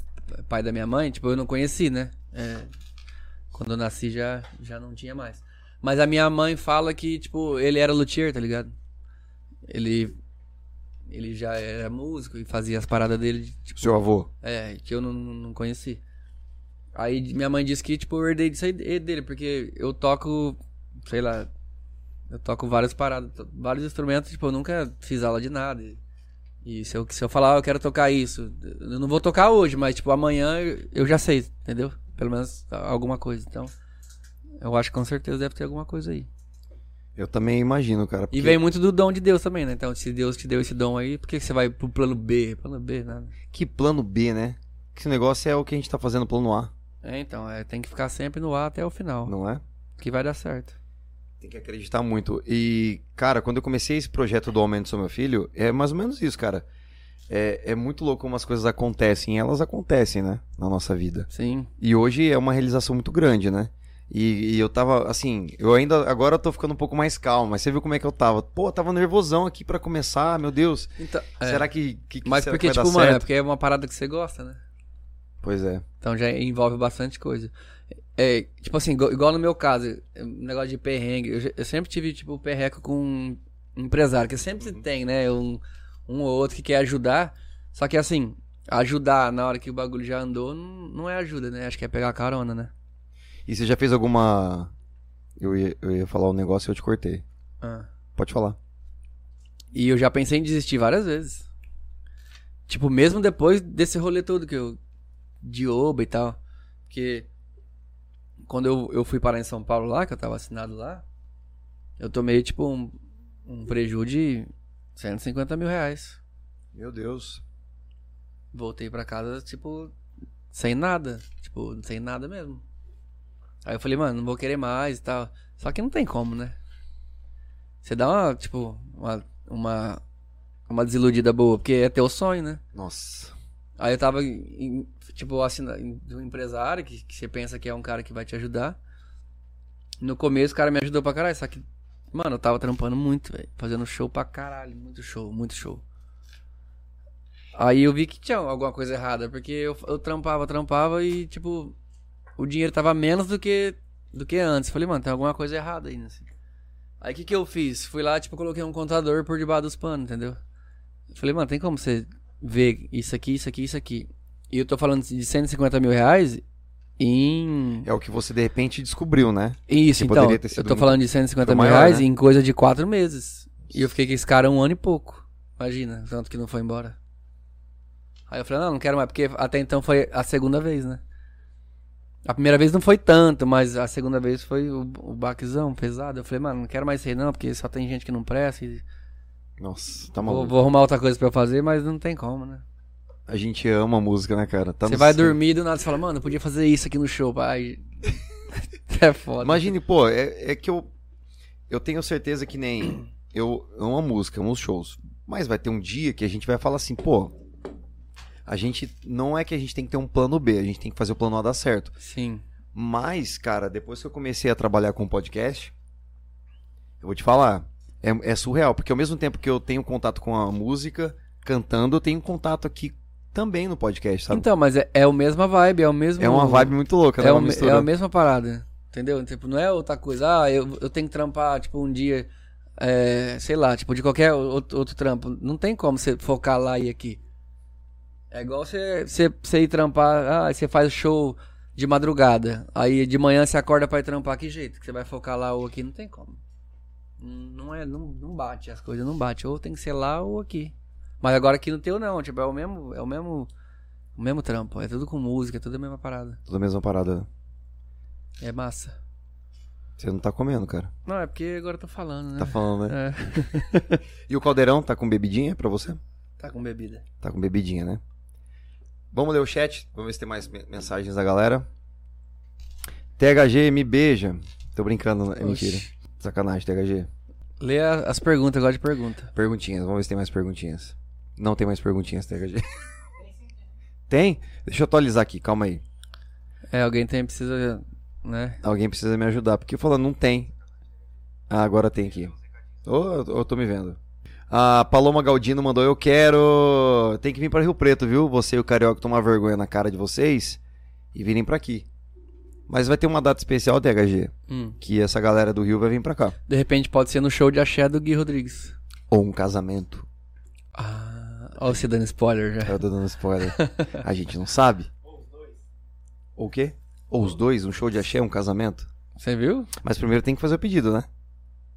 [SPEAKER 2] pai da minha mãe, tipo, eu não conheci, né? É, quando eu nasci já, já não tinha mais. Mas a minha mãe fala que, tipo, ele era luthier, tá ligado? Ele. Ele já era músico e fazia as paradas dele, tipo,
[SPEAKER 1] Seu avô.
[SPEAKER 2] é, que eu não, não conheci. Aí d- minha mãe disse que, tipo, eu herdei disso aí de- dele, porque eu toco, sei lá, eu toco várias paradas, to- vários instrumentos, tipo, eu nunca fiz aula de nada. E, e se, eu, se eu falar, "Ah, eu quero tocar isso, eu não vou tocar hoje, mas, tipo, amanhã eu, eu já sei, entendeu? Pelo menos a- alguma coisa, então... Eu acho que com certeza deve ter alguma coisa aí.
[SPEAKER 1] Eu também imagino, cara.
[SPEAKER 2] E
[SPEAKER 1] porque-
[SPEAKER 2] vem um muito do dom de Deus também, né? Então, se Deus te deu esse dom aí, por que que você vai pro plano B? Plano B, né? nada.
[SPEAKER 1] Que plano B, né? Que Esse negócio é o que a gente tá fazendo plano A,
[SPEAKER 2] É, então, é, tem que ficar sempre no ar até o final.
[SPEAKER 1] não é?
[SPEAKER 2] Que vai dar certo.
[SPEAKER 1] Tem que acreditar muito. E, cara, quando eu comecei esse projeto do Aumento Sou Meu Filho, é mais ou menos isso, cara. É, é muito louco como as coisas acontecem. Elas acontecem, né? Na nossa vida.
[SPEAKER 2] Sim.
[SPEAKER 1] E hoje é uma realização muito grande, né? E, e eu tava, assim, eu ainda. Agora eu tô ficando um pouco mais calmo, mas você viu como é que eu tava? Pô, eu tava nervosão aqui pra começar, meu Deus.
[SPEAKER 2] Então,
[SPEAKER 1] Será que. que que
[SPEAKER 2] mas
[SPEAKER 1] será
[SPEAKER 2] porque,
[SPEAKER 1] que vai
[SPEAKER 2] tipo,
[SPEAKER 1] dar
[SPEAKER 2] mano, é
[SPEAKER 1] certo?
[SPEAKER 2] porque é uma parada que você gosta, né?
[SPEAKER 1] Pois é.
[SPEAKER 2] Então já envolve bastante coisa. é, tipo assim, igual, igual no meu caso, um negócio de perrengue. Eu, já- eu sempre tive, tipo, perreco com um empresário, que sempre tem, né? Um, um ou outro que quer ajudar. Só que assim, ajudar na hora que o bagulho já andou não, não é ajuda, né? Acho que é pegar carona, né?
[SPEAKER 1] E você já fez alguma. Eu ia, eu ia falar um negócio e eu te cortei.
[SPEAKER 2] Ah.
[SPEAKER 1] Pode falar.
[SPEAKER 2] E eu já pensei em desistir várias vezes. Tipo, mesmo depois desse rolê todo que eu. De Oba e tal. Porque. Quando eu, eu fui parar em São Paulo lá, que eu tava assinado lá. Eu tomei, tipo, um, um preju de 150 mil reais.
[SPEAKER 1] Meu Deus.
[SPEAKER 2] Voltei pra casa, tipo, sem nada. Tipo, sem nada mesmo. Aí eu falei, mano, não vou querer mais e tal. Só que não tem como, né? Você dá uma, tipo, uma, uma, uma desiludida boa, porque é teu sonho, né?
[SPEAKER 1] Nossa.
[SPEAKER 2] Aí eu tava, em- tipo, assina, em- de um empresário que, que você pensa que é um cara que vai te ajudar. No começo o cara me ajudou pra caralho, só que, mano, eu tava trampando muito, velho. Fazendo show pra caralho, muito show, muito show. Aí eu vi que tinha alguma coisa errada, porque eu, eu trampava, trampava e, tipo, o dinheiro tava menos do que, do que antes. Falei, mano, tem alguma coisa errada aí, né? assim. Aí o que que eu fiz? Fui lá, tipo, coloquei um contador por debaixo dos panos, entendeu? Falei, mano, tem como você ver isso aqui, isso aqui, isso aqui. E eu tô falando de 150 mil reais em.
[SPEAKER 1] É o que você de repente descobriu, né?
[SPEAKER 2] Isso,
[SPEAKER 1] Que
[SPEAKER 2] então.
[SPEAKER 1] poderia ter
[SPEAKER 2] Eu
[SPEAKER 1] sido
[SPEAKER 2] tô falando de 150
[SPEAKER 1] foi
[SPEAKER 2] mil
[SPEAKER 1] maior,
[SPEAKER 2] reais
[SPEAKER 1] né?
[SPEAKER 2] em coisa de quatro meses. E eu fiquei com esse cara um ano e pouco. Imagina, tanto que não foi embora. Aí eu falei, não, não quero mais, porque até então foi a segunda vez, né? A primeira vez não foi tanto, mas a segunda vez foi o, o baquezão pesado. Eu falei, mano, não quero mais ser não, porque só tem gente que não presta. E
[SPEAKER 1] Nossa, tá
[SPEAKER 2] vou,
[SPEAKER 1] maluco.
[SPEAKER 2] vou arrumar outra coisa pra eu fazer, mas não tem como, né?
[SPEAKER 1] A gente ama a música, né, cara? Tá
[SPEAKER 2] você
[SPEAKER 1] no
[SPEAKER 2] vai
[SPEAKER 1] sangue.
[SPEAKER 2] dormir do nada e fala, mano, eu podia fazer isso aqui no show, pai. é foda.
[SPEAKER 1] Imagine, pô, é, é que eu. Eu tenho certeza que nem. Eu amo a música, amo os shows. Mas vai ter um dia que a gente vai falar assim, pô. A gente. Não é que a gente tem que ter um plano B, a gente tem que fazer o plano A dar certo.
[SPEAKER 2] Sim.
[SPEAKER 1] Mas, cara, depois que eu comecei a trabalhar com podcast, eu vou te falar, é, é surreal, porque ao mesmo tempo que eu tenho contato com a música, cantando, eu tenho contato aqui também no podcast, sabe?
[SPEAKER 2] Então, mas é, é a mesma vibe, é o mesmo.
[SPEAKER 1] Tá. é uma vibe muito louca, né?
[SPEAKER 2] é,
[SPEAKER 1] uma
[SPEAKER 2] o me-
[SPEAKER 1] mistura.
[SPEAKER 2] é a mesma parada. Entendeu? Tipo, não é outra coisa. Ah, eu, eu tenho que trampar, tipo, um dia. é, sei lá, tipo, de qualquer outro, outro trampo. Não tem como você focar lá e aqui. É igual você, você, você ir trampar. Ah, você faz show de madrugada. Aí de manhã você acorda pra ir trampar. Que jeito? Que você vai focar lá ou aqui? Não tem como. Não é, não, não bate, as coisas não bate. Ou tem que ser lá ou aqui. Mas agora aqui no teu não, tipo, é o mesmo, é o mesmo, o mesmo trampo, é tudo com música, é tudo a mesma parada.
[SPEAKER 1] Toda a mesma parada.
[SPEAKER 2] É massa.
[SPEAKER 1] Você não tá comendo, cara.
[SPEAKER 2] Não, é porque agora eu tô falando, né?
[SPEAKER 1] Tá falando, né?
[SPEAKER 2] É,
[SPEAKER 1] E o caldeirão tá com bebidinha pra você?
[SPEAKER 2] tá com bebida.
[SPEAKER 1] Tá com bebidinha, né? Vamos ler o chat, vamos ver se tem mais me- mensagens da galera. THG, me beija. Tô brincando, é mentira.
[SPEAKER 2] Oxi.
[SPEAKER 1] Sacanagem, THG.
[SPEAKER 2] Lê a- as perguntas, eu gosto de pergunta.
[SPEAKER 1] Perguntinhas, vamos ver se tem mais perguntinhas. Não tem mais perguntinhas, THG. Tem? Deixa eu atualizar aqui, calma aí.
[SPEAKER 2] É, alguém tem, precisa, né?
[SPEAKER 1] Alguém precisa me ajudar, porque eu falo, não tem. Ah, agora tem aqui. Ô, eu- eu tô me vendo. A Paloma Galdino mandou, eu quero... Tem que vir pra Rio Preto, viu? Você e o Carioca tomar vergonha na cara de vocês e virem pra aqui. Mas vai ter uma data especial, THG,
[SPEAKER 2] Hum.
[SPEAKER 1] que essa galera do Rio vai vir pra cá.
[SPEAKER 2] De repente pode ser no show de axé do Gui Rodrigues.
[SPEAKER 1] Ou um casamento.
[SPEAKER 2] Ah, ó você dando spoiler já.
[SPEAKER 1] Eu tô dando spoiler. A gente não sabe. Ou os dois. Ou o quê? Ou os dois, um show de axé, um casamento.
[SPEAKER 2] Você viu?
[SPEAKER 1] Mas primeiro tem que fazer o pedido, né?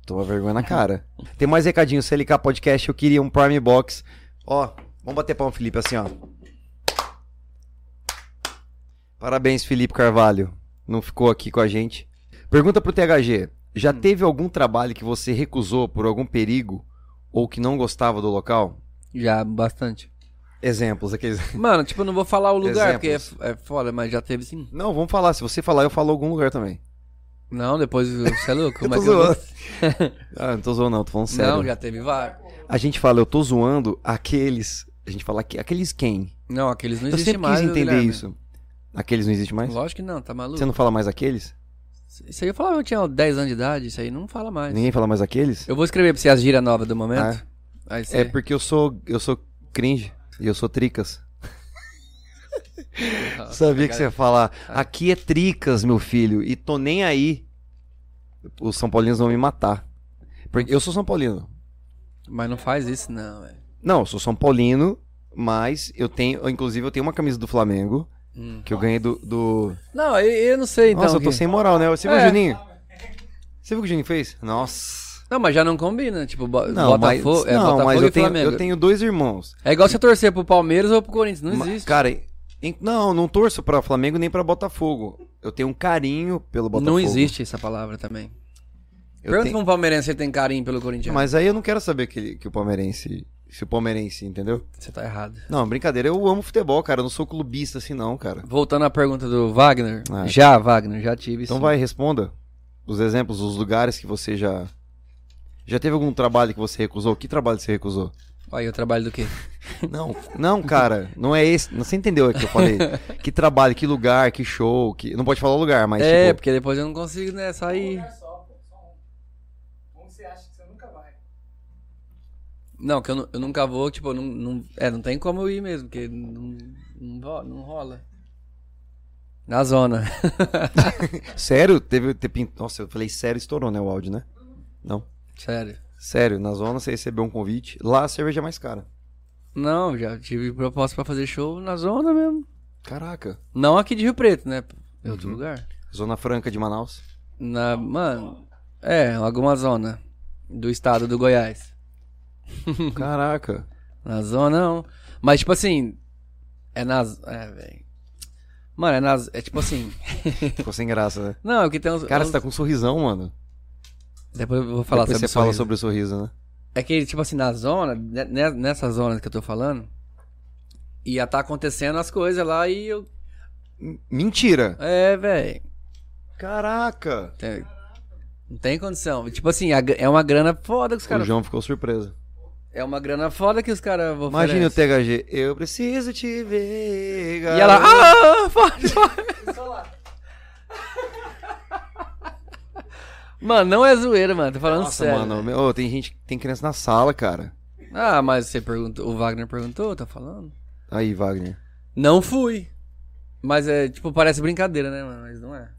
[SPEAKER 1] Toma vergonha na cara. Tem mais recadinho, CLK Podcast, eu queria um Prime Box. Ó, vamos bater palma, Felipe, assim, ó. Parabéns, Felipe Carvalho. Não ficou aqui com a gente. Pergunta pro THG. Já teve algum trabalho que você recusou por algum perigo ou que não gostava do local?
[SPEAKER 2] Já, bastante.
[SPEAKER 1] Exemplos, aqueles...
[SPEAKER 2] Mano, tipo, eu não vou falar o lugar,
[SPEAKER 1] Exemplos.
[SPEAKER 2] porque é, é foda, mas já teve sim.
[SPEAKER 1] Não, vamos falar. Se você falar, eu falo algum lugar também.
[SPEAKER 2] Não, depois você é louco? Como
[SPEAKER 1] Eu
[SPEAKER 2] é
[SPEAKER 1] tô
[SPEAKER 2] que eu vou-
[SPEAKER 1] zoando. Ah, não tô zoando não, tô falando sério.
[SPEAKER 2] Não, já teve vários.
[SPEAKER 1] A gente fala, eu tô zoando aqueles. A gente fala que- aqueles quem?
[SPEAKER 2] Não, aqueles não
[SPEAKER 1] eu
[SPEAKER 2] existem
[SPEAKER 1] sempre
[SPEAKER 2] mais.
[SPEAKER 1] quis
[SPEAKER 2] ô,
[SPEAKER 1] entender
[SPEAKER 2] Guilherme.
[SPEAKER 1] isso. Aqueles não existe mais?
[SPEAKER 2] Lógico que não, tá maluco.
[SPEAKER 1] Você não fala mais aqueles?
[SPEAKER 2] Isso aí eu falava, eu tinha 10 anos de idade, isso aí não fala mais.
[SPEAKER 1] Ninguém fala mais aqueles?
[SPEAKER 2] Eu vou escrever pra você as gírias novas do momento.
[SPEAKER 1] Ah,
[SPEAKER 2] Aí você...
[SPEAKER 1] É porque eu sou eu sou cringe e eu sou tricas.
[SPEAKER 2] "Ah,
[SPEAKER 1] Sabia que você ia falar. Aqui é Tricas, meu filho, e tô nem aí. Os São Paulinos vão me matar. Porque eu sou São Paulino.
[SPEAKER 2] Mas não faz isso, não, velho.
[SPEAKER 1] Não, eu sou São Paulino, mas eu tenho. Inclusive, eu tenho uma camisa do Flamengo
[SPEAKER 2] Hum.
[SPEAKER 1] que eu ganhei do. do...
[SPEAKER 2] Não, eu, eu não sei então.
[SPEAKER 1] Nossa, eu tô
[SPEAKER 2] que-
[SPEAKER 1] sem moral, né? Você viu o
[SPEAKER 2] É.
[SPEAKER 1] Juninho? Você viu o que o Juninho fez? Nossa.
[SPEAKER 2] Não, mas já não combina. Tipo, bo-
[SPEAKER 1] Não, mas,
[SPEAKER 2] Botafogo, é,
[SPEAKER 1] não,
[SPEAKER 2] Botafogo
[SPEAKER 1] mas
[SPEAKER 2] e
[SPEAKER 1] eu, tenho,
[SPEAKER 2] Flamengo.
[SPEAKER 1] eu tenho dois irmãos.
[SPEAKER 2] É igual você torcer pro Palmeiras ou pro Corinthians. Não
[SPEAKER 1] Ma-
[SPEAKER 2] existe.
[SPEAKER 1] Cara, em- não, não torço pra Flamengo nem pra Botafogo. Eu tenho um carinho pelo Botafogo.
[SPEAKER 2] Não existe essa palavra também.
[SPEAKER 1] Eu
[SPEAKER 2] Pergunta
[SPEAKER 1] tenho-
[SPEAKER 2] pra um palmeirense se ele tem carinho pelo Corinthians.
[SPEAKER 1] Mas aí eu não quero saber que, ele- que o palmeirense. Se o palmeirense, entendeu?
[SPEAKER 2] Você tá errado.
[SPEAKER 1] Não, brincadeira, eu amo futebol, cara. Eu não sou clubista assim, não, cara.
[SPEAKER 2] Voltando à pergunta do Wagner.
[SPEAKER 1] Ah.
[SPEAKER 2] Já, Wagner, já tive
[SPEAKER 1] Então
[SPEAKER 2] sim.
[SPEAKER 1] vai, responda os exemplos, os lugares que você já. Já teve algum trabalho que você recusou? Que trabalho você recusou?
[SPEAKER 2] Aí o trabalho do quê?
[SPEAKER 1] Não, não, cara, não é esse. Você entendeu o que eu falei? Que trabalho, que lugar, que show, que. Não pode falar o lugar, mas
[SPEAKER 2] é,
[SPEAKER 1] tipo.
[SPEAKER 2] porque depois eu não consigo, né, sair. Não, que eu, nu- eu nunca vou, tipo, eu não, não- É, não tem como eu ir mesmo, porque não, não, vo- não rola. Na zona.
[SPEAKER 1] Sério? Teve. teve- Nossa, eu falei sério, estourou, né, o áudio, né? Não.
[SPEAKER 2] Sério.
[SPEAKER 1] Sério, na zona você recebeu um convite. Lá a cerveja é mais cara.
[SPEAKER 2] Não, já tive proposta pra fazer show na zona mesmo.
[SPEAKER 1] Caraca.
[SPEAKER 2] Não aqui de Rio Preto, né? Em outro lugar.
[SPEAKER 1] Zona Franca de Manaus.
[SPEAKER 2] Na. Mano. É, alguma zona. Do estado do Goiás.
[SPEAKER 1] Caraca.
[SPEAKER 2] Na zona não. Mas tipo assim. É nas. É, velho. Mano, é nas. É tipo assim.
[SPEAKER 1] Ficou sem graça, né?
[SPEAKER 2] Não, é que tem uns.
[SPEAKER 1] Cara,
[SPEAKER 2] uns-
[SPEAKER 1] você tá com um sorrisão, mano.
[SPEAKER 2] Depois eu vou falar
[SPEAKER 1] Depois
[SPEAKER 2] sobre
[SPEAKER 1] você
[SPEAKER 2] o
[SPEAKER 1] fala
[SPEAKER 2] sorriso.
[SPEAKER 1] sobre o sorriso, né?
[SPEAKER 2] É que, tipo assim, na zona, ne- ne- nessa zona que eu tô falando, ia tá acontecendo as coisas lá e eu.
[SPEAKER 1] M- né? Mentira!
[SPEAKER 2] É, velho.
[SPEAKER 1] Caraca!
[SPEAKER 2] tem- Não tem condição. Tipo assim, a gr- é uma grana foda que os
[SPEAKER 1] o
[SPEAKER 2] caras.
[SPEAKER 1] João ficou surpreso.
[SPEAKER 2] É uma grana foda que os caras vão
[SPEAKER 1] Imagina o THG. Eu preciso te ver,
[SPEAKER 2] E ela.
[SPEAKER 1] garoto.
[SPEAKER 2] Ah, fora, fora. Mano, não é zoeira, mano. Tô falando
[SPEAKER 1] Nossa,
[SPEAKER 2] sério. né?
[SPEAKER 1] mano. meu- ô, tem gente, tem criança na sala, cara.
[SPEAKER 2] Ah, mas você perguntou. O Wagner perguntou, tá falando?
[SPEAKER 1] Aí, Wagner.
[SPEAKER 2] Não fui. Mas é, tipo, parece brincadeira, né, mano? Mas não é.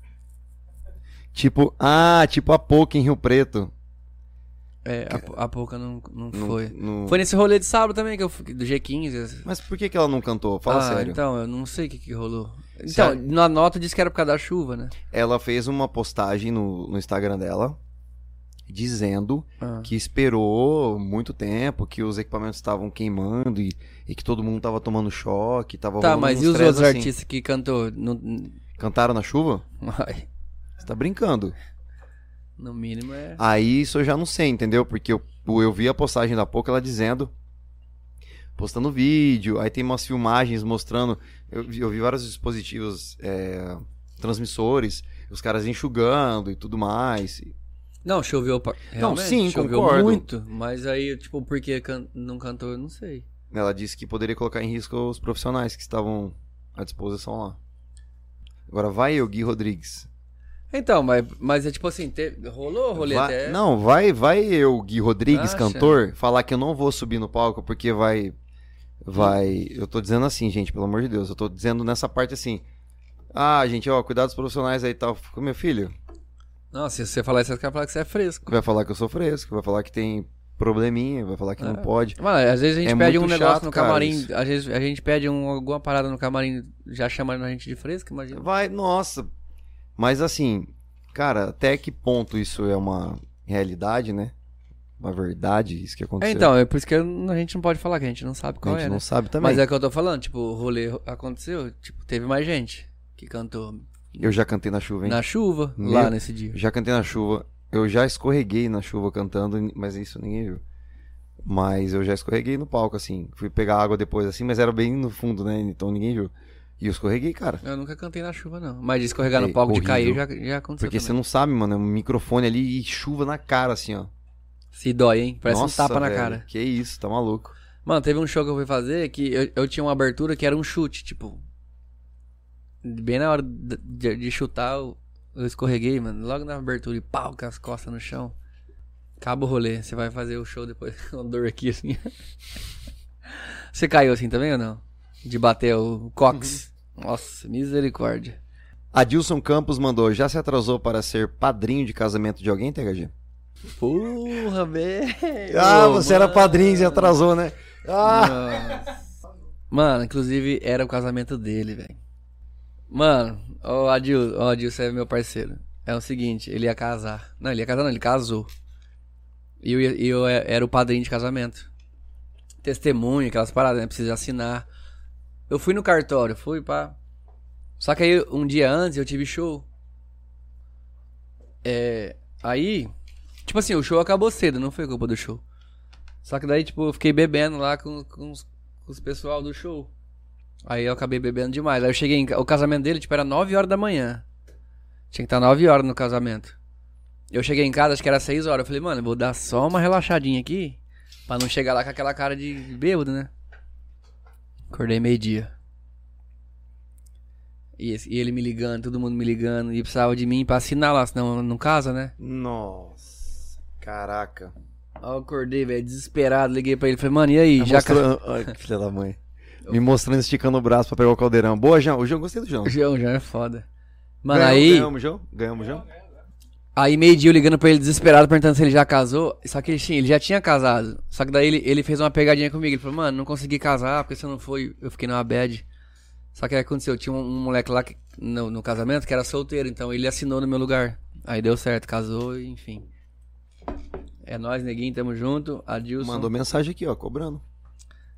[SPEAKER 1] Tipo, ah, tipo a pouco em Rio Preto.
[SPEAKER 2] É, a, a pouca não, não
[SPEAKER 1] Não-
[SPEAKER 2] foi.
[SPEAKER 1] não-
[SPEAKER 2] Foi nesse rolê de sábado também, que eu fui, do G15. assim.
[SPEAKER 1] Mas por que, que ela não cantou? Fala
[SPEAKER 2] ah,
[SPEAKER 1] sério. é
[SPEAKER 2] então, eu não sei o que, que rolou. Então,
[SPEAKER 1] Sério?
[SPEAKER 2] na nota disse que era por causa da chuva, né?
[SPEAKER 1] Ela fez uma postagem no, no Instagram dela dizendo
[SPEAKER 2] Ah.
[SPEAKER 1] que esperou muito tempo, que os equipamentos estavam queimando e, e que todo mundo tava tomando choque, tava
[SPEAKER 2] Tá,
[SPEAKER 1] rolando
[SPEAKER 2] mas
[SPEAKER 1] uns
[SPEAKER 2] e os
[SPEAKER 1] três
[SPEAKER 2] outros
[SPEAKER 1] assim.
[SPEAKER 2] artistas que cantou? No,
[SPEAKER 1] Cantaram na chuva?
[SPEAKER 2] Ai,
[SPEAKER 1] Você tá brincando.
[SPEAKER 2] no mínimo é.
[SPEAKER 1] Aí isso eu já não sei, entendeu? Porque eu, eu vi a postagem da pouco ela dizendo. Postando vídeo, aí tem umas filmagens mostrando. Eu, vi- eu vi vários dispositivos, é, transmissores, os caras enxugando e tudo mais.
[SPEAKER 2] Não, choveu. pa- Realmente,
[SPEAKER 1] sim,
[SPEAKER 2] choveu
[SPEAKER 1] concordo.
[SPEAKER 2] muito. Mas aí, tipo, por que can- não cantou, eu não sei.
[SPEAKER 1] Ela disse que poderia colocar em risco os profissionais que estavam à disposição lá. Agora vai eu, Gui Rodrigues.
[SPEAKER 2] Então, mas, mas é tipo assim, teve, rolou o rolê
[SPEAKER 1] Vai-
[SPEAKER 2] até. Ah,
[SPEAKER 1] Não, vai, vai eu, Gui Rodrigues,
[SPEAKER 2] Acha?
[SPEAKER 1] cantor, falar que eu não vou subir no palco porque vai. Vai. Eu tô dizendo assim, gente, pelo amor de Deus. Eu tô dizendo nessa parte assim. Ah, gente, ó, cuidado dos profissionais aí e tal. Fico, Meu filho,
[SPEAKER 2] Não, se você falar isso, os caras falam que você é fresco.
[SPEAKER 1] vai falar que eu sou fresco, vai falar que tem probleminha, vai falar que não
[SPEAKER 2] É.
[SPEAKER 1] pode.
[SPEAKER 2] Mano, às vezes a gente
[SPEAKER 1] É
[SPEAKER 2] pede um
[SPEAKER 1] muito
[SPEAKER 2] negócio
[SPEAKER 1] chato,
[SPEAKER 2] no
[SPEAKER 1] cara,
[SPEAKER 2] camarim,
[SPEAKER 1] isso.
[SPEAKER 2] às vezes a gente pede um- alguma parada no camarim já chamando a gente de fresco, imagina.
[SPEAKER 1] Vai, nossa. Mas assim, cara, até que ponto isso é uma realidade, né? Uma verdade, isso que
[SPEAKER 2] É,
[SPEAKER 1] aconteceu.
[SPEAKER 2] então, é por isso que eu não- a gente não pode falar, que a gente não sabe
[SPEAKER 1] a
[SPEAKER 2] qual
[SPEAKER 1] gente
[SPEAKER 2] é,
[SPEAKER 1] não
[SPEAKER 2] né?
[SPEAKER 1] sabe também.
[SPEAKER 2] Mas é o que eu tô falando, tipo, o rolê aconteceu, tipo, teve mais gente que cantou
[SPEAKER 1] Eu já cantei na chuva, hein?
[SPEAKER 2] na chuva
[SPEAKER 1] Meu-
[SPEAKER 2] lá nesse dia.
[SPEAKER 1] Já cantei na chuva. Eu já escorreguei na chuva cantando, mas isso ninguém viu. Mas eu já escorreguei no palco, assim. Fui pegar água depois, assim, mas era bem no fundo, né? Então ninguém viu. E eu escorreguei, cara.
[SPEAKER 2] Eu nunca cantei na chuva, não. Mas de escorregar
[SPEAKER 1] É
[SPEAKER 2] no palco de cair
[SPEAKER 1] horrível.
[SPEAKER 2] já, já aconteceu.
[SPEAKER 1] Porque você
[SPEAKER 2] também.
[SPEAKER 1] não sabe, mano. É um microfone ali e chuva na cara, assim, ó.
[SPEAKER 2] Se dói, hein? Parece
[SPEAKER 1] Nossa,
[SPEAKER 2] um tapa na
[SPEAKER 1] velho,
[SPEAKER 2] cara.
[SPEAKER 1] Que isso, tá maluco.
[SPEAKER 2] Mano, teve um show que eu fui fazer que eu, eu tinha uma abertura que era um chute, tipo. Bem na hora de, de- de chutar, eu, eu escorreguei, mano. Logo na abertura e pau, com as costas no chão. Acaba o rolê. Você vai fazer o show depois com dor aqui, assim. Você caiu assim também ou não? de bater o Cox.
[SPEAKER 1] Uhum.
[SPEAKER 2] Nossa, misericórdia.
[SPEAKER 1] Adilson Campos mandou, já se atrasou para ser padrinho de casamento de alguém, THG?
[SPEAKER 2] Porra, velho.
[SPEAKER 1] Ah,
[SPEAKER 2] Ô,
[SPEAKER 1] você era
[SPEAKER 2] mano.
[SPEAKER 1] padrinho e se atrasou, né? Ah!
[SPEAKER 2] Nossa. Mano, inclusive era o casamento dele, velho. Mano, ó, o Adil, ó, o Adilson é meu parceiro. É o seguinte, ele ia casar. Não, ele ia casar, não, ele casou. E eu, ia- e eu é- era o padrinho de casamento. Testemunho, aquelas paradas, né? Precisa assinar. Eu fui no cartório, fui, pá. Só que aí, um dia antes, eu tive show. É. Aí. Tipo assim, o show acabou cedo, não foi culpa do show. Só que daí, tipo, eu fiquei bebendo lá com, com, os, com os pessoal do show. Aí eu acabei bebendo demais. Aí eu cheguei em ca- O casamento dele, tipo, era 9 horas da manhã. Tinha que estar 9 horas no casamento. Eu cheguei em casa, acho que era 6 horas. Eu falei, mano, eu vou dar só uma relaxadinha aqui. Pra não chegar lá com aquela cara de bêbado, né? Acordei meio-dia. E, esse- e ele me ligando, todo mundo me ligando. E precisava de mim pra assinar lá, senão não casa, né?
[SPEAKER 1] Nossa, caraca.
[SPEAKER 2] Aí eu acordei, velho, desesperado. Liguei pra ele. Falei, mano, e aí? Já ca-
[SPEAKER 1] Tá Ai, que filha da mãe. Me mostrando, esticando o braço pra pegar o caldeirão. Boa, João. O João, gostei do João.
[SPEAKER 2] O João, o João é foda. Mano,
[SPEAKER 1] Ganhamos,
[SPEAKER 2] aí,
[SPEAKER 1] Ganhamos, João? Ganhamos, João?
[SPEAKER 2] aí meio-dia eu ligando pra ele desesperado, perguntando se ele já casou. Só que ele, tinha- ele já tinha casado. Só que daí ele, ele fez uma pegadinha comigo. Ele falou, mano, não consegui casar porque você não foi. Eu fiquei numa bad. Só que aí aconteceu, tinha um, um moleque lá que- no, no casamento que era solteiro, então ele assinou no meu lugar. Aí deu certo, casou, e enfim. É nóis, neguinho, tamo junto. Adilson.
[SPEAKER 1] Mandou mensagem aqui, ó, cobrando.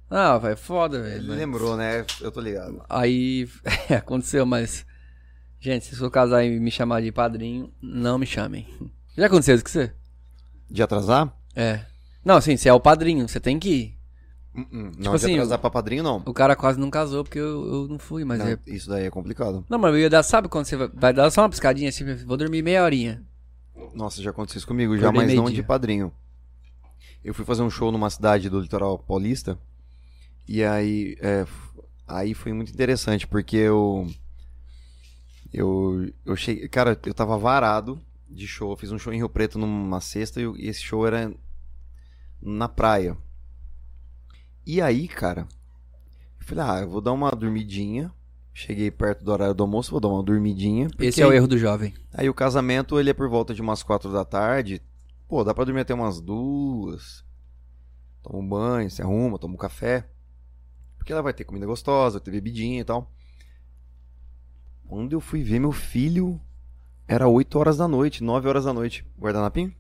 [SPEAKER 2] Ah, vai foda, velho.
[SPEAKER 1] Ele
[SPEAKER 2] mas-
[SPEAKER 1] lembrou, né? Eu tô ligado.
[SPEAKER 2] Aí é, aconteceu, mas. Gente, se for casar e me chamar de padrinho, não me chamem. Já aconteceu isso com você?
[SPEAKER 1] De atrasar?
[SPEAKER 2] É. Não, assim, você é o padrinho, você tem que ir.
[SPEAKER 1] Hum, hum. Não, de
[SPEAKER 2] assim,
[SPEAKER 1] atrasar pra padrinho, não.
[SPEAKER 2] O cara quase não casou porque eu, eu não fui, mas
[SPEAKER 1] Não,
[SPEAKER 2] é.
[SPEAKER 1] Isso daí é complicado.
[SPEAKER 2] Não, mas eu ia dar, sabe quando você vai, vai dar só uma piscadinha assim, vou dormir meia horinha.
[SPEAKER 1] Nossa, já aconteceu isso comigo, já,
[SPEAKER 2] Acordei
[SPEAKER 1] mas não
[SPEAKER 2] meio-dia.
[SPEAKER 1] de padrinho. Eu fui fazer um show numa cidade do litoral paulista, e aí, é, f- aí foi muito interessante, porque eu, eu, eu cheguei, cara, eu tava varado de show, eu fiz um show em Rio Preto numa sexta, e, o- e esse show era na praia. E aí, cara, eu falei, ah, eu vou dar uma dormidinha, cheguei perto do horário do almoço, vou dar uma dormidinha.
[SPEAKER 2] Esse
[SPEAKER 1] porque
[SPEAKER 2] é o erro do jovem.
[SPEAKER 1] Aí o casamento, ele é por volta de umas quatro da tarde. Pô, dá pra dormir até umas duas. Toma um banho, se arruma, toma um café. Porque ela vai ter comida gostosa, vai ter bebidinha e tal. Quando eu fui ver meu filho, era 8 horas da noite, 9 horas da noite. Guardanapim?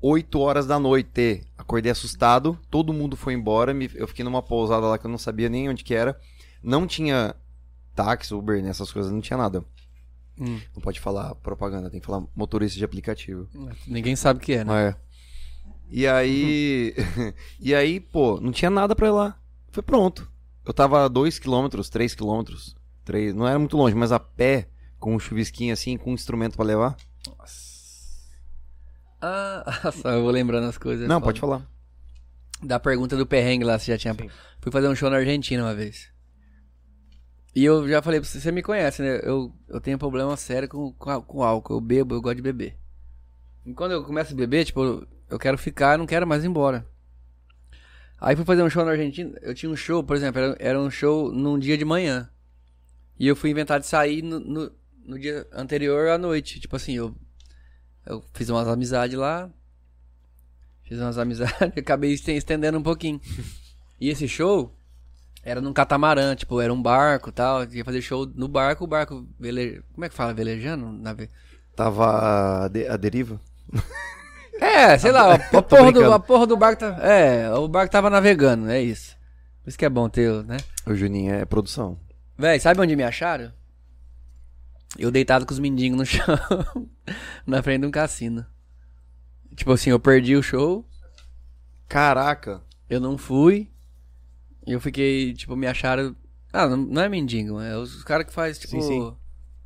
[SPEAKER 1] 8 horas da noite. Acordei assustado, todo mundo foi embora. me- Eu fiquei numa pousada lá que eu não sabia nem onde que era. Não tinha táxi, Uber, nessas coisas, não tinha nada.
[SPEAKER 2] Hum.
[SPEAKER 1] Não pode falar propaganda, tem que falar motorista de aplicativo.
[SPEAKER 2] Ninguém sabe o que é, né?
[SPEAKER 1] É. E aí. e aí, pô, não tinha nada pra ir lá. Foi pronto. Eu tava a 2km, 3km, 3, não era muito longe, mas a pé, com um chuvisquinho assim, com um instrumento pra levar.
[SPEAKER 2] Ah, só eu vou lembrando as coisas.
[SPEAKER 1] não,
[SPEAKER 2] Foda.
[SPEAKER 1] pode falar.
[SPEAKER 2] Da pergunta do perrengue lá, você já tinha.
[SPEAKER 1] Sim.
[SPEAKER 2] Fui fazer um show na Argentina uma vez. E eu já falei pra você, você me conhece, né? Eu, eu tenho problema sério com, com, á- com álcool. Eu bebo, eu gosto de beber. E quando eu começo a beber, tipo, eu, eu quero ficar, eu não quero mais ir embora. Aí fui fazer um show na Argentina. Eu tinha um show, por exemplo, era, era um show num dia de manhã. E eu fui inventar de sair no, no, no dia anterior à noite. Tipo assim, eu, eu fiz umas amizades lá. Fiz umas amizades e acabei esten- estendendo um pouquinho. E esse show era num catamarã, tipo, era um barco e tal. Ia fazer show no barco, o barco vele... Como é que fala? Velejando? Nave...
[SPEAKER 1] Tava a, de- a deriva?
[SPEAKER 2] É, sei lá, a, a
[SPEAKER 1] Tô
[SPEAKER 2] porra do,
[SPEAKER 1] brincando.
[SPEAKER 2] a porra do barco tá... É, o barco tava navegando, é isso. Por isso que é bom ter, o- né?
[SPEAKER 1] O Juninho é produção.
[SPEAKER 2] Véi, sabe onde me acharam? Eu deitado com os mendigos no chão, na frente de um cassino. Tipo assim, eu perdi o show,
[SPEAKER 1] Caraca!
[SPEAKER 2] Eu não fui. E eu fiquei, tipo, me acharam. Ah, não, não é mendigo, é os caras que faz,
[SPEAKER 1] Sim,
[SPEAKER 2] tipo,
[SPEAKER 1] sim.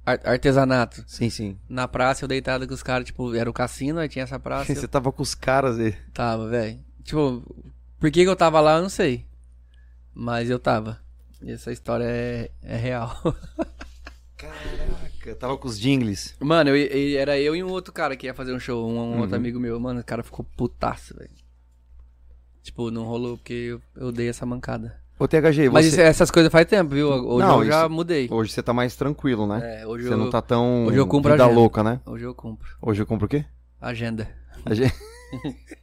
[SPEAKER 2] ar- artesanato.
[SPEAKER 1] Sim, sim.
[SPEAKER 2] Na praça eu deitado com os caras, tipo, era o cassino, aí tinha essa praça.
[SPEAKER 1] Ah, Você
[SPEAKER 2] eu
[SPEAKER 1] tava com os caras aí.
[SPEAKER 2] tava, velho. Tipo, por que, que eu tava lá, eu não sei. Mas eu tava. E essa história é, é real.
[SPEAKER 1] Caraca, tava com os jingles.
[SPEAKER 2] Mano, eu- eu- era eu e um outro cara que ia fazer um show, um, um
[SPEAKER 1] Uhum.
[SPEAKER 2] outro amigo meu. Mano, o cara ficou putaço, velho. Tipo, não rolou porque eu, eu dei essa mancada.
[SPEAKER 1] Ô, THG, você...
[SPEAKER 2] Mas isso- essas coisas faz tempo, viu? Hoje
[SPEAKER 1] Não,
[SPEAKER 2] eu já
[SPEAKER 1] isso-
[SPEAKER 2] mudei.
[SPEAKER 1] Hoje você tá mais tranquilo, né?
[SPEAKER 2] É, hoje
[SPEAKER 1] você
[SPEAKER 2] eu-
[SPEAKER 1] não tá tão
[SPEAKER 2] hoje eu cumpro a
[SPEAKER 1] vida
[SPEAKER 2] agenda.
[SPEAKER 1] louca, né?
[SPEAKER 2] Hoje eu cumpro.
[SPEAKER 1] Hoje eu compro o quê?
[SPEAKER 2] Agenda.
[SPEAKER 1] A gente...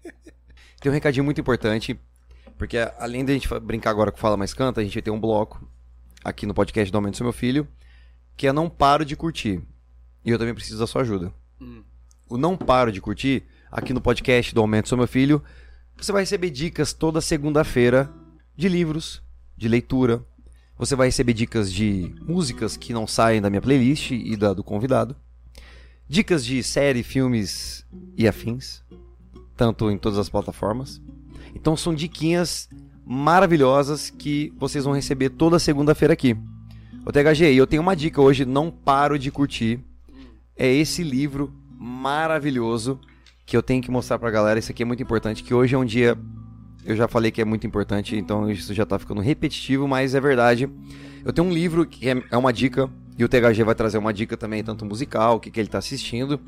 [SPEAKER 1] Tem um recadinho muito importante, porque além da gente fa- brincar agora com Fala Mais Canta, a gente vai ter um bloco aqui no podcast do Aumento do Seu Meu Filho, que é Não Paro de Curtir. E eu também preciso da sua ajuda.
[SPEAKER 2] Hum.
[SPEAKER 1] O Não Paro de Curtir, aqui no podcast do Aumento do Seu Meu Filho, você vai receber dicas toda segunda-feira de livros, de leitura. Você vai receber dicas de músicas que não saem da minha playlist e da do convidado. Dicas de série, filmes e afins tanto em todas as plataformas. Então são diquinhas maravilhosas que vocês vão receber toda segunda-feira aqui. Ô THG, e eu tenho uma dica hoje, não paro de curtir. É esse livro maravilhoso que eu tenho que mostrar pra galera. Isso aqui é muito importante, que hoje é um dia. Eu já falei que é muito importante, então isso já tá ficando repetitivo, mas é verdade. Eu tenho um livro que é é uma dica, e o THG vai trazer uma dica também, tanto musical, o que, que ele tá assistindo.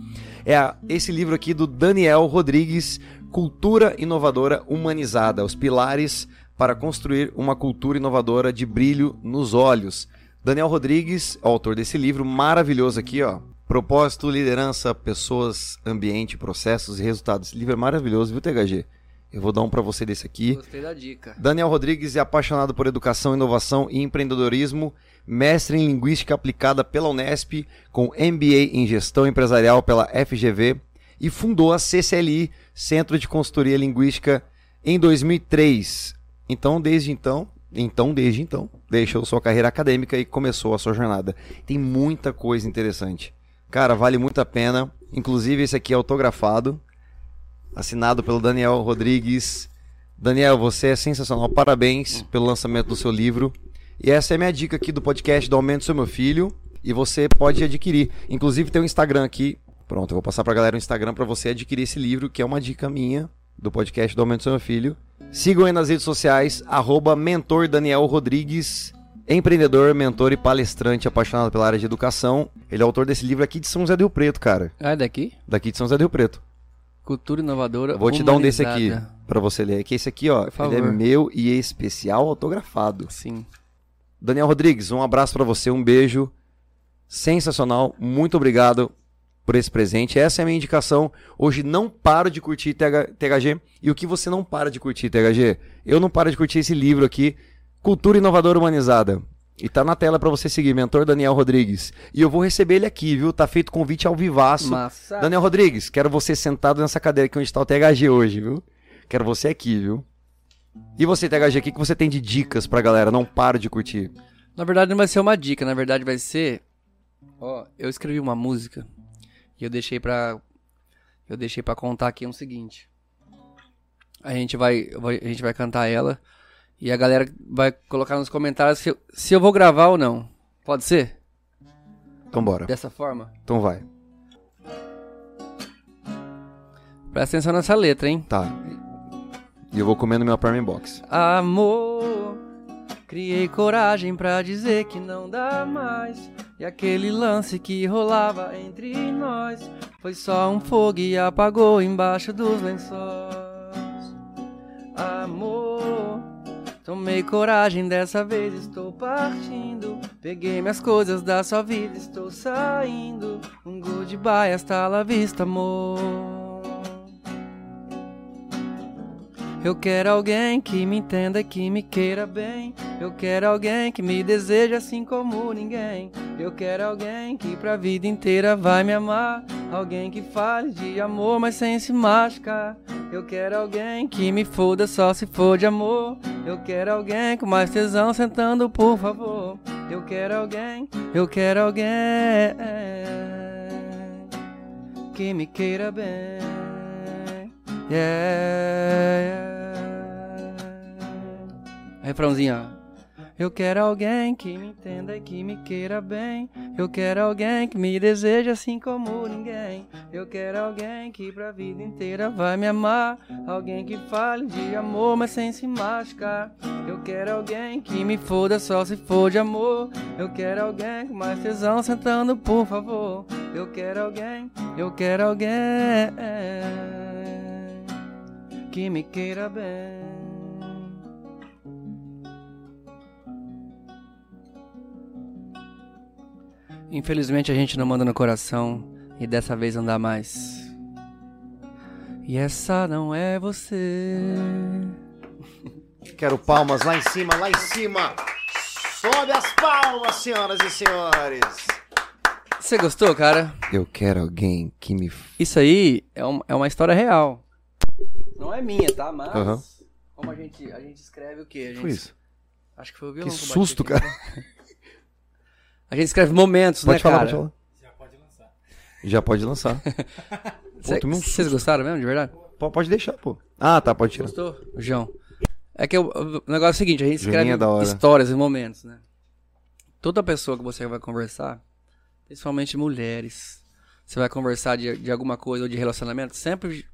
[SPEAKER 1] É a- esse livro aqui do Daniel Rodrigues, Cultura Inovadora Humanizada: Os Pilares para Construir uma Cultura Inovadora de Brilho nos Olhos. Daniel Rodrigues, é o autor desse livro maravilhoso aqui, ó. Propósito, liderança, pessoas, ambiente, processos e resultados. Esse livro é maravilhoso, viu, THG? Eu vou dar um pra você desse aqui.
[SPEAKER 2] Gostei da dica.
[SPEAKER 1] Daniel Rodrigues é apaixonado por educação, inovação e empreendedorismo, mestre em linguística aplicada pela Unesp, com MBA em gestão empresarial pela FGV e fundou a CCLI, Centro de Consultoria Linguística, em 2003. Então, desde então, então desde então, deixou sua carreira acadêmica e começou a sua jornada. Tem muita coisa interessante. Cara, vale muito a pena. Inclusive, esse aqui é autografado, assinado pelo Daniel Rodrigues. Daniel, você é sensacional. Parabéns pelo lançamento do seu livro. E essa é a minha dica aqui do podcast do Aumento do Seu Meu Filho. E você pode adquirir. Inclusive tem o Instagram aqui. Pronto, eu vou passar pra galera o Instagram pra você adquirir esse livro, que é uma dica minha do podcast do Aumento do Seu Meu Filho. Sigam aí nas redes sociais, arroba mentor Daniel Rodrigues, empreendedor, mentor e palestrante apaixonado pela área de educação. Ele é autor desse livro aqui de São José do Rio Preto, cara.
[SPEAKER 2] Ah, é daqui?
[SPEAKER 1] Daqui de São José do Rio Preto.
[SPEAKER 2] Cultura inovadora.
[SPEAKER 1] Eu Vou te dar um desse aqui
[SPEAKER 2] humanizada.
[SPEAKER 1] pra você ler. Que esse aqui, ó,
[SPEAKER 2] Por favor.
[SPEAKER 1] ele é meu e é especial autografado.
[SPEAKER 2] Sim.
[SPEAKER 1] Daniel Rodrigues, um abraço pra você, um beijo. Sensacional, muito obrigado por esse presente. Essa é a minha indicação. Hoje não paro de curtir TH THG. E o que você não para de curtir, THG? Eu não paro de curtir esse livro aqui, Cultura Inovadora Humanizada. E tá na tela pra você seguir, mentor Daniel Rodrigues. E eu vou receber ele aqui, viu? Tá feito convite ao vivaço.
[SPEAKER 2] Massa.
[SPEAKER 1] Tá. Daniel Rodrigues, quero você sentado nessa cadeira aqui onde está o THG hoje, viu? Quero você aqui, viu? E você, THG, o que, que você tem de dicas pra galera? Não paro de curtir.
[SPEAKER 2] Na verdade não vai ser uma dica, na verdade vai ser. Ó, eu escrevi uma música e eu deixei pra. Eu deixei pra contar aqui o seguinte. A gente vai, vai- a gente vai cantar ela e a galera vai colocar nos comentários se eu, se eu vou gravar ou não. Pode ser?
[SPEAKER 1] Então bora.
[SPEAKER 2] Dessa forma?
[SPEAKER 1] Então vai.
[SPEAKER 2] Presta atenção nessa letra, hein?
[SPEAKER 1] Tá. E eu vou comendo meu Prime Box.
[SPEAKER 2] Amor, criei coragem pra dizer que não dá mais. E aquele lance que rolava entre nós foi só um fogo e apagou embaixo dos lençóis. Amor, tomei coragem dessa vez, estou partindo. Peguei minhas coisas da sua vida, estou saindo. Um goodbye, hasta la vista, amor. Eu quero alguém que me entenda, que me queira bem. Eu quero alguém que me deseje assim como ninguém. Eu quero alguém que pra vida inteira vai me amar. Alguém que fale de amor, mas sem se machucar. Eu quero alguém que me foda só se for de amor. Eu quero alguém com mais tesão sentando, por favor. Eu quero alguém, eu quero alguém que me queira bem. Yeah. Refrãozinho, ó. Eu quero alguém que me entenda e que me queira bem. Eu quero alguém que me deseje assim como ninguém. Eu quero alguém que pra vida inteira vai me amar. Alguém que fale de amor, mas sem se machucar. Eu quero alguém que me foda só se for de amor. Eu quero alguém com mais tesão sentando, por favor. Eu quero alguém, eu quero alguém que me queira bem. Infelizmente a gente não manda no coração e dessa vez não dá mais. E essa não é você.
[SPEAKER 1] Quero palmas lá em cima, lá em cima. Sobe as palmas, senhoras e senhores.
[SPEAKER 2] Você gostou, cara?
[SPEAKER 1] Eu quero alguém que me. f-
[SPEAKER 2] Isso aí é, um- é uma história real. Não é minha, tá? Mas.
[SPEAKER 1] Aham.
[SPEAKER 2] Como a gente, a gente escreve o quê? A gente-
[SPEAKER 1] Foi isso.
[SPEAKER 2] Acho que foi o
[SPEAKER 1] Que
[SPEAKER 2] violão. eu bati
[SPEAKER 1] susto,
[SPEAKER 2] aqui. né?
[SPEAKER 1] cara.
[SPEAKER 2] A gente escreve momentos,
[SPEAKER 1] Pode
[SPEAKER 2] né,
[SPEAKER 1] falar,
[SPEAKER 2] cara?
[SPEAKER 1] pode falar. Já pode lançar. Já pode Pô, tomei um
[SPEAKER 2] Vocês gostaram mesmo, de verdade?
[SPEAKER 1] lançar. Pô, Pode deixar, pô. Ah, tá, pode tirar.
[SPEAKER 2] Gostou? João. É que o, o negócio é o seguinte, a gente escreve
[SPEAKER 1] Juninho é da hora.
[SPEAKER 2] histórias e momentos, né? Toda pessoa que você vai conversar, principalmente mulheres, você vai conversar de, de alguma coisa ou de relacionamento, sempre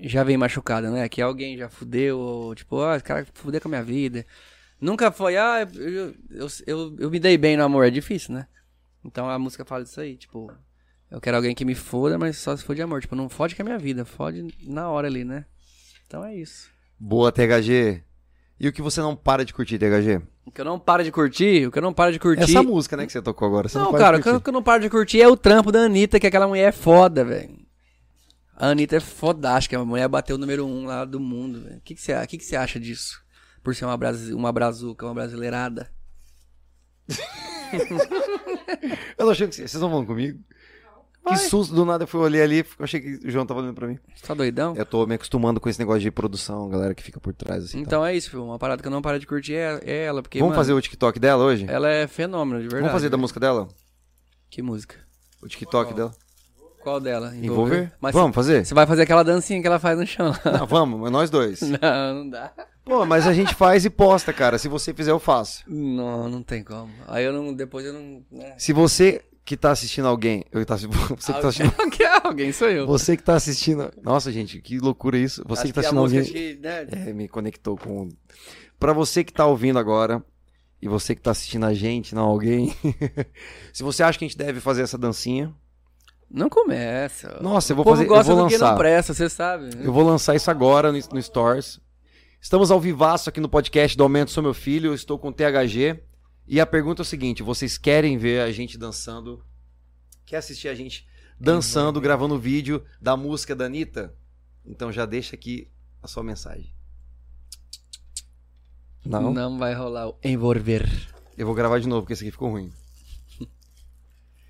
[SPEAKER 2] já vem machucada, né? Que alguém já fudeu, ou tipo, ah, esse cara fudeu com a minha vida. Nunca foi, ah, eu, eu, eu, eu- eu me dei bem no amor, é difícil, né? Então a música fala disso aí, tipo, eu quero alguém que me foda, mas só se for de amor. Tipo, não fode com a minha vida, fode na hora ali, né? Então é isso.
[SPEAKER 1] Boa, THG. E o que você não para de curtir, THG?
[SPEAKER 2] O que eu não paro de curtir, o que eu não paro de curtir.
[SPEAKER 1] Essa música, né, que você tocou agora. Você não,
[SPEAKER 2] não,
[SPEAKER 1] para
[SPEAKER 2] cara,
[SPEAKER 1] de
[SPEAKER 2] o que eu-
[SPEAKER 1] curtir.
[SPEAKER 2] que eu não paro de curtir é o trampo da Anitta, que aquela mulher é foda, velho. A Anitta é fodástica, a mulher bateu o número um lá do mundo, velho. O que que você que que você acha disso? Por ser uma, brasi uma brazuca, uma brasileirada.
[SPEAKER 1] Eu tô achando que vocês estão falando comigo. Que susto, do nada eu fui olhar ali, eu achei que o João tava olhando pra mim.
[SPEAKER 2] Você tá doidão?
[SPEAKER 1] Eu tô me acostumando com esse negócio de produção, galera que fica por trás assim. tá?
[SPEAKER 2] Então é isso, filho. Uma parada que eu não paro de curtir é, é ela, porque.
[SPEAKER 1] Vamos
[SPEAKER 2] mano,
[SPEAKER 1] fazer o TikTok dela hoje?
[SPEAKER 2] Ela é fenômeno, de verdade.
[SPEAKER 1] Vamos fazer da música dela?
[SPEAKER 2] Que música?
[SPEAKER 1] O TikTok dela?
[SPEAKER 2] Qual dela?
[SPEAKER 1] Envolver?
[SPEAKER 2] Mas
[SPEAKER 1] vamos fazer?
[SPEAKER 2] Você vai fazer aquela dancinha que ela faz no chão lá.
[SPEAKER 1] Não, vamos, mas nós dois.
[SPEAKER 2] Não, não dá.
[SPEAKER 1] Pô, mas a gente faz e posta, cara. Se você fizer, eu faço.
[SPEAKER 2] Não, não tem como. Aí eu não. Depois eu não. né?
[SPEAKER 1] Se você que tá assistindo alguém. Eu tá, você, que tá assistindo,
[SPEAKER 2] Alguém, alguém sou eu.
[SPEAKER 1] você que tá assistindo. Nossa, gente, que loucura isso. Você
[SPEAKER 2] Acho
[SPEAKER 1] que tá
[SPEAKER 2] a
[SPEAKER 1] assistindo
[SPEAKER 2] música
[SPEAKER 1] alguém.
[SPEAKER 2] que, né,
[SPEAKER 1] É, me conectou com. Pra você que tá ouvindo agora. E você que tá assistindo a gente, não alguém. se você acha que a gente deve fazer essa dancinha.
[SPEAKER 2] Não começa.
[SPEAKER 1] Nossa, eu
[SPEAKER 2] o
[SPEAKER 1] vou
[SPEAKER 2] povo
[SPEAKER 1] fazer.
[SPEAKER 2] gosta
[SPEAKER 1] eu vou
[SPEAKER 2] do que
[SPEAKER 1] lançar.
[SPEAKER 2] não presta, você sabe. né?
[SPEAKER 1] Eu vou lançar isso agora no, no Stories. Estamos ao vivaço aqui no podcast do Aumento Sou Meu Filho. Eu estou com o THG. E a pergunta é o seguinte: vocês querem ver a gente dançando? Quer assistir a gente dançando, gravando vídeo da música da Anitta? Então já deixa aqui a sua mensagem. Não?
[SPEAKER 2] Não vai rolar o envolver.
[SPEAKER 1] Eu vou gravar de novo, porque esse aqui ficou ruim.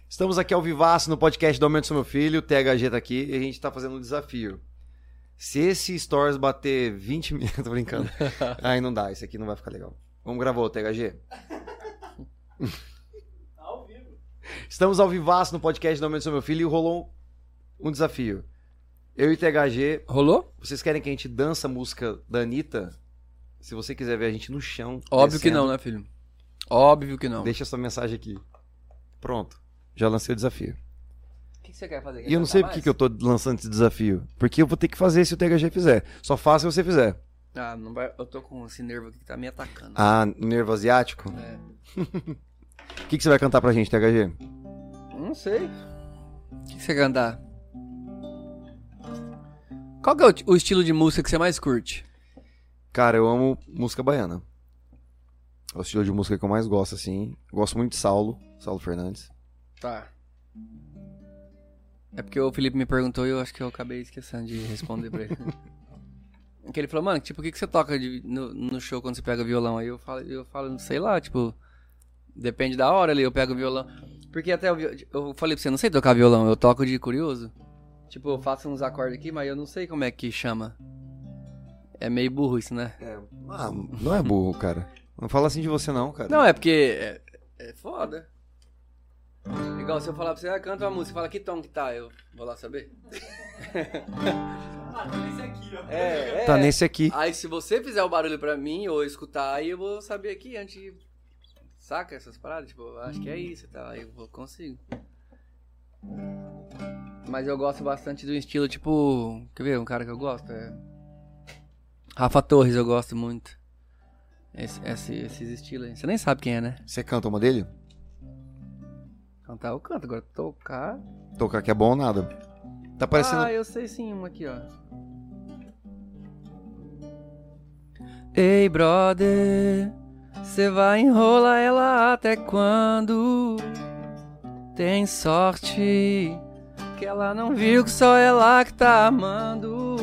[SPEAKER 1] Estamos aqui ao vivaço no podcast do Aumento do Meu Filho. O THG tá aqui e a gente tá fazendo um desafio. Se esse Stories bater 20 mil... Tô brincando. Ai, não dá. Esse aqui não vai ficar legal. Vamos gravar o THG? Estamos ao vivaço no podcast do Aumento do Meu Filho e rolou um um desafio. Eu e o THG,
[SPEAKER 2] Rolou?
[SPEAKER 1] vocês querem que a gente dança a música da Anitta? Se você quiser ver a gente no chão...
[SPEAKER 2] Óbvio que
[SPEAKER 1] descendo,
[SPEAKER 2] não, né, filho? Óbvio que não.
[SPEAKER 1] Deixa sua mensagem aqui. Pronto. Já lancei o desafio.
[SPEAKER 2] O que que você quer fazer?
[SPEAKER 1] E eu não sei por que que eu tô lançando esse desafio. Porque eu vou ter que fazer se o THG fizer. Só faça se você fizer.
[SPEAKER 2] Ah, não vai. Eu tô com esse nervo aqui que tá me atacando.
[SPEAKER 1] Ah, nervo asiático?
[SPEAKER 2] É.
[SPEAKER 1] O que, que você vai cantar pra gente, THG?
[SPEAKER 2] Não sei. O que que você quer cantar? Qual que é o ti- o estilo de música que você mais curte?
[SPEAKER 1] Cara, eu amo música baiana. É o estilo de música que eu mais gosto, assim. Eu Gosto muito de Saulo, Saulo Fernandes.
[SPEAKER 2] Tá. É porque o Felipe me perguntou e eu acho que eu acabei esquecendo de responder pra ele. que ele falou, mano, tipo, o que, que você toca de- no, no show quando você pega violão? Aí eu falo, eu falo, sei lá, tipo, depende da hora ali, eu pego violão. Porque até eu, vi- eu falei pra você, eu não sei tocar violão, eu toco de curioso. Tipo, eu faço uns acordes aqui, mas eu não sei como é que chama. É meio burro isso, né?
[SPEAKER 1] Ah, não é burro, cara. Não fala assim de você não, cara.
[SPEAKER 2] Não, é porque é, é foda. Igual se eu falar pra você, ah, canta uma música, fala que tom que tá, eu vou lá saber. É, é.
[SPEAKER 1] Tá nesse aqui.
[SPEAKER 2] Aí se você fizer o barulho pra mim ou escutar, aí eu vou saber aqui antes de... Saca essas paradas? Tipo, eu acho que é isso e tal, aí eu vou- consigo. Mas eu gosto bastante do estilo, tipo... Quer ver um cara que eu gosto? É... Rafa Torres eu gosto muito. Esse, esse, esses estilos aí. Você nem sabe quem é, né?
[SPEAKER 1] Você canta uma dele?
[SPEAKER 2] Cantar eu canto, agora tocar.
[SPEAKER 1] Tocar que é bom ou nada. Tá parecendo...
[SPEAKER 2] Ah, eu sei sim uma aqui, ó. Ei, brother, você vai enrolar ela até quando? Tem sorte que ela não viu que só ela que tá amando.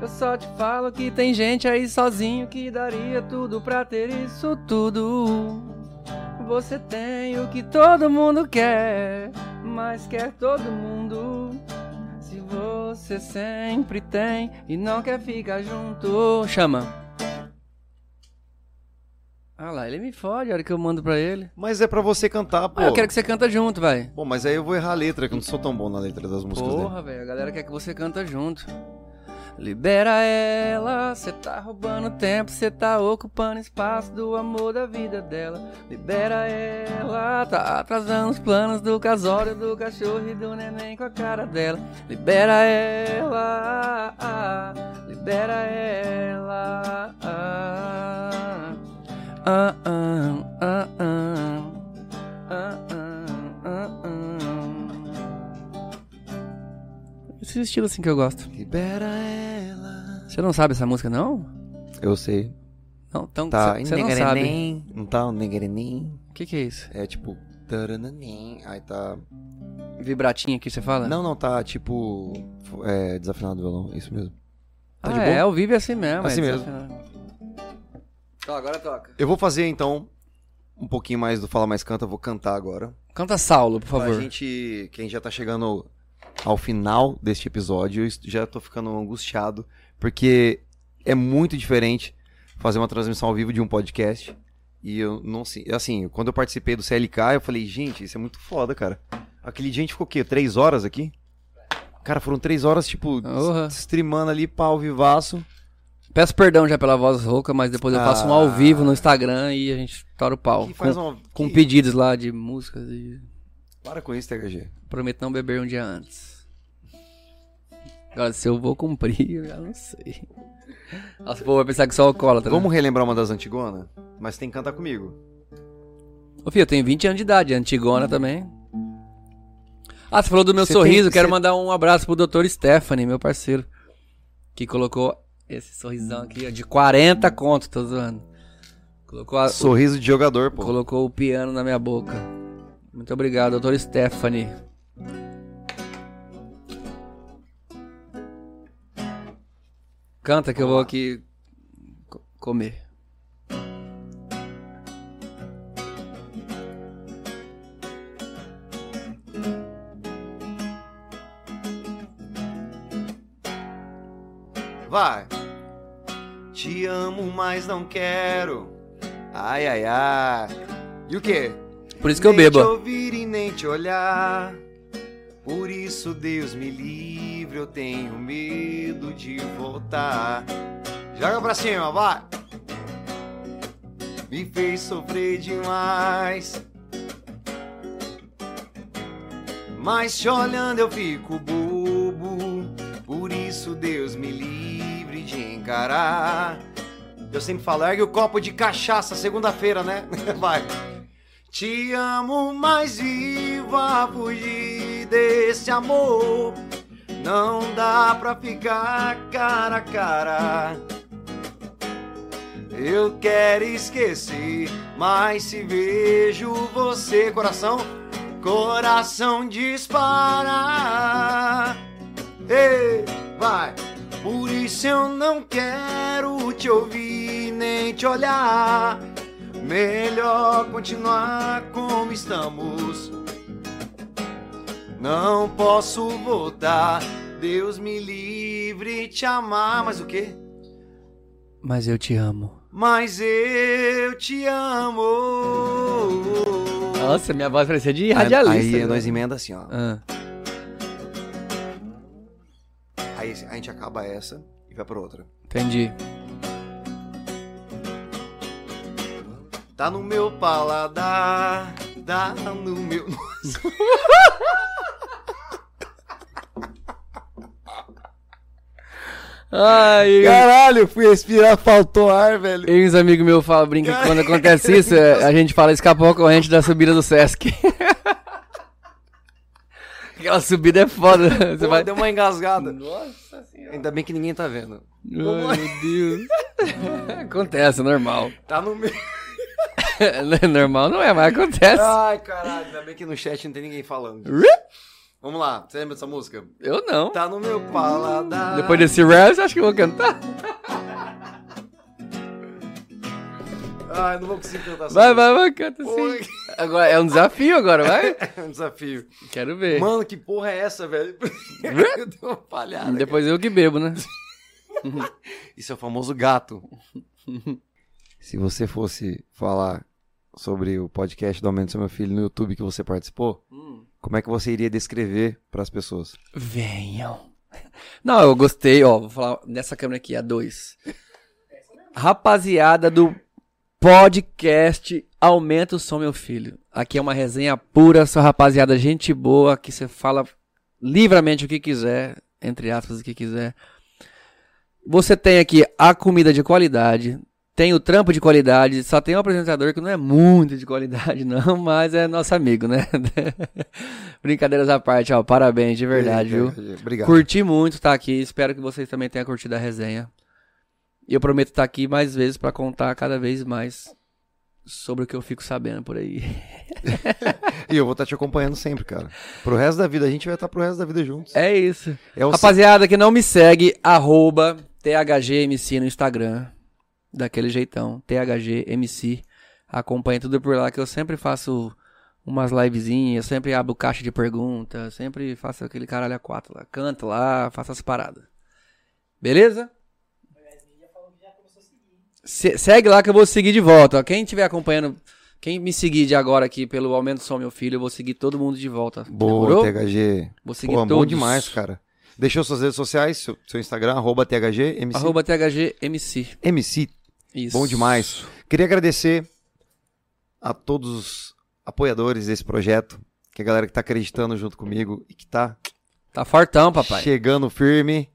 [SPEAKER 2] Eu só te falo que tem gente aí sozinho que daria tudo pra ter isso tudo. Você tem o que todo mundo quer, mas quer todo mundo. Se você sempre tem e não quer ficar junto, chama. Ah lá, ele me fode a hora que eu mando pra ele.
[SPEAKER 1] Mas é pra você cantar, pô.
[SPEAKER 2] Ah, eu quero que você canta junto, vai.
[SPEAKER 1] Bom, mas aí eu vou errar a letra, que eu não sou tão bom na letra das músicas dele.
[SPEAKER 2] Porra, velho, a galera quer que você canta junto. Libera ela, cê tá roubando tempo, cê tá ocupando espaço do amor da vida dela. Libera ela, tá atrasando os planos do casório, do cachorro e do neném com a cara dela. Libera ela, ah, libera ela. ah, ah, ah, ah, ah, ah, ah, ah. Esse estilo assim que eu gosto.
[SPEAKER 1] Libera ela.
[SPEAKER 2] Você não sabe essa música, não?
[SPEAKER 1] Eu sei.
[SPEAKER 2] Não, então
[SPEAKER 1] Tá,
[SPEAKER 2] você não sabe.
[SPEAKER 1] Não tá um negerenim.
[SPEAKER 2] O que, que é isso?
[SPEAKER 1] É tipo. tarananim. Aí tá.
[SPEAKER 2] Vibratinha que você fala?
[SPEAKER 1] Não, não, tá tipo. É, desafinado do violão, isso mesmo. Tá
[SPEAKER 2] ah,
[SPEAKER 1] de boa?
[SPEAKER 2] é, ao vivo é assim mesmo.
[SPEAKER 1] Assim
[SPEAKER 2] é
[SPEAKER 1] mesmo.
[SPEAKER 2] desafinado. Então, agora toca.
[SPEAKER 1] Eu vou fazer então um pouquinho mais do Fala Mais Canta, eu vou cantar agora.
[SPEAKER 2] Canta Saulo, por
[SPEAKER 1] Pra
[SPEAKER 2] favor.
[SPEAKER 1] gente, quem já tá chegando ao final deste episódio, eu est- já tô ficando angustiado, porque é muito diferente fazer uma transmissão ao vivo de um podcast. E eu não sei. Assim, quando eu participei do CLK, eu falei, gente, isso é muito foda, cara. Aquele dia a gente ficou o quê? Três horas aqui? Cara, foram três horas, tipo,
[SPEAKER 2] Porra.
[SPEAKER 1] s- streamando ali, pau, vivaço.
[SPEAKER 2] Peço perdão já pela voz rouca, mas depois eu faço um ao
[SPEAKER 1] Ah.
[SPEAKER 2] vivo no Instagram e a gente tora o pau.
[SPEAKER 1] Que
[SPEAKER 2] Com,
[SPEAKER 1] faz uma-
[SPEAKER 2] com
[SPEAKER 1] que-
[SPEAKER 2] pedidos lá de músicas e
[SPEAKER 1] Para com isso, THG.
[SPEAKER 2] prometo não beber um dia antes. Agora, se eu vou cumprir, eu já não sei. Nossa, o povo vai pensar que sou alcoólatra. né?
[SPEAKER 1] Vamos relembrar uma das antigonas? Mas tem que cantar comigo.
[SPEAKER 2] Ô filho, eu tenho 20 anos de idade, é antigona também. Ah, você falou do meu
[SPEAKER 1] Uhum. Você
[SPEAKER 2] sorriso,
[SPEAKER 1] tem-
[SPEAKER 2] quero
[SPEAKER 1] você-
[SPEAKER 2] mandar um abraço pro Dr. Stephanie, meu parceiro. Que colocou esse sorrisão aqui, ó, de 40 conto, tô zoando. Colocou, a-
[SPEAKER 1] Sorriso de jogador, pô.
[SPEAKER 2] colocou o piano na minha boca. Muito obrigado, Dr. Stephanie. Canta que eu vou aqui co- comer.
[SPEAKER 1] Vai. Te amo, mas não quero. Ai, ai, ai. E o quê?
[SPEAKER 2] Por isso que eu bebo.
[SPEAKER 1] Nem te ouvir e nem te olhar. Por isso, Deus me livre, eu tenho medo de voltar. Joga pra cima, vai! Me fez sofrer demais. Mas te olhando eu fico bobo. Por isso, Deus me livre de encarar. Eu sempre falo, ergue o copo de cachaça, segunda-feira, né? Vai. Te amo, mas vivo a fugir desse amor. Não dá pra ficar cara a cara. Eu quero esquecer, mas se vejo você, coração, coração dispara. Ei, vai. Por isso eu não quero te ouvir nem te olhar. Melhor continuar como estamos. Não posso voltar. Deus me livre te amar. Mas o quê?
[SPEAKER 2] Mas eu te amo.
[SPEAKER 1] Mas eu te amo.
[SPEAKER 2] Nossa, minha voz parecia de radialista.
[SPEAKER 1] Aí
[SPEAKER 2] né?
[SPEAKER 1] nós emenda assim, ó.
[SPEAKER 2] Ah,
[SPEAKER 1] Aí a gente acaba essa e vai pra outra.
[SPEAKER 2] entendi.
[SPEAKER 1] Tá no meu paladar, tá no meu.
[SPEAKER 2] Ai,
[SPEAKER 1] Caralho, fui respirar, faltou ar, velho.
[SPEAKER 2] e os amigos meus falam, brinca que quando acontece isso, é, a gente fala escapou a corrente da subida do Sesc. Aquela subida é foda. Você vai...
[SPEAKER 1] Deu uma engasgada. Nossa senhora. Ainda bem que ninguém tá vendo.
[SPEAKER 2] Ai, meu Deus. Acontece, é normal.
[SPEAKER 1] Tá no meio.
[SPEAKER 2] Normal não é, mas acontece.
[SPEAKER 1] Ai, caralho, ainda bem que no chat não tem ninguém falando. Vamos lá, você lembra dessa música?
[SPEAKER 2] Eu não.
[SPEAKER 1] Tá no meu paladar.
[SPEAKER 2] Depois desse rap, você acha que eu vou cantar?
[SPEAKER 1] Ai, eu não vou conseguir cantar essa
[SPEAKER 2] Vai,
[SPEAKER 1] música.
[SPEAKER 2] vai, vai, canta
[SPEAKER 1] Oi.
[SPEAKER 2] sim. Agora, é um desafio agora, vai?
[SPEAKER 1] É um desafio.
[SPEAKER 2] Quero ver.
[SPEAKER 1] Mano, que porra é essa, velho? eu dei uma palhada.
[SPEAKER 2] Depois eu que bebo, né?
[SPEAKER 1] Isso é o famoso gato. Se você fosse falar sobre o podcast do Aumento do Seu Meu Filho no YouTube que você participou, como é que você iria descrever pras pessoas?
[SPEAKER 2] Venham. Não, eu gostei, ó. Vou falar nessa câmera aqui, a 2. Rapaziada do podcast Aumenta o Som, meu filho. Aqui é uma resenha pura, só rapaziada, gente boa, que você fala livremente o que quiser, entre aspas, o que quiser. Você tem aqui a comida de qualidade, tem o trampo de qualidade, só tem um apresentador que não é muito de qualidade, não, mas é nosso amigo, né? Brincadeiras à parte, ó. Parabéns,
[SPEAKER 1] É
[SPEAKER 2] de verdade, viu?
[SPEAKER 1] Obrigado.
[SPEAKER 2] Curti muito estar aqui. Espero que vocês também tenham curtido a resenha. E eu prometo estar aqui mais vezes pra contar cada vez mais sobre o que eu fico sabendo por aí.
[SPEAKER 1] E eu vou estar te acompanhando sempre, cara. Pro resto da vida, a gente vai estar pro resto da vida juntos.
[SPEAKER 2] É isso.
[SPEAKER 1] É o
[SPEAKER 2] Rapaziada que não me segue, arroba THGMC no Instagram. Daquele jeitão, THGMC. Acompanha tudo por lá que eu sempre faço umas livezinhas, sempre abro caixa de perguntas, sempre faço aquele caralho a quatro lá. Canto lá, faço as paradas. Beleza? Se- segue lá que eu vou seguir de volta. ó. Quem estiver acompanhando, quem me seguir de agora aqui pelo Aumento do Som, meu filho, eu vou seguir todo mundo de volta.
[SPEAKER 1] Boa,
[SPEAKER 2] Demorou?
[SPEAKER 1] THG.
[SPEAKER 2] Vou seguir
[SPEAKER 1] Pô,
[SPEAKER 2] todos.
[SPEAKER 1] bom demais, cara. Deixou suas redes sociais, seu, seu Instagram, arroba THG, MC.
[SPEAKER 2] Arroba THGMC.
[SPEAKER 1] MC,
[SPEAKER 2] Isso.
[SPEAKER 1] bom demais. Queria agradecer a todos os apoiadores desse projeto, que é a galera que tá acreditando junto comigo e que tá
[SPEAKER 2] Tá fortão, papai.
[SPEAKER 1] Chegando firme.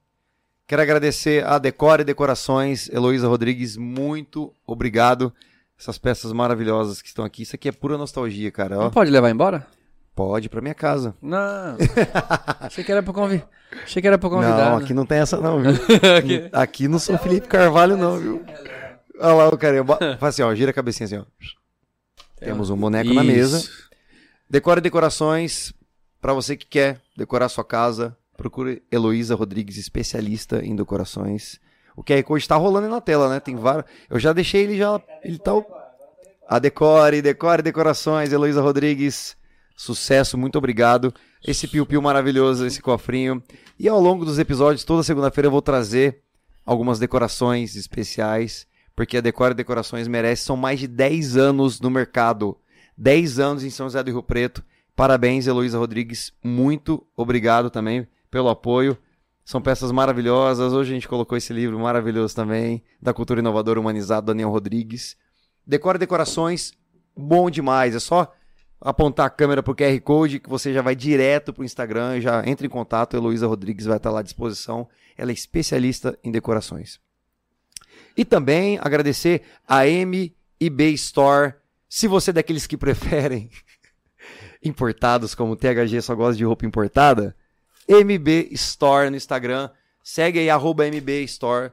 [SPEAKER 1] Quero agradecer a Decore Decorações, Heloísa Rodrigues, muito obrigado. Essas peças maravilhosas que estão aqui. Isso aqui é pura nostalgia, cara. Ó,
[SPEAKER 2] Não pode levar embora?
[SPEAKER 1] pode ir pra minha casa.
[SPEAKER 2] Não. Achei que era pra, convi... Achei que era pra convidar.
[SPEAKER 1] Não,
[SPEAKER 2] né?
[SPEAKER 1] aqui não tem essa não, viu? Aqui- aqui não sou Felipe Carvalho não, viu? Olha lá o caramba. Faz assim, ó, gira a cabecinha assim, ó. Temos um boneco na mesa.
[SPEAKER 2] Isso.
[SPEAKER 1] Decore Decorações, para você que quer decorar sua casa, procure Heloísa Rodrigues, especialista em decorações. O QR Code tá rolando aí na tela, né? Tem vários. Eu já deixei ele já. Ele tá. o- A Decore, Decore Decorações, Heloísa Rodrigues. Sucesso, muito obrigado. Esse piu-piu maravilhoso, esse cofrinho. E ao longo dos episódios, toda segunda-feira eu vou trazer algumas decorações especiais, porque a Decore Decorações merece. São mais de 10 anos no mercado. 10 anos em São José do Rio Preto. Parabéns, Heloísa Rodrigues. Muito obrigado também pelo apoio. São peças maravilhosas. Hoje a gente colocou esse livro maravilhoso também, da Cultura Inovadora Humanizada, Daniel Rodrigues. Decora Decorações, bom demais. É só apontar a câmera pro QR Code que você já vai direto pro Instagram, já entra em contato. A Heloísa Rodrigues vai estar lá à disposição. Ela é especialista em decorações. E também agradecer a M e B Store. Se você é daqueles que preferem importados, como o THG só gosta de roupa importada, MB Store no Instagram. Segue aí, arroba MB Store.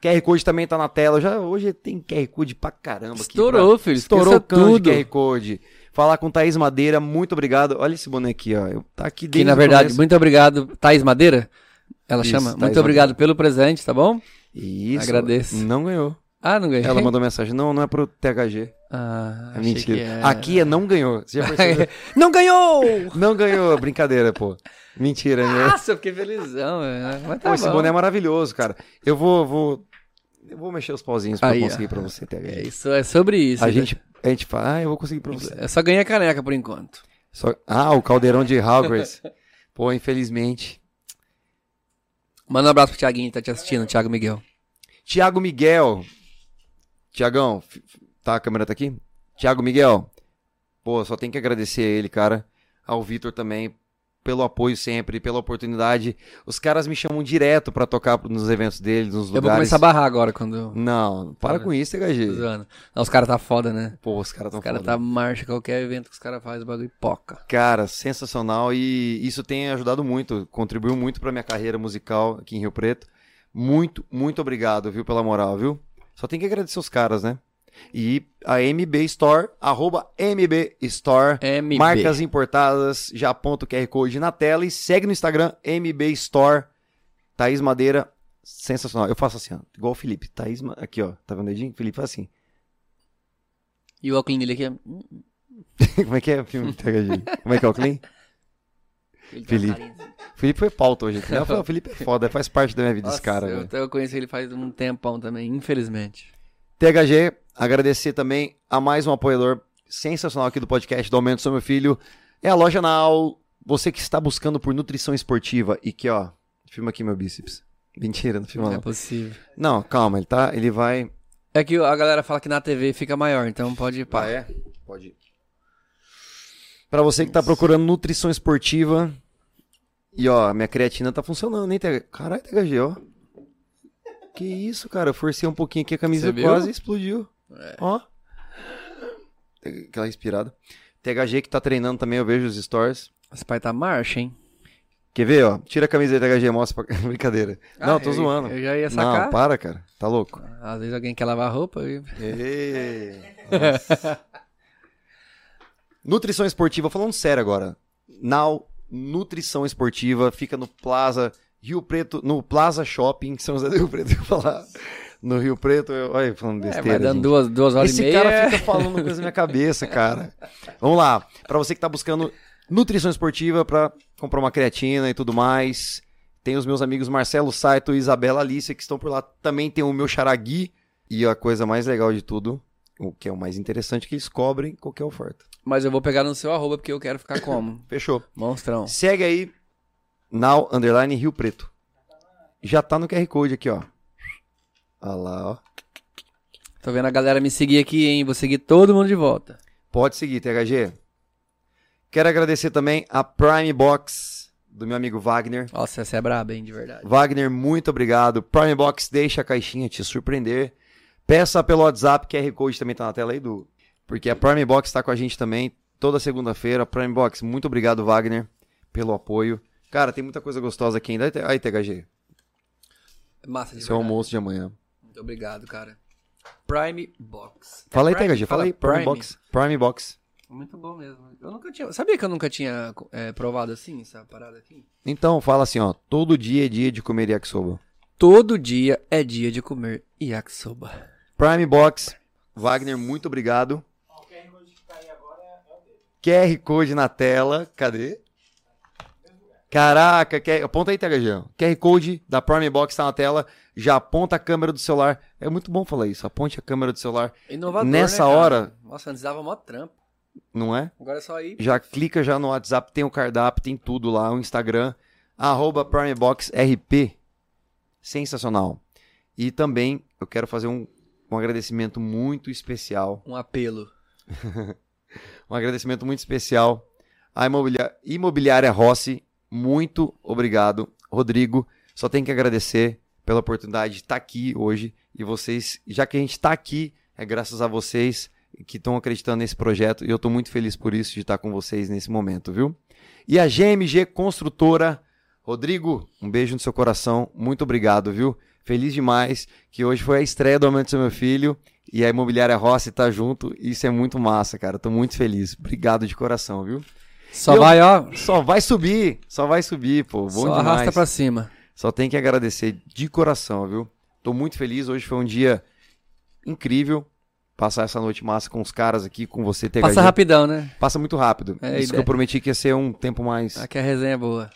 [SPEAKER 1] QR Code também tá na tela. Já, hoje tem QR Code pra caramba. aqui
[SPEAKER 2] Estourou,
[SPEAKER 1] pra-
[SPEAKER 2] filho.
[SPEAKER 1] Estourou o
[SPEAKER 2] Esqueça
[SPEAKER 1] cano
[SPEAKER 2] tudo.
[SPEAKER 1] de QR Code. Falar com Thaís Madeira, muito obrigado. Olha esse boné aqui, ó. Eu- Tá aqui
[SPEAKER 2] Que
[SPEAKER 1] dentro.
[SPEAKER 2] na verdade, muito obrigado. Thaís Madeira? Ela
[SPEAKER 1] Isso,
[SPEAKER 2] chama.
[SPEAKER 1] Thaís
[SPEAKER 2] muito obrigado pelo presente, tá bom?
[SPEAKER 1] Isso.
[SPEAKER 2] Agradeço.
[SPEAKER 1] Não ganhou.
[SPEAKER 2] Ah, não ganhei.
[SPEAKER 1] Ela mandou mensagem. Não, não é pro THG.
[SPEAKER 2] Ah,
[SPEAKER 1] É
[SPEAKER 2] achei
[SPEAKER 1] mentira.
[SPEAKER 2] que era.
[SPEAKER 1] Aqui é não ganhou. Você já percebeu?
[SPEAKER 2] não ganhou!
[SPEAKER 1] não ganhou. Brincadeira, pô. Mentira, né?
[SPEAKER 2] Nossa, eu fiquei felizão. velho. Mas Ah, tá
[SPEAKER 1] Pô, esse
[SPEAKER 2] bom.
[SPEAKER 1] boné é maravilhoso, cara. Eu vou, vou, eu vou mexer os pauzinhos pra
[SPEAKER 2] Aí,
[SPEAKER 1] conseguir
[SPEAKER 2] ó.
[SPEAKER 1] pra você,
[SPEAKER 2] É
[SPEAKER 1] THG.
[SPEAKER 2] isso, é sobre isso.
[SPEAKER 1] A
[SPEAKER 2] né?
[SPEAKER 1] gente, a gente fala, ah, eu vou conseguir pra você.
[SPEAKER 2] É só ganhar caneca por enquanto.
[SPEAKER 1] Só- ah, o caldeirão de Hogwarts. Pô, infelizmente,
[SPEAKER 2] Manda um abraço pro Thiaguinho que tá te assistindo, Thiago Miguel.
[SPEAKER 1] Tiago Miguel. Tiagão, f- f- tá, a câmera tá aqui? Tiago Miguel. Pô, só tem que agradecer a ele, cara. Ao Vitor também, pelo apoio sempre, pela oportunidade. Os caras me chamam direto pra tocar nos eventos deles, nos
[SPEAKER 2] Eu vou
[SPEAKER 1] lugares.
[SPEAKER 2] começar a barrar agora quando.
[SPEAKER 1] Não, para
[SPEAKER 2] Para.
[SPEAKER 1] com isso,
[SPEAKER 2] Tô
[SPEAKER 1] THG.
[SPEAKER 2] zoando. Não, os caras tá foda, né?
[SPEAKER 1] Pô, os caras tão
[SPEAKER 2] é. Os caras
[SPEAKER 1] foda.
[SPEAKER 2] tá marcha, qualquer evento que os caras fazem, o bagulho poca.
[SPEAKER 1] Cara, sensacional e isso tem ajudado muito, contribuiu muito pra minha carreira musical aqui em Rio Preto. Muito, muito obrigado, viu, pela moral, viu? Só tem que agradecer os caras, né? E a MB Store, arroba MB Store.
[SPEAKER 2] MB.
[SPEAKER 1] Marcas importadas, já aponta o QR Code na tela e segue no Instagram, MB Store. Thaís Madeira, sensacional. Eu faço assim, ó, igual o Felipe. Thaís, Ma- aqui ó, tá vendo o dedinho? Felipe faz assim.
[SPEAKER 2] E o óculos dele aqui é... Hum,
[SPEAKER 1] Como é que é o filme? Como é que é o Clean?
[SPEAKER 2] ele tem
[SPEAKER 1] Felipe.
[SPEAKER 2] uma carinha assim.
[SPEAKER 1] Felipe foi pauta hoje. aqui, né? Eu falei, O Felipe é foda, faz parte da minha vida
[SPEAKER 2] Nossa,
[SPEAKER 1] esse cara. velho.
[SPEAKER 2] eu, eu conheço ele faz um tempão também, infelizmente.
[SPEAKER 1] THG, agradecer também a mais um apoiador sensacional aqui do podcast do Aumento Sou Meu Filho. É a loja Nau. Você que está buscando por nutrição esportiva e que, ó, filma aqui meu bíceps. Mentira, não filma
[SPEAKER 2] Não é
[SPEAKER 1] não.
[SPEAKER 2] possível.
[SPEAKER 1] Não, calma, ele tá, ele vai...
[SPEAKER 2] É que a galera fala que na TV fica maior, então pode ir pá.
[SPEAKER 1] é? Pode ir. Pra você que tá procurando nutrição esportiva e, ó, minha creatina tá funcionando, hein, THG? Caralho, THG, ó. Que isso, cara, eu forcei um pouquinho aqui, a camisa
[SPEAKER 2] Você viu? É.
[SPEAKER 1] quase explodiu. Ó. Aquela respirada. THG que tá treinando também, eu vejo os stories.
[SPEAKER 2] Esse pai tá marcha, hein?
[SPEAKER 1] Quer ver, ó? Tira a camisa aí, THG, mostra pra... Brincadeira. não,
[SPEAKER 2] Ah,
[SPEAKER 1] tô
[SPEAKER 2] eu-
[SPEAKER 1] zoando.
[SPEAKER 2] Eu já ia
[SPEAKER 1] Não,
[SPEAKER 2] sacar.
[SPEAKER 1] para, cara. Tá louco.
[SPEAKER 2] Às vezes alguém quer lavar roupa é, e...
[SPEAKER 1] Ê, nossa. Nutrição esportiva, falando sério agora. Now, nutrição esportiva, fica no Plaza Rio Preto, no Plaza Shopping, São José do Rio Preto, eu ia falar. No Rio Preto, eu... olha, falando
[SPEAKER 2] É,
[SPEAKER 1] besteira.
[SPEAKER 2] vai dando
[SPEAKER 1] gente.
[SPEAKER 2] duas, duas horas
[SPEAKER 1] Esse
[SPEAKER 2] e meia.
[SPEAKER 1] cara fica falando coisa na minha cabeça, cara. Vamos lá. Pra você que tá buscando nutrição esportiva pra comprar uma creatina e tudo mais, tem os meus amigos Marcelo Saito e Isabela Alice que estão por lá. Também tem o meu Charagui. E a coisa mais legal de tudo, o que é o mais interessante, é que eles cobrem qualquer oferta.
[SPEAKER 2] Mas eu vou pegar no seu arroba porque eu quero ficar como?
[SPEAKER 1] Fechou.
[SPEAKER 2] Monstrão.
[SPEAKER 1] Segue aí, now, underline, Rio Preto. Já tá no QR Code aqui, ó. Olha lá, ó.
[SPEAKER 2] Tô vendo a galera me seguir aqui, hein? Vou seguir todo mundo de volta.
[SPEAKER 1] Pode seguir, THG. Quero agradecer também a Prime Box do meu amigo Wagner.
[SPEAKER 2] Nossa, essa é braba, hein? De verdade.
[SPEAKER 1] Wagner, muito obrigado. Prime Box, deixa a caixinha te surpreender. Peça pelo WhatsApp, QR Code também tá na tela aí, Du. Porque a Prime Box tá com a gente também toda segunda-feira. Prime Box, muito obrigado, Wagner, pelo apoio. Cara, tem muita coisa gostosa aqui ainda. Aí, THG,
[SPEAKER 2] É Massa de
[SPEAKER 1] seu
[SPEAKER 2] verdade.
[SPEAKER 1] almoço de amanhã.
[SPEAKER 2] Muito obrigado, cara. Prime Box. É
[SPEAKER 1] Fala aí,
[SPEAKER 2] Prime?
[SPEAKER 1] THG, fala aí. Prime,
[SPEAKER 2] Prime.
[SPEAKER 1] Box. Prime Box.
[SPEAKER 2] Muito bom mesmo. Eu nunca tinha. Sabia que eu nunca tinha é, provado assim, essa parada aqui?
[SPEAKER 1] Então, fala assim, ó. Todo dia é dia de comer yakisoba.
[SPEAKER 2] Todo dia é dia de comer yakisoba.
[SPEAKER 1] Prime Box. Wagner, muito obrigado. tá é QR Code na tela. Cadê? Caraca, QR... aponta aí, THG. QR Code da Prime Box tá na tela. Já aponta a câmera do celular. É muito bom falar isso. Aponte a câmera do celular,
[SPEAKER 2] Inovador.
[SPEAKER 1] Nessa
[SPEAKER 2] né, cara?
[SPEAKER 1] hora-
[SPEAKER 2] Nossa, antes dava mó trampo.
[SPEAKER 1] não é?
[SPEAKER 2] Agora é só aí.
[SPEAKER 1] Já clica já no WhatsApp, tem o cardápio, tem tudo lá, o Instagram, arroba PrimeBoxRP. Sensacional. E também eu quero fazer um- um agradecimento muito especial
[SPEAKER 2] Um apelo.
[SPEAKER 1] Um agradecimento muito especial à imobilia- Imobiliária Rossi. Muito obrigado, Rodrigo. Só tenho que agradecer pela oportunidade de estar aqui hoje. E vocês, já que a gente está aqui, é graças a vocês que estão acreditando nesse projeto. E eu estou muito feliz por isso, de estar com vocês nesse momento, viu? E a GMG Construtora. Rodrigo, um beijo no seu coração. Muito obrigado, viu? Feliz demais que hoje foi a estreia do Aumento do Seu Meu Filho. E a Imobiliária Rossi tá junto, isso é muito massa, cara. Tô muito feliz. Obrigado de coração, viu?
[SPEAKER 2] Só
[SPEAKER 1] Eu-
[SPEAKER 2] vai, ó.
[SPEAKER 1] Só vai subir, só vai subir, pô. Bom
[SPEAKER 2] Só
[SPEAKER 1] demais.
[SPEAKER 2] arrasta pra cima.
[SPEAKER 1] Só tem que agradecer de coração, viu? Tô muito feliz. Hoje foi um dia incrível. Passar essa noite massa com os caras aqui, com você, THG.
[SPEAKER 2] Passa rapidão, né?
[SPEAKER 1] Passa muito rápido.
[SPEAKER 2] É
[SPEAKER 1] Isso
[SPEAKER 2] a
[SPEAKER 1] que
[SPEAKER 2] ideia.
[SPEAKER 1] eu prometi que ia ser um tempo mais.
[SPEAKER 2] Aqui a resenha é boa.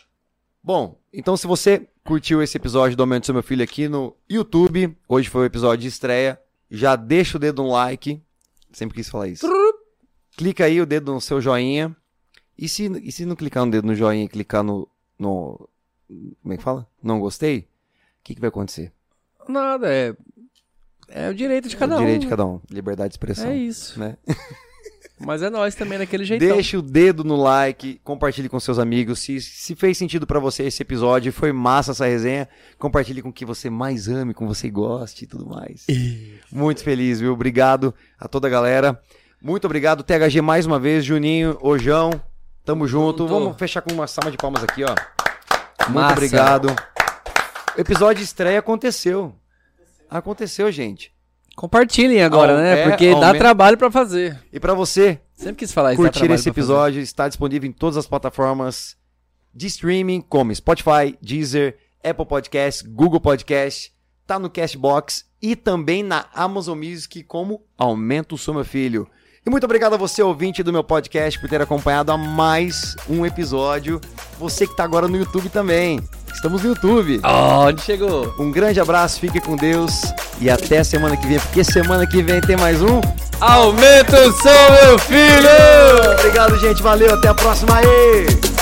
[SPEAKER 1] Bom, então se você curtiu esse episódio do Aumento do Seu Meu Filho aqui no YouTube, hoje foi o episódio de estreia, já deixa o dedo no like, sempre quis falar isso. Clica aí o dedo no seu joinha, e se, e se não clicar no dedo no joinha e clicar no, no... como é que fala? Não gostei? O que, que vai acontecer?
[SPEAKER 2] Nada, é. É o direito de cada
[SPEAKER 1] o direito
[SPEAKER 2] um.
[SPEAKER 1] de cada um, liberdade de expressão.
[SPEAKER 2] É isso.
[SPEAKER 1] né?
[SPEAKER 2] Mas é nós também daquele jeitão.
[SPEAKER 1] Deixa o dedo no like, compartilhe com seus amigos. Se, se fez sentido pra você esse episódio, foi massa essa resenha, compartilhe com quem você mais ame, com você goste e tudo mais. Muito feliz, viu? Obrigado a toda a galera. Muito obrigado, THG, mais uma vez, Juninho, Ojão. Tamo junto.
[SPEAKER 2] junto.
[SPEAKER 1] Vamos fechar com uma salva de palmas aqui, ó. Muito
[SPEAKER 2] Massa.
[SPEAKER 1] obrigado. O episódio de estreia aconteceu. Aconteceu, gente.
[SPEAKER 2] Compartilhem agora,
[SPEAKER 1] Ao-
[SPEAKER 2] né?
[SPEAKER 1] é,
[SPEAKER 2] Porque dá
[SPEAKER 1] aumenta-
[SPEAKER 2] trabalho pra fazer.
[SPEAKER 1] E pra você
[SPEAKER 2] Sempre quis falar isso. dá
[SPEAKER 1] curtir
[SPEAKER 2] trabalho
[SPEAKER 1] esse
[SPEAKER 2] pra fazer.
[SPEAKER 1] episódio, está disponível em todas as plataformas de streaming, como Spotify, Deezer, Apple Podcasts, Google Podcast, tá no Cashbox e também na Amazon Music como Aumenta o Som, meu filho. E muito obrigado a você, ouvinte do meu podcast, por ter acompanhado a mais um episódio. Você que tá agora no YouTube também. Estamos no YouTube.
[SPEAKER 2] Ó, onde chegou?
[SPEAKER 1] Um grande abraço, fique com Deus e até semana que vem, porque semana que vem tem mais um.
[SPEAKER 2] Aumenta o som, meu filho!
[SPEAKER 1] Obrigado, gente. Valeu, até a próxima aí!